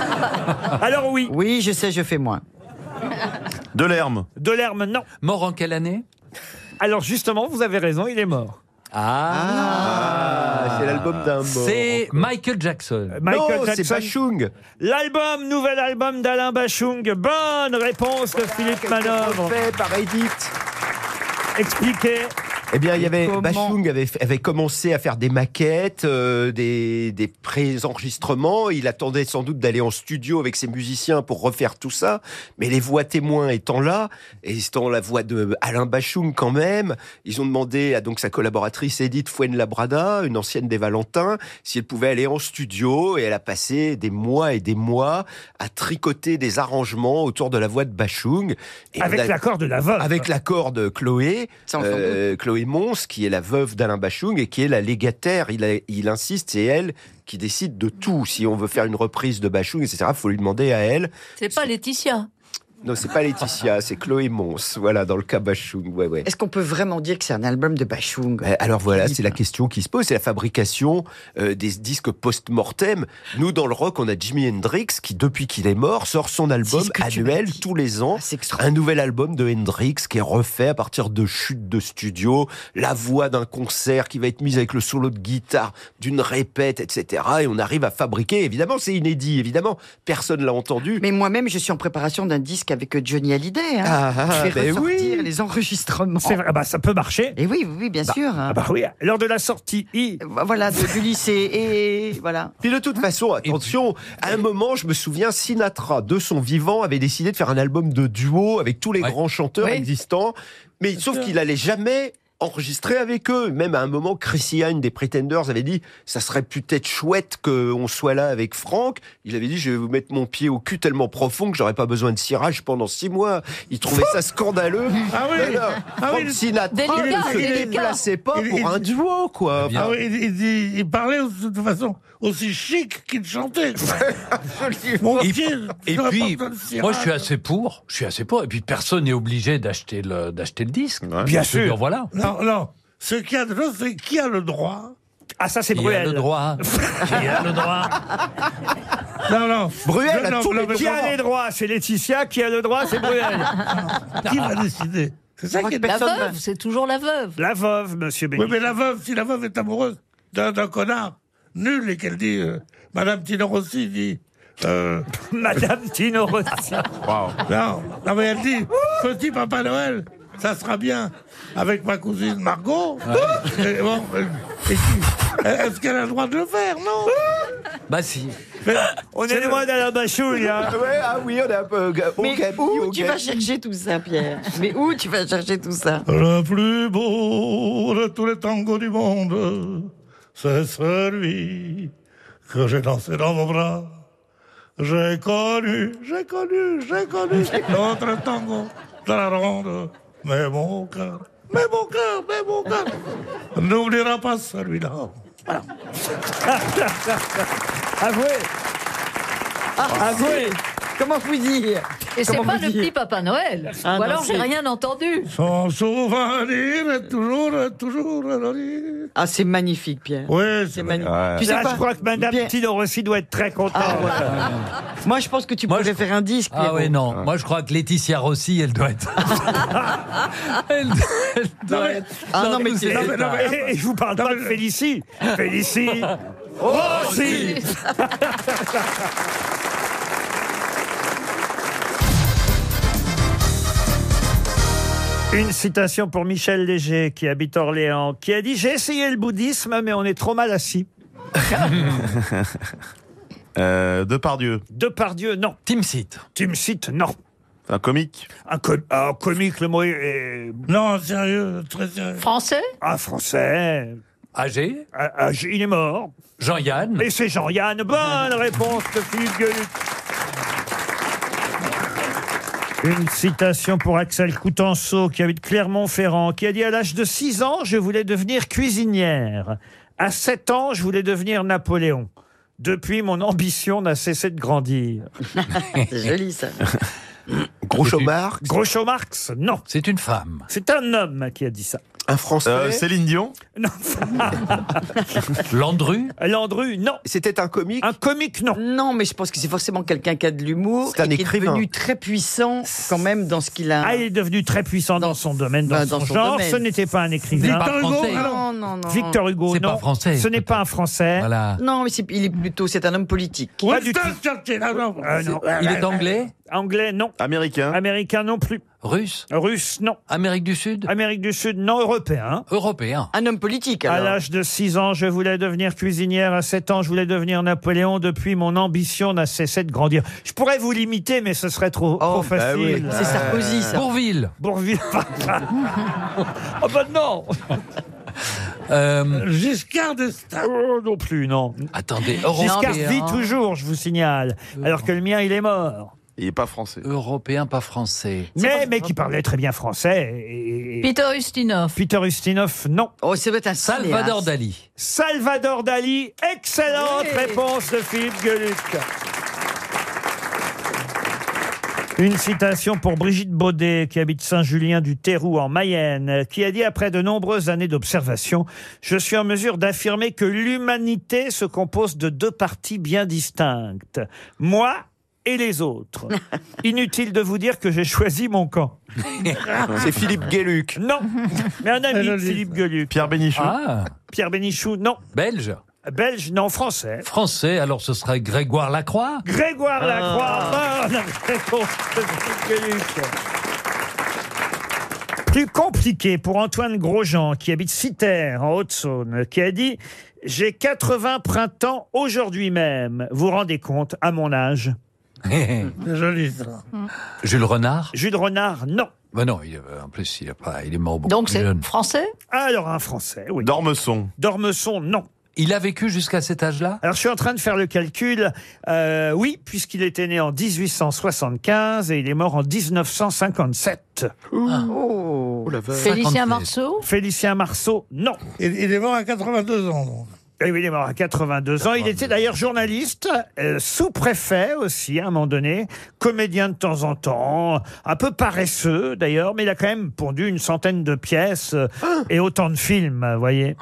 Speaker 3: Alors oui.
Speaker 4: Oui, je sais, je fais moins.
Speaker 5: De l'herme.
Speaker 3: De l'herme, non.
Speaker 6: Mort en quelle année
Speaker 3: Alors justement, vous avez raison, il est mort.
Speaker 6: Ah,
Speaker 8: c'est l'album d'un mort.
Speaker 6: C'est Michael Jackson.
Speaker 3: Euh, Michael
Speaker 8: non, c'est
Speaker 3: Jackson.
Speaker 8: Bachung.
Speaker 3: L'album, nouvel album d'Alain Bachung. Bonne réponse de Philippe Manœuvre.
Speaker 8: Fait par Edith.
Speaker 3: Expliquez.
Speaker 8: Eh bien, il y avait
Speaker 4: comment-
Speaker 8: Bachung avait, fait- avait commencé à faire des maquettes, euh, des, des pré-enregistrements. Il attendait sans doute d'aller en studio avec ses musiciens pour refaire tout ça. Mais les voix témoins étant là, et étant la voix de Alain Bachung quand même, ils ont demandé à donc sa collaboratrice Edith Fuenlabrada, une ancienne des Valentins, si elle pouvait aller en studio. Et elle a passé des mois et des mois à tricoter des arrangements autour de la voix de Bachung. Et
Speaker 3: Avec
Speaker 8: on a-
Speaker 3: l'accord de la veuve.
Speaker 8: avec l'accord de Chloé,
Speaker 4: Ça, on s'en
Speaker 8: euh, Chloé Mons, qui est la veuve d'Alain Bachung et qui est la légataire. Il, a- il insiste, c'est elle qui décide de tout. Si on veut faire une reprise de Bachung, etc., il faut lui demander à elle.
Speaker 7: C'est pas Laetitia.
Speaker 8: Non, c'est pas Laetitia, c'est Chloé Mons. Voilà, dans le cas Bachung, ouais, ouais.
Speaker 4: Est-ce qu'on peut vraiment dire que c'est un album de Bachung
Speaker 8: Euh, Alors voilà, c'est la question qui se pose, c'est la fabrication euh, des disques post-mortem. Nous, dans le rock, on a Jimi Hendrix qui, depuis qu'il est mort, sort son album
Speaker 4: ce que tu m'as
Speaker 8: annuel
Speaker 4: dit.
Speaker 8: tous les ans.
Speaker 4: Ah, C'est
Speaker 8: Un
Speaker 4: extraordinaire.
Speaker 8: nouvel album de Hendrix qui est refait à partir de chutes de studio, la voix d'un concert qui va être mise avec le solo de guitare, d'une répète, etc. Et on arrive à fabriquer. Évidemment, c'est inédit. Évidemment, personne l'a entendu.
Speaker 4: Mais moi-même, je suis en préparation d'un disque disque avec Johnny Hallyday. hein.
Speaker 3: Ah, ah,
Speaker 4: Je vais
Speaker 3: ben
Speaker 4: ressortir
Speaker 3: oui.
Speaker 4: les enregistrements.
Speaker 3: C'est vrai, ah bah, ça peut marcher.
Speaker 4: Et Eh oui, oui, oui, bien
Speaker 3: Bah,
Speaker 4: sûr.
Speaker 3: ah bah oui, lors de la sortie, I.
Speaker 4: Voilà, de- du lycée, et voilà.
Speaker 8: Puis de toute façon, attention, à un moment, je me souviens, Sinatra, de son vivant, avait décidé de faire un album de duo avec tous les grands chanteurs existants, mais sauf qu'il allait jamais enregistrer avec eux. Même à un moment, Chrissy Hine des Pretenders avait dit « ça serait peut-être chouette qu'on soit là avec Franck ». Il avait dit « je vais vous mettre mon pied au cul tellement profond que j'aurais pas besoin de cirage pendant six mois ». Il trouvait ça scandaleux.
Speaker 9: Ah oui.
Speaker 8: Mais alors,
Speaker 9: Ah oui,
Speaker 8: Frank
Speaker 9: il-
Speaker 8: Sinatra,
Speaker 9: Délicat,
Speaker 8: il ne
Speaker 9: délicat.
Speaker 8: plaçait pas
Speaker 9: Il-
Speaker 8: pour
Speaker 9: il-
Speaker 8: un duo, quoi.
Speaker 9: Ah oui, il, il- il parlait de toute façon aussi chic qu'il chantait. Mon
Speaker 6: Et,
Speaker 9: Dieu,
Speaker 6: et
Speaker 9: j'aurais
Speaker 6: puis,
Speaker 9: pas besoin de Syrah.
Speaker 6: moi, je suis assez pour. Je suis assez pour. Et puis, personne n'est obligé d'acheter le, d'acheter le disque.
Speaker 9: Bien
Speaker 6: Je veux
Speaker 9: sûr.
Speaker 6: dire, voilà.
Speaker 9: Non, non. Ce qu'il y a de l'autre, c'est qui a le droit.
Speaker 3: Ah, ça, c'est
Speaker 6: Qui a Bruel. le droit Qui a le droit
Speaker 9: Non, non.
Speaker 3: Bruel
Speaker 9: Non,
Speaker 3: a
Speaker 9: non,
Speaker 3: tout-
Speaker 9: non, mais
Speaker 3: Qui a
Speaker 9: vraiment.
Speaker 3: les droits C'est Laetitia. Qui a le droit C'est Bruel.
Speaker 9: Qui va décider C'est ça qui est
Speaker 7: La veuve, c'est toujours la veuve.
Speaker 3: La veuve, monsieur
Speaker 9: Oui, mais la veuve, si la veuve est amoureuse d'un d'un connard nul et qu'elle dit. euh, Madame Tino Rossi dit. euh,
Speaker 3: Madame Tino Rossi.
Speaker 9: Non, non, mais elle dit Petit Papa Noël, ça sera bien avec ma cousine Margot. Et bon, euh, et qui- Euh, Est-ce qu'elle a le droit de le faire Non
Speaker 6: Bah, si.
Speaker 3: On est loin d'Alain Bachouille. hein.
Speaker 8: Ouais, ah oui, on est un peu. au
Speaker 4: Mais
Speaker 8: Gabi,
Speaker 4: où
Speaker 8: au
Speaker 4: tu vas
Speaker 8: Gabi.
Speaker 4: chercher tout ça, Pierre Mais où tu vas chercher tout ça
Speaker 9: Le plus beau de tous les tangos du monde, c'est celui que j'ai dansé dans vos bras. J'ai connu, Euh, j'ai connu, j'ai connu d'autres tangos de la ronde, mais mon cœur, mais mon cœur, mais mon cœur n'oubliera pas celui-là. Voilà.
Speaker 3: Avouez
Speaker 4: Ah,
Speaker 9: Ah,
Speaker 4: Avouez Comment vous dire
Speaker 7: Et c'est
Speaker 4: Comment
Speaker 7: pas
Speaker 4: vous
Speaker 7: le
Speaker 4: dire
Speaker 7: petit Papa Noël.
Speaker 4: Ah,
Speaker 7: Ou
Speaker 4: non,
Speaker 7: alors j'ai
Speaker 4: c'est-
Speaker 7: rien entendu.
Speaker 9: Son souvenir est Euh, toujours, est toujours. Oui,
Speaker 4: Ah, c'est magnifique, Pierre.
Speaker 9: c'est Ah,
Speaker 4: magnifique.
Speaker 3: Tu
Speaker 4: Tu sais
Speaker 3: je
Speaker 4: pas, Eh
Speaker 3: crois que Madame
Speaker 4: Bien.
Speaker 3: Tino Rossi doit être très contente.
Speaker 4: Moi, je pense que tu pourrais faire un disque.
Speaker 6: Ah
Speaker 4: Pierrot.
Speaker 6: ouais, non. Moi, je crois que Laetitia Rossi, elle doit être. elle, elle doit être.
Speaker 4: Ah non,
Speaker 6: dans
Speaker 4: mais
Speaker 6: tous
Speaker 4: c'est-
Speaker 6: ses
Speaker 4: non,
Speaker 3: mais-
Speaker 6: états.
Speaker 3: Et, et je vous parle pas de Félicie. Félicie.
Speaker 4: Oh,
Speaker 3: Rossi. Une citation pour Michel Léger, qui habite Orléans, qui a dit J'ai essayé le bouddhisme, mais on est trop mal assis.
Speaker 5: Euh, Depardieu.
Speaker 3: De par Dieu, non.
Speaker 6: Team Seat.
Speaker 3: Tu me cites Non.
Speaker 5: Un comique.
Speaker 3: Un, com- un comique, le mot est- est.
Speaker 9: Non, sérieux, très sérieux.
Speaker 7: Français
Speaker 3: Un français.
Speaker 6: Âgé
Speaker 3: Ah, ah, il est mort.
Speaker 6: Jean-Yann
Speaker 3: Et c'est Jean-Yann. Bonne réponse de Philippe Gueluc. Une citation pour Axel Coutenceau, qui habite Clermont-Ferrand, qui a dit à l'âge de 6 ans, je voulais devenir cuisinière. À 7 ans, je voulais devenir Napoléon. Depuis, mon ambition n'a cessé de grandir.
Speaker 4: C'est joli, ça.
Speaker 8: Groucho Marx,
Speaker 3: Groucho Marx, non.
Speaker 6: C'est une femme.
Speaker 3: C'est un homme qui a dit ça.
Speaker 8: un Français.
Speaker 5: Euh, Céline Dion.
Speaker 6: Landru
Speaker 3: Landru, non.
Speaker 8: C'était un comique.
Speaker 3: Un comique, non.
Speaker 4: Non, mais je pense que c'est forcément quelqu'un qui a de l'humour
Speaker 8: C'est un
Speaker 4: et qui est
Speaker 8: écrivain.
Speaker 4: devenu très puissant quand même dans ce qu'il a.
Speaker 3: Ah, il est devenu très puissant dans son domaine, dans,
Speaker 4: Bah,
Speaker 3: son,
Speaker 4: dans son
Speaker 3: genre.
Speaker 4: domaine.
Speaker 3: Ce n'était pas un écrivain.
Speaker 9: Victor Hugo,
Speaker 6: français.
Speaker 9: alors.
Speaker 4: non, non, non.
Speaker 3: Victor Hugo,
Speaker 6: C'est
Speaker 3: non.
Speaker 6: pas français,
Speaker 3: Ce n'est pas un français.
Speaker 6: Voilà.
Speaker 4: Non, mais c'est- il est plutôt, c'est un homme politique.
Speaker 3: Pas du
Speaker 9: Winston Churchill, ah non.
Speaker 3: Euh, non.
Speaker 6: Il est anglais
Speaker 3: Anglais, non.
Speaker 5: Américain.
Speaker 3: Américain, non plus.
Speaker 6: Russe
Speaker 3: Russe, non.
Speaker 6: Amérique du Sud
Speaker 3: Amérique du Sud, non. Européen.
Speaker 6: Européen
Speaker 4: Un homme politique,
Speaker 3: À
Speaker 4: alors.
Speaker 3: l'âge de 6 ans, je voulais devenir cuisinière. À 7 ans, je voulais devenir Napoléon. Depuis, mon ambition n'a cessé de grandir. Je pourrais vous limiter, mais ce serait trop, trop facile.
Speaker 4: C'est Sarkozy, ça.
Speaker 6: Bourville
Speaker 3: Bourvil. oh ben non
Speaker 6: Euh,
Speaker 9: Giscard d'Estaing.
Speaker 3: Oh, Non plus, non.
Speaker 6: Attendez,
Speaker 3: Giscard vit
Speaker 6: européen.
Speaker 3: toujours, je vous signale.
Speaker 4: Euh,
Speaker 3: Alors que le mien, il est mort.
Speaker 5: Il est pas français.
Speaker 6: Européen, pas français.
Speaker 3: Mais, mais qui parlait très bien français. et- et-
Speaker 7: Peter Ustinov.
Speaker 3: Peter Ustinov, non.
Speaker 4: Oh, ça doit être un
Speaker 6: Salvador
Speaker 4: cinéaste.
Speaker 6: Dali.
Speaker 3: Salvador Dali, excellente
Speaker 7: Oui.
Speaker 3: réponse de Philippe Gueluc.
Speaker 12: Ah.
Speaker 3: Une citation pour Brigitte Baudet, qui habite Saint-Julien du Théroux en Mayenne, qui a dit après de nombreuses années d'observation, je suis en mesure d'affirmer que l'humanité se compose de deux parties bien distinctes, moi et les autres. Inutile de vous dire que j'ai choisi mon camp.
Speaker 8: C'est Philippe Guéluc.
Speaker 3: Non, mais un ami de
Speaker 9: joli,
Speaker 3: Philippe Gueluc.
Speaker 5: Pierre Bénichou.
Speaker 6: Ah,
Speaker 3: Pierre Bénichou, non.
Speaker 6: belge.
Speaker 3: belge, non, français.
Speaker 6: Français, alors ce serait Grégoire Lacroix
Speaker 3: Grégoire
Speaker 6: Ah.
Speaker 3: Lacroix, bonne réponse de Philippe Gueluc. Plus compliqué pour Antoine Grosjean, qui habite Citerre, en Haute-Saône, qui a dit « J'ai 80 printemps aujourd'hui même. Vous vous rendez compte, à mon âge ?»
Speaker 9: C'est joli, ça.
Speaker 6: Mmh. Jules Renard
Speaker 3: Jules Renard, non.
Speaker 6: Ben non, il, euh, en plus, il, a pas, il est mort beaucoup
Speaker 3: Donc
Speaker 6: plus
Speaker 3: c'est
Speaker 6: jeune.
Speaker 3: français Alors un français, oui. Dormesson. Dormesson, non.
Speaker 6: Il a vécu jusqu'à cet âge-là
Speaker 3: Alors je suis en train de faire le calcul. Euh, oui, puisqu'il était né en 1875 et il est mort en 1957.
Speaker 6: Ah.
Speaker 3: Oh,
Speaker 7: Félicien Marceau
Speaker 3: Félicien Marceau, non. Il, est mort à 82 ans, Ah, Eh oui, il est mort à 82 ans. Il était d'ailleurs journaliste, euh, sous-préfet aussi, à un moment donné, comédien de temps en temps, un peu paresseux d'ailleurs, mais il a quand même pondu une centaine de pièces euh, et autant de films, vous voyez.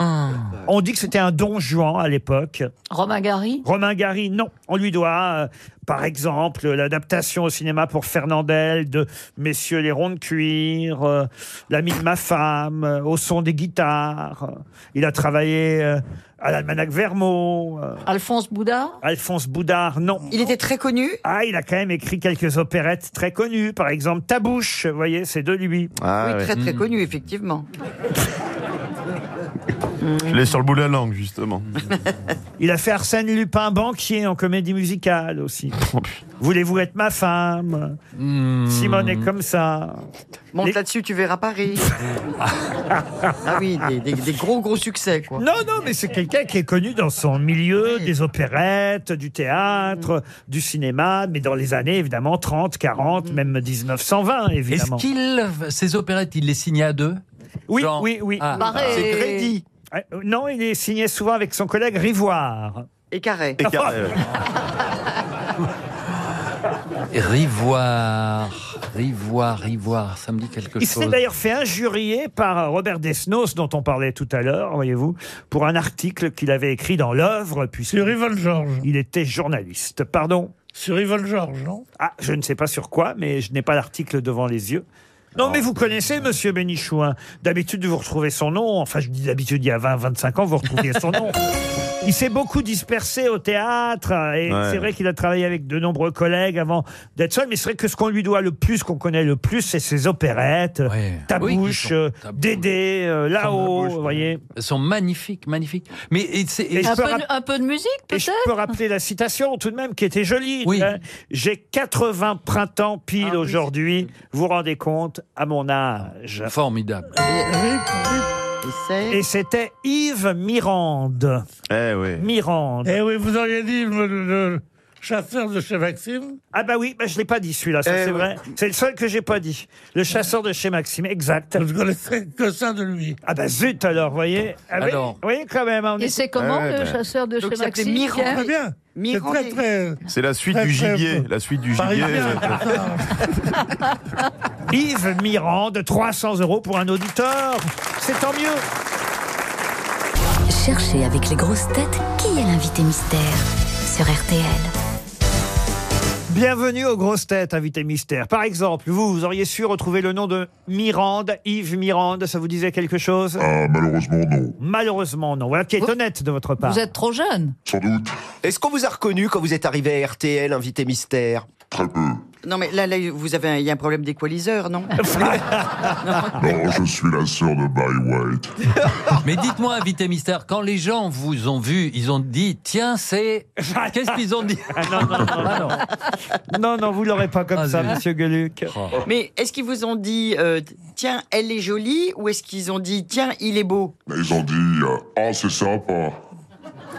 Speaker 3: On dit que c'était un don Juan à l'époque.
Speaker 7: Ah. Romain Gary
Speaker 3: Romain Gary, non. On lui doit, euh, par exemple, l'adaptation au cinéma pour Fernandel de Messieurs les ronds de cuir, euh, L'ami de ma femme, euh, Au son des guitares. euh, Il a travaillé euh, à l'Almanach Vermont. euh,
Speaker 7: Alphonse Boudard
Speaker 3: Alphonse Boudard, non. Il était très connu Ah, il a quand même écrit quelques opérettes très connues. Par exemple, Ta bouche, vous voyez, c'est de lui.
Speaker 5: Ah,
Speaker 4: oui, très
Speaker 5: Mm.
Speaker 4: très connu, effectivement.
Speaker 5: Je l'ai sur le bout de la langue, justement.
Speaker 3: Il a fait Arsène Lupin banquier en comédie musicale aussi. Voulez-vous être ma femme Simone est comme ça.
Speaker 4: Monte là-dessus, tu verras Paris. ah oui, des, des- des gros gros succès, quoi.
Speaker 3: Non, non, mais c'est quelqu'un qui est connu dans son milieu des opérettes, du théâtre,
Speaker 4: Hmm.
Speaker 3: du cinéma, mais dans les années, évidemment, 30, 40, même 1920,
Speaker 6: Est-ce
Speaker 3: évidemment.
Speaker 6: qu'il, ces opérettes, il les signait à deux
Speaker 3: Oui, oui, oui.
Speaker 6: Ah. Barré. C'est Grédy.
Speaker 3: Ah, euh, Non, il est signé souvent avec son collègue Rivoire.
Speaker 4: Et Carré.
Speaker 3: Et Carré,
Speaker 6: Rivoire, Rivoire, Rivoire, ça me dit quelque
Speaker 3: Il
Speaker 6: chose.
Speaker 3: s'est d'ailleurs fait injurier par Robert Desnos, dont on parlait tout à l'heure, voyez-vous, pour un article qu'il avait écrit dans l'œuvre, puisque
Speaker 9: Sur Yvonne Georges.
Speaker 3: il était journaliste. Pardon
Speaker 9: Sur Yvonne Georges, non
Speaker 3: Ah, je ne sais pas sur quoi, mais je n'ai pas l'article devant les yeux. Non, mais vous connaissez Monsieur Bénichouin. D'habitude, vous retrouvez son nom. Enfin, je dis d'habitude, il y a 20, 25 ans, vous retrouviez son nom. Il s'est beaucoup dispersé au théâtre hein, et
Speaker 5: Ouais.
Speaker 3: c'est vrai qu'il a travaillé avec de nombreux collègues avant d'être seul. Mais c'est vrai que ce qu'on lui doit le plus, qu'on connaît le plus, c'est ses opérettes, Ta
Speaker 6: Ah Oui, qui
Speaker 3: bouche,
Speaker 6: sont-
Speaker 3: euh,
Speaker 6: Ta bouche.
Speaker 3: Dédé, euh, là-haut,
Speaker 6: Bouche,
Speaker 3: vous voyez.
Speaker 6: Elles sont magnifiques, magnifiques. Mais et c'est-
Speaker 3: Et je
Speaker 7: un,
Speaker 3: peux
Speaker 7: peu,
Speaker 3: rapp-
Speaker 7: de- un peu de musique,
Speaker 3: Et je
Speaker 7: peut-être
Speaker 3: peux rappeler la citation tout de même qui était jolie. hein. J'ai 80 printemps
Speaker 6: Ah
Speaker 3: pile aujourd'hui. Vous vous rendez compte à mon âge.
Speaker 6: Formidable.
Speaker 3: Et c'était Yves Mirande.
Speaker 5: Eh oui.
Speaker 3: Mirande.
Speaker 9: Eh oui, vous auriez dit le, le chasseur de chez Maxime
Speaker 3: Ah bah oui, bah je l'ai pas dit celui-là, ça
Speaker 9: Eh
Speaker 3: c'est
Speaker 9: oui.
Speaker 3: vrai. C'est le seul que j'ai pas dit. Le chasseur de chez Maxime, exact.
Speaker 9: Je connaissais que ça de lui.
Speaker 3: Ah bah zut alors, voyez. Ah oui,
Speaker 9: Alors.
Speaker 3: oui, quand même. hein, on
Speaker 7: Et
Speaker 3: est-
Speaker 7: c'est comment le chasseur de
Speaker 4: Donc,
Speaker 7: chez
Speaker 4: ça s'appelait
Speaker 7: Maxime
Speaker 4: Mirand.
Speaker 7: Pierre
Speaker 4: Très bien.
Speaker 9: C'est très, très...
Speaker 5: C'est la suite du gibier. La suite du gibier.
Speaker 3: Yves Mirande, 300 euros pour un auditeur. C'est tant mieux.
Speaker 2: Cherchez avec les grosses têtes qui est l'invité mystère sur RTL.
Speaker 3: Bienvenue aux grosses têtes, invité mystère. Par exemple, vous, vous auriez su retrouver le nom de Mirande, Yves Mirande, ça vous disait quelque chose
Speaker 15: Ah, malheureusement, non.
Speaker 3: Malheureusement, non. Voilà qui est honnête de votre part.
Speaker 7: Vous êtes trop jeune.
Speaker 15: Sans doute.
Speaker 8: Est-ce qu'on vous a reconnu quand vous êtes arrivé à RTL, invité mystère
Speaker 4: Non, mais là, là, vous avez un- il y a un problème d'équaliseur, non
Speaker 15: Non, je suis la sœur de Barry White.
Speaker 6: Mais dites-moi, invité mystère, quand les gens vous ont vu, ils ont dit tiens, c'est. Qu'est-ce qu'ils ont dit
Speaker 3: Ah,
Speaker 6: Ah,
Speaker 3: non, non, non, non. Non, non, vous l'aurez pas comme ça,
Speaker 6: zut. Oh.
Speaker 3: monsieur Gueluc.
Speaker 4: Mais est-ce qu'ils vous ont dit, euh, tiens, elle est jolie, ou est-ce qu'ils ont dit, tiens, il est beau
Speaker 15: Mais ils ont dit euh, Oh, c'est sympa.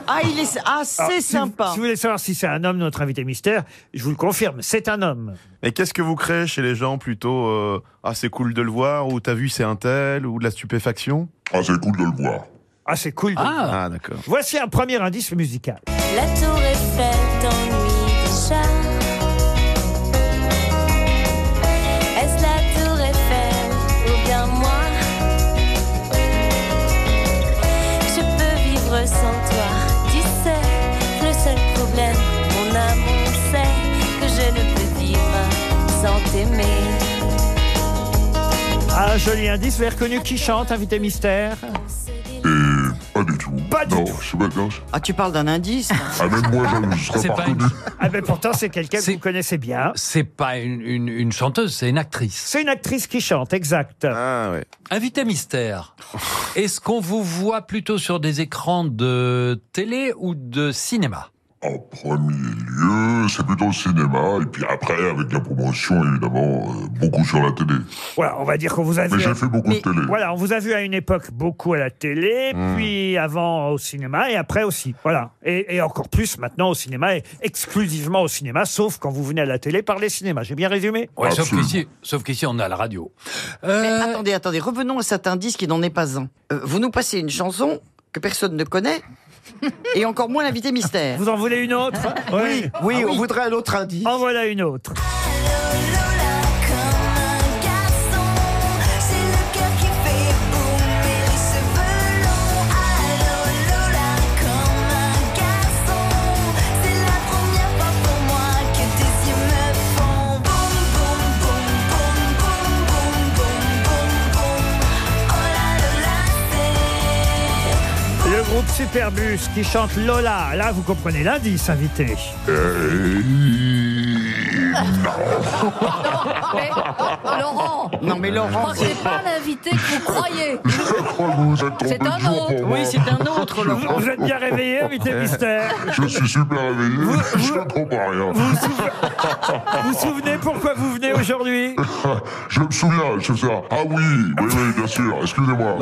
Speaker 4: Ah, il est, ah, c'est
Speaker 3: Alors, si vous-
Speaker 4: sympa.
Speaker 3: si vous voulez savoir si c'est un homme, notre invité mystère, je vous le confirme, c'est un homme.
Speaker 5: Mais qu'est-ce que vous créez chez les gens plutôt euh, Ah, c'est cool de le voir, ou t'as vu, c'est un tel, ou de la stupéfaction
Speaker 15: Ah, c'est cool de le voir.
Speaker 3: Ah, c'est cool. de-
Speaker 5: Ah, d'accord.
Speaker 3: Voici un premier indice musical.
Speaker 16: La tour Eiffel t'ennuie déjà. Est-ce la tour Eiffel ou bien moi Je peux vivre sans toi, tu sais. Le seul problème, mon amour, c'est que je ne peux vivre sans t'aimer.
Speaker 3: Ah, joli indice. Vous avez reconnu qui chante, invité mystère
Speaker 15: Et Pas du tout.
Speaker 3: Pas du
Speaker 15: non, tout. Je suis pas gauche.
Speaker 4: Ah, tu parles d'un indice
Speaker 15: Ah, même moi, je ne serais
Speaker 6: C'est
Speaker 15: pas
Speaker 6: pas une-
Speaker 15: reconnu.
Speaker 3: Ah ben pourtant, c'est quelqu'un que vous connaissez bien.
Speaker 6: C'est pas une, une- une chanteuse, c'est une actrice.
Speaker 3: C'est une actrice qui chante, exact.
Speaker 6: Invité mystère. Est-ce qu'on vous voit plutôt sur des écrans de télé ou de cinéma
Speaker 15: Lieu, c'est plutôt le cinéma. Et puis après, avec la promotion, évidemment, euh, beaucoup sur la télé.
Speaker 3: Voilà, on va dire qu'on vous a
Speaker 15: Mais
Speaker 3: vu.
Speaker 15: j'ai fait beaucoup de télé.
Speaker 3: Voilà, on vous a vu à une époque beaucoup à la télé,
Speaker 15: Mm.
Speaker 3: puis avant au cinéma et après aussi. Voilà. Et, et encore plus maintenant au cinéma et exclusivement au cinéma, sauf quand vous venez à la télé par les cinémas. J'ai bien résumé
Speaker 6: Ouais, sauf qu'ici, sauf qu'ici, on a la radio.
Speaker 4: Mais attendez, attendez, revenons à cet indice qui n'en est pas un. Euh, vous nous passez une chanson que personne ne connaît et encore moins l'invité mystère.
Speaker 3: Vous en voulez une autre Ah
Speaker 4: Oui, oui, on voudrait
Speaker 3: un autre indice. En voilà une autre.
Speaker 16: C'est le cœur qui fait boum et les cheveux longs. Allô Lola, comme un garçon. C'est la première fois pour moi que tes yeux me font boum boum boum boum boum boum boum boum boum. Oh la Lola, c'est
Speaker 3: Le groupe Superbus qui chante Lola. Là, vous comprenez l'indice, invité.
Speaker 7: Mais, Laurent
Speaker 4: Non, mais
Speaker 7: Je crois
Speaker 4: Laurent.
Speaker 7: que c'est pas l'invité que vous croyez. C'est un autre.
Speaker 4: Oui, c'est un autre, Laurent.
Speaker 3: Vous êtes bien réveillé, invité mystère
Speaker 15: Je suis super réveillé, je ne comprends rien.
Speaker 3: Vous vous souvenez pourquoi vous venez aujourd'hui
Speaker 15: je me souviens, je fais ça. Ah oui, oui, oui, bien sûr, excusez-moi.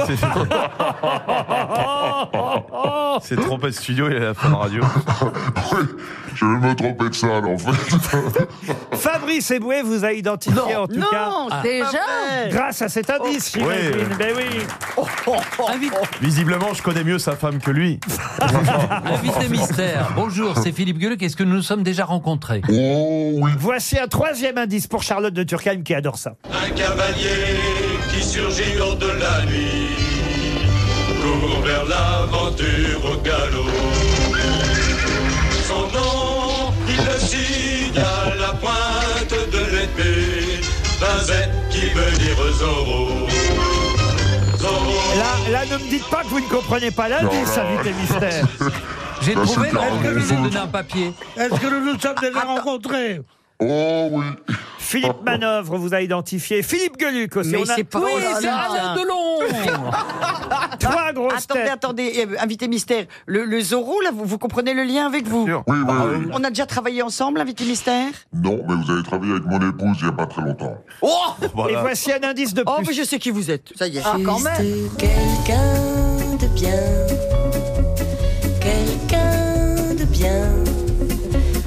Speaker 5: C'est trompé de studio, il est à la fin de radio.
Speaker 15: oui, je vais me tromper de salle, en fait.
Speaker 3: Fabrice Eboué vous a identifié en tout
Speaker 15: Non,
Speaker 3: cas.
Speaker 15: c'est pas Déjà vrai. Oh,
Speaker 3: Grâce à cet indice,
Speaker 5: Oh.
Speaker 3: j'imagine.
Speaker 5: Ouais.
Speaker 3: Ben oui.
Speaker 5: Visiblement, je connais mieux sa femme que lui. Ah,
Speaker 6: Invité mystère. Bonjour, c'est Philippe Gueuleux. Qu'est-ce que nous nous sommes déjà rencontrés
Speaker 3: Voici un troisième indice pour Charlotte de Turckheim qui adore ça.
Speaker 17: Un cavalier qui surgit hors de la nuit court vers l'aventure au galop. Son nom, il le signe à la pointe de l'épée. Bazette qui veut dire Zorro. Zorro.
Speaker 3: Là, là, ne me dites pas que vous ne comprenez pas l'indice, invité mystère.
Speaker 6: J'ai
Speaker 15: Bah, trouvé, c'est là,
Speaker 9: je vous ai donné
Speaker 6: un papier.
Speaker 9: Est-ce que nous nous sommes déjà rencontrés
Speaker 15: Oh oui.
Speaker 3: Philippe Manœuvre vous a identifié. Philippe Gueluc aussi.
Speaker 4: Mais
Speaker 3: on a-
Speaker 4: c'est pas- Oui, Oh là c'est là. Alain
Speaker 6: Delon
Speaker 3: Trois grosses
Speaker 4: Attendez, attendez, euh, invité mystère. Le, le Zorro, là, vous, vous comprenez le lien avec vous
Speaker 15: Oui, oui, oui.
Speaker 4: On a déjà travaillé ensemble, invité mystère
Speaker 15: Non, mais vous avez travaillé avec mon épouse il n'y a pas très longtemps.
Speaker 4: Oh
Speaker 15: Voilà. voici
Speaker 3: un indice de
Speaker 4: Oh, mais je sais qui vous êtes. Ça y est.
Speaker 16: Ah, quand même. quelqu'un de bien, quelqu'un de bien,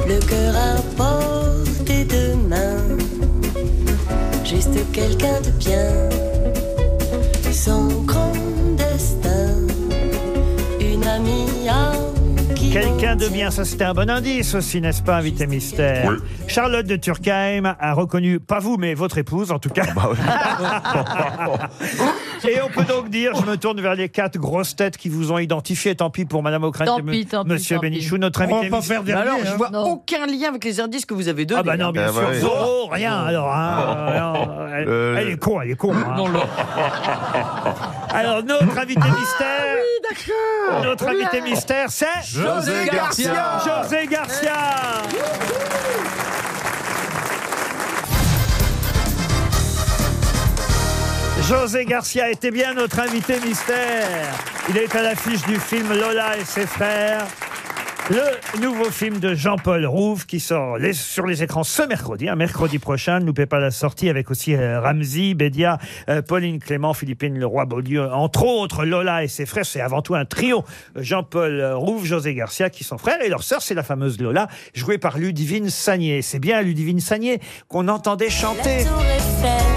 Speaker 16: le cœur à portée de main, juste quelqu'un de bien, son grand destin, une amie à qui
Speaker 3: Quelqu'un de bien, ça c'était un bon indice aussi, n'est-ce pas, invité mystère Charlotte de Turckheim a reconnu, pas vous, mais votre épouse en tout cas.
Speaker 4: Bah
Speaker 3: Et on peut donc dire, je me tourne vers les quatre grosses têtes qui vous ont identifié, tant pis pour Madame O'Crane
Speaker 4: Tant
Speaker 3: et
Speaker 4: pis, tant pis,
Speaker 3: Monsieur
Speaker 4: tant pis.
Speaker 3: Bénichou, notre
Speaker 4: On
Speaker 3: invité.
Speaker 4: va pas
Speaker 3: mystère.
Speaker 4: faire dernier, Alors, je hein. vois aucun lien avec les indices que vous avez donnés.
Speaker 3: Ah bah non, bien
Speaker 4: Ah bah
Speaker 3: sûr,
Speaker 4: oui. Oh.
Speaker 3: Zorro, rien alors. hein, non, elle, elle est con, elle est con. hein. Alors, notre invité mystère. Notre
Speaker 16: Oula.
Speaker 3: invité mystère, c'est.
Speaker 16: José Garcia.
Speaker 3: José Oh, Garcia José Garcia était bien notre invité mystère. Il est à l'affiche du film Lola et ses frères. Le nouveau film de Jean-Paul Rouve qui sort les- sur les écrans ce mercredi, un mercredi prochain. Ne loupez pas la sortie avec aussi euh, Ramzi, Bédia, euh, Pauline Clément, Philippine Leroy Beaulieu, entre autres Lola et ses frères. C'est avant tout un trio. Jean-Paul euh, Rouve, José Garcia qui sont frères et leur sœur, c'est la fameuse Lola, jouée par Ludivine Sagné. C'est bien Ludivine Sagné qu'on entendait chanter.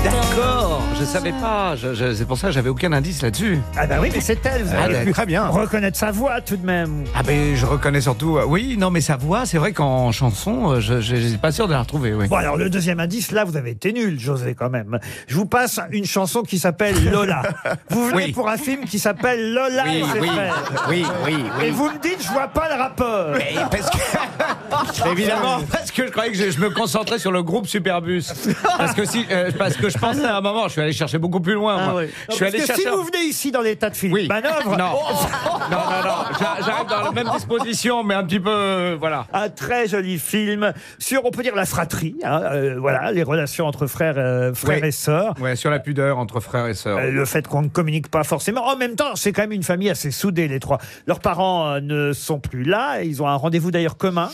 Speaker 18: D'accord, Oh, je savais pas. Je- je- c'est pour ça que j'avais aucun indice là-dessus.
Speaker 3: Ah bah oui, mais c'est elle. Vous
Speaker 18: Ah,
Speaker 3: avez
Speaker 18: bah,
Speaker 3: pu
Speaker 18: très bien.
Speaker 3: Reconnaître sa voix tout de même.
Speaker 18: Ah ben je reconnais surtout surtout. euh, Oui, non, mais sa voix, c'est vrai qu'en chanson, euh, je je- je suis pas sûr de la retrouver. Oui.
Speaker 3: Bon, alors le deuxième indice, là, vous avez été nul, José, quand même. Je vous passe une chanson qui s'appelle Lola. Vous venez
Speaker 18: Oui.
Speaker 3: pour un film qui s'appelle Lola
Speaker 18: Oui,
Speaker 3: et ses
Speaker 18: oui,
Speaker 3: frères.
Speaker 18: oui, oui, oui.
Speaker 3: Et vous me dites, je vois pas le rapport.
Speaker 18: Mais parce que- Évidemment, parce que je croyais que je, je me concentrais sur le groupe Superbus. Parce que si, euh, parce que je pensais à un moment, je suis allé chercher beaucoup plus loin.
Speaker 3: Ah
Speaker 18: moi. Je suis
Speaker 3: Parce
Speaker 18: allé
Speaker 3: que
Speaker 18: chercher.
Speaker 3: si vous venez ici dans l'état de Philippe Manœuvre...
Speaker 18: Non. Non, non, non.
Speaker 3: Oh.
Speaker 18: J'a- J'arrive dans la même disposition, mais un petit peu, euh, voilà.
Speaker 3: Un très joli film sur, on peut dire, la fratrie. hein, euh, voilà, les relations entre frères, euh, frères
Speaker 18: Oui.
Speaker 3: et sœurs.
Speaker 18: Ouais, sur la pudeur entre frères et sœurs.
Speaker 3: Euh, le fait qu'on ne communique pas forcément. En même temps, c'est quand même une famille assez soudée, les trois. Leurs parents euh, ne sont plus là. et Ils ont un rendez-vous d'ailleurs commun.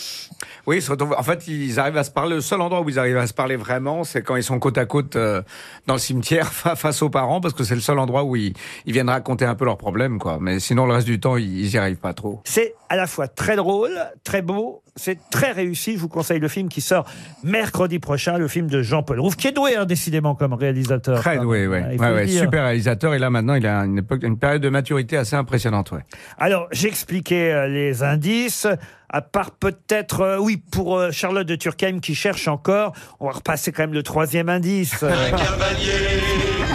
Speaker 18: Oui, ils se retrouvent- en fait, ils arrivent à se parler. Le seul endroit où ils arrivent à se parler vraiment, c'est quand ils sont côte à côte euh, dans le cimetière fa- face aux parents, parce que c'est le seul endroit où ils, ils viennent raconter un peu leurs problèmes, quoi. Mais sinon, le reste du temps, ils, ils y arrivent pas trop.
Speaker 3: C'est à la fois très drôle, très beau, c'est très réussi. Je vous conseille le film qui sort mercredi prochain, le film de Jean-Paul Rouve, qui est doué, hein, décidément, comme réalisateur.
Speaker 18: Très
Speaker 3: Enfin,
Speaker 18: doué, ouais.
Speaker 3: il faut
Speaker 18: Ouais,
Speaker 3: le
Speaker 18: ouais,
Speaker 3: dire.
Speaker 18: Super réalisateur. Et là, maintenant, il a une, époque- une période de maturité assez impressionnante, ouais.
Speaker 3: Alors, j'expliquais euh, les indices. À part peut-être, euh, oui, pour euh, Charlotte de Turckheim qui cherche encore, on va repasser quand même le troisième indice.
Speaker 17: Un cavalier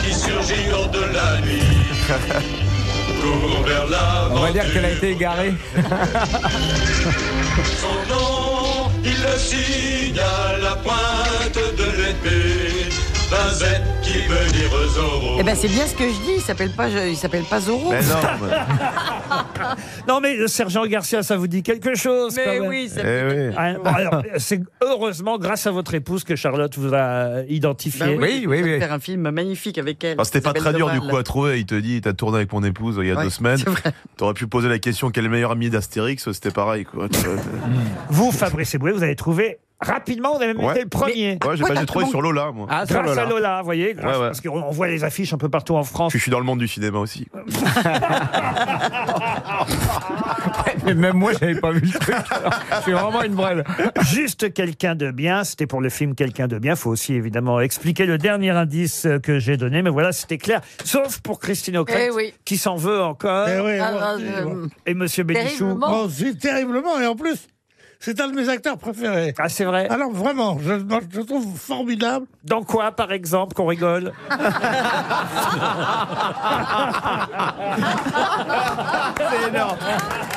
Speaker 17: qui surgit hors de la nuit. Court vers
Speaker 18: On va
Speaker 17: l'aventure.
Speaker 18: dire qu'elle a été égarée.
Speaker 17: Son nom, il le signe à la pointe de l'épée. Bazette qui veut dire Zorro.
Speaker 4: Eh ben c'est bien ce que je dis, il s'appelle pas, il s'appelle pas Zorro.
Speaker 3: Mais non, Non, mais le sergent Garcia, ça vous dit quelque chose
Speaker 4: Mais
Speaker 3: quand même.
Speaker 4: oui,
Speaker 5: me
Speaker 4: ça
Speaker 5: dit- Eh oui.
Speaker 3: Ah, bon, alors, C'est heureusement grâce à votre épouse que Charlotte vous a euh, identifié.
Speaker 4: on peut Faire un film magnifique avec elle.
Speaker 5: Alors, Ah, c'était pas
Speaker 4: Isabelle
Speaker 5: très dur du
Speaker 4: Doval.
Speaker 5: coup à trouver. Il te dit, t'as tourné avec mon épouse euh, il y a
Speaker 4: Ouais,
Speaker 5: deux semaines.
Speaker 4: c'est vrai.
Speaker 5: T'aurais pu poser la question quel est le meilleur ami d'Astérix C'était pareil quoi. Tu vois, t'es-
Speaker 3: Vous, Fabrice Eboué, vous avez trouvé rapidement, vous avez même
Speaker 5: Ouais.
Speaker 3: été le premier.
Speaker 5: Mais Ouais, j'ai- pourquoi bah, j'ai t'as trouvé tout le sur monde- Lola, moi. Ah, sur
Speaker 3: grâce
Speaker 5: Lola.
Speaker 3: à Lola, vous voyez, grâce-
Speaker 5: Ouais, ouais.
Speaker 3: parce qu'on on voit les affiches un peu partout en France.
Speaker 5: Puis je suis dans le monde du cinéma aussi. quoi.
Speaker 18: Mais même moi, j'avais pas vu le truc. Je suis vraiment une brêle.
Speaker 3: Juste quelqu'un de bien, c'était pour le film Quelqu'un de bien. faut aussi évidemment expliquer le dernier indice euh, que j'ai donné, mais voilà, c'était clair. Sauf pour Christine O'Crête,
Speaker 9: Eh oui.
Speaker 3: qui s'en veut encore.
Speaker 9: Eh oui, Ah, moi aussi, euh, moi.
Speaker 3: Et Monsieur Bénichou.
Speaker 9: Moi aussi, Oh, terriblement. Et en plus, c'est un de mes acteurs préférés.
Speaker 3: Ah, c'est vrai
Speaker 9: Alors vraiment, je, moi, je le trouve formidable.
Speaker 3: Dans quoi, par exemple, qu'on rigole
Speaker 18: C'est énorme.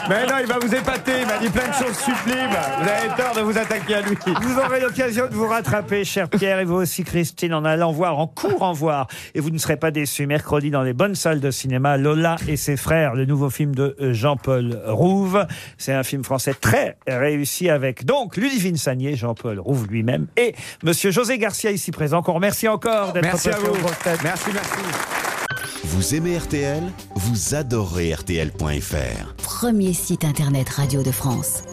Speaker 18: Mais non, il va vous épater. Il m'a dit plein de choses sublimes. Vous avez tort de vous attaquer à lui.
Speaker 3: Vous aurez l'occasion de vous rattraper, cher Pierre, et vous aussi, Christine, en allant voir, en courant voir. Et vous ne serez pas déçus. Mercredi, dans les bonnes salles de cinéma, Lola et ses frères, le nouveau film de euh, Jean-Paul Rouve. C'est un film français très réussi avec donc Ludivine Sagné, Jean-Paul Rouve lui-même, et Monsieur José Garcia, ici présent, qu'on remercie encore d'être
Speaker 18: Merci à
Speaker 3: passé
Speaker 18: vous.
Speaker 3: aux grosses têtes.
Speaker 18: Merci, merci.
Speaker 11: Vous aimez RTL Vous adorez RTL.fr.
Speaker 2: Premier site internet radio de France.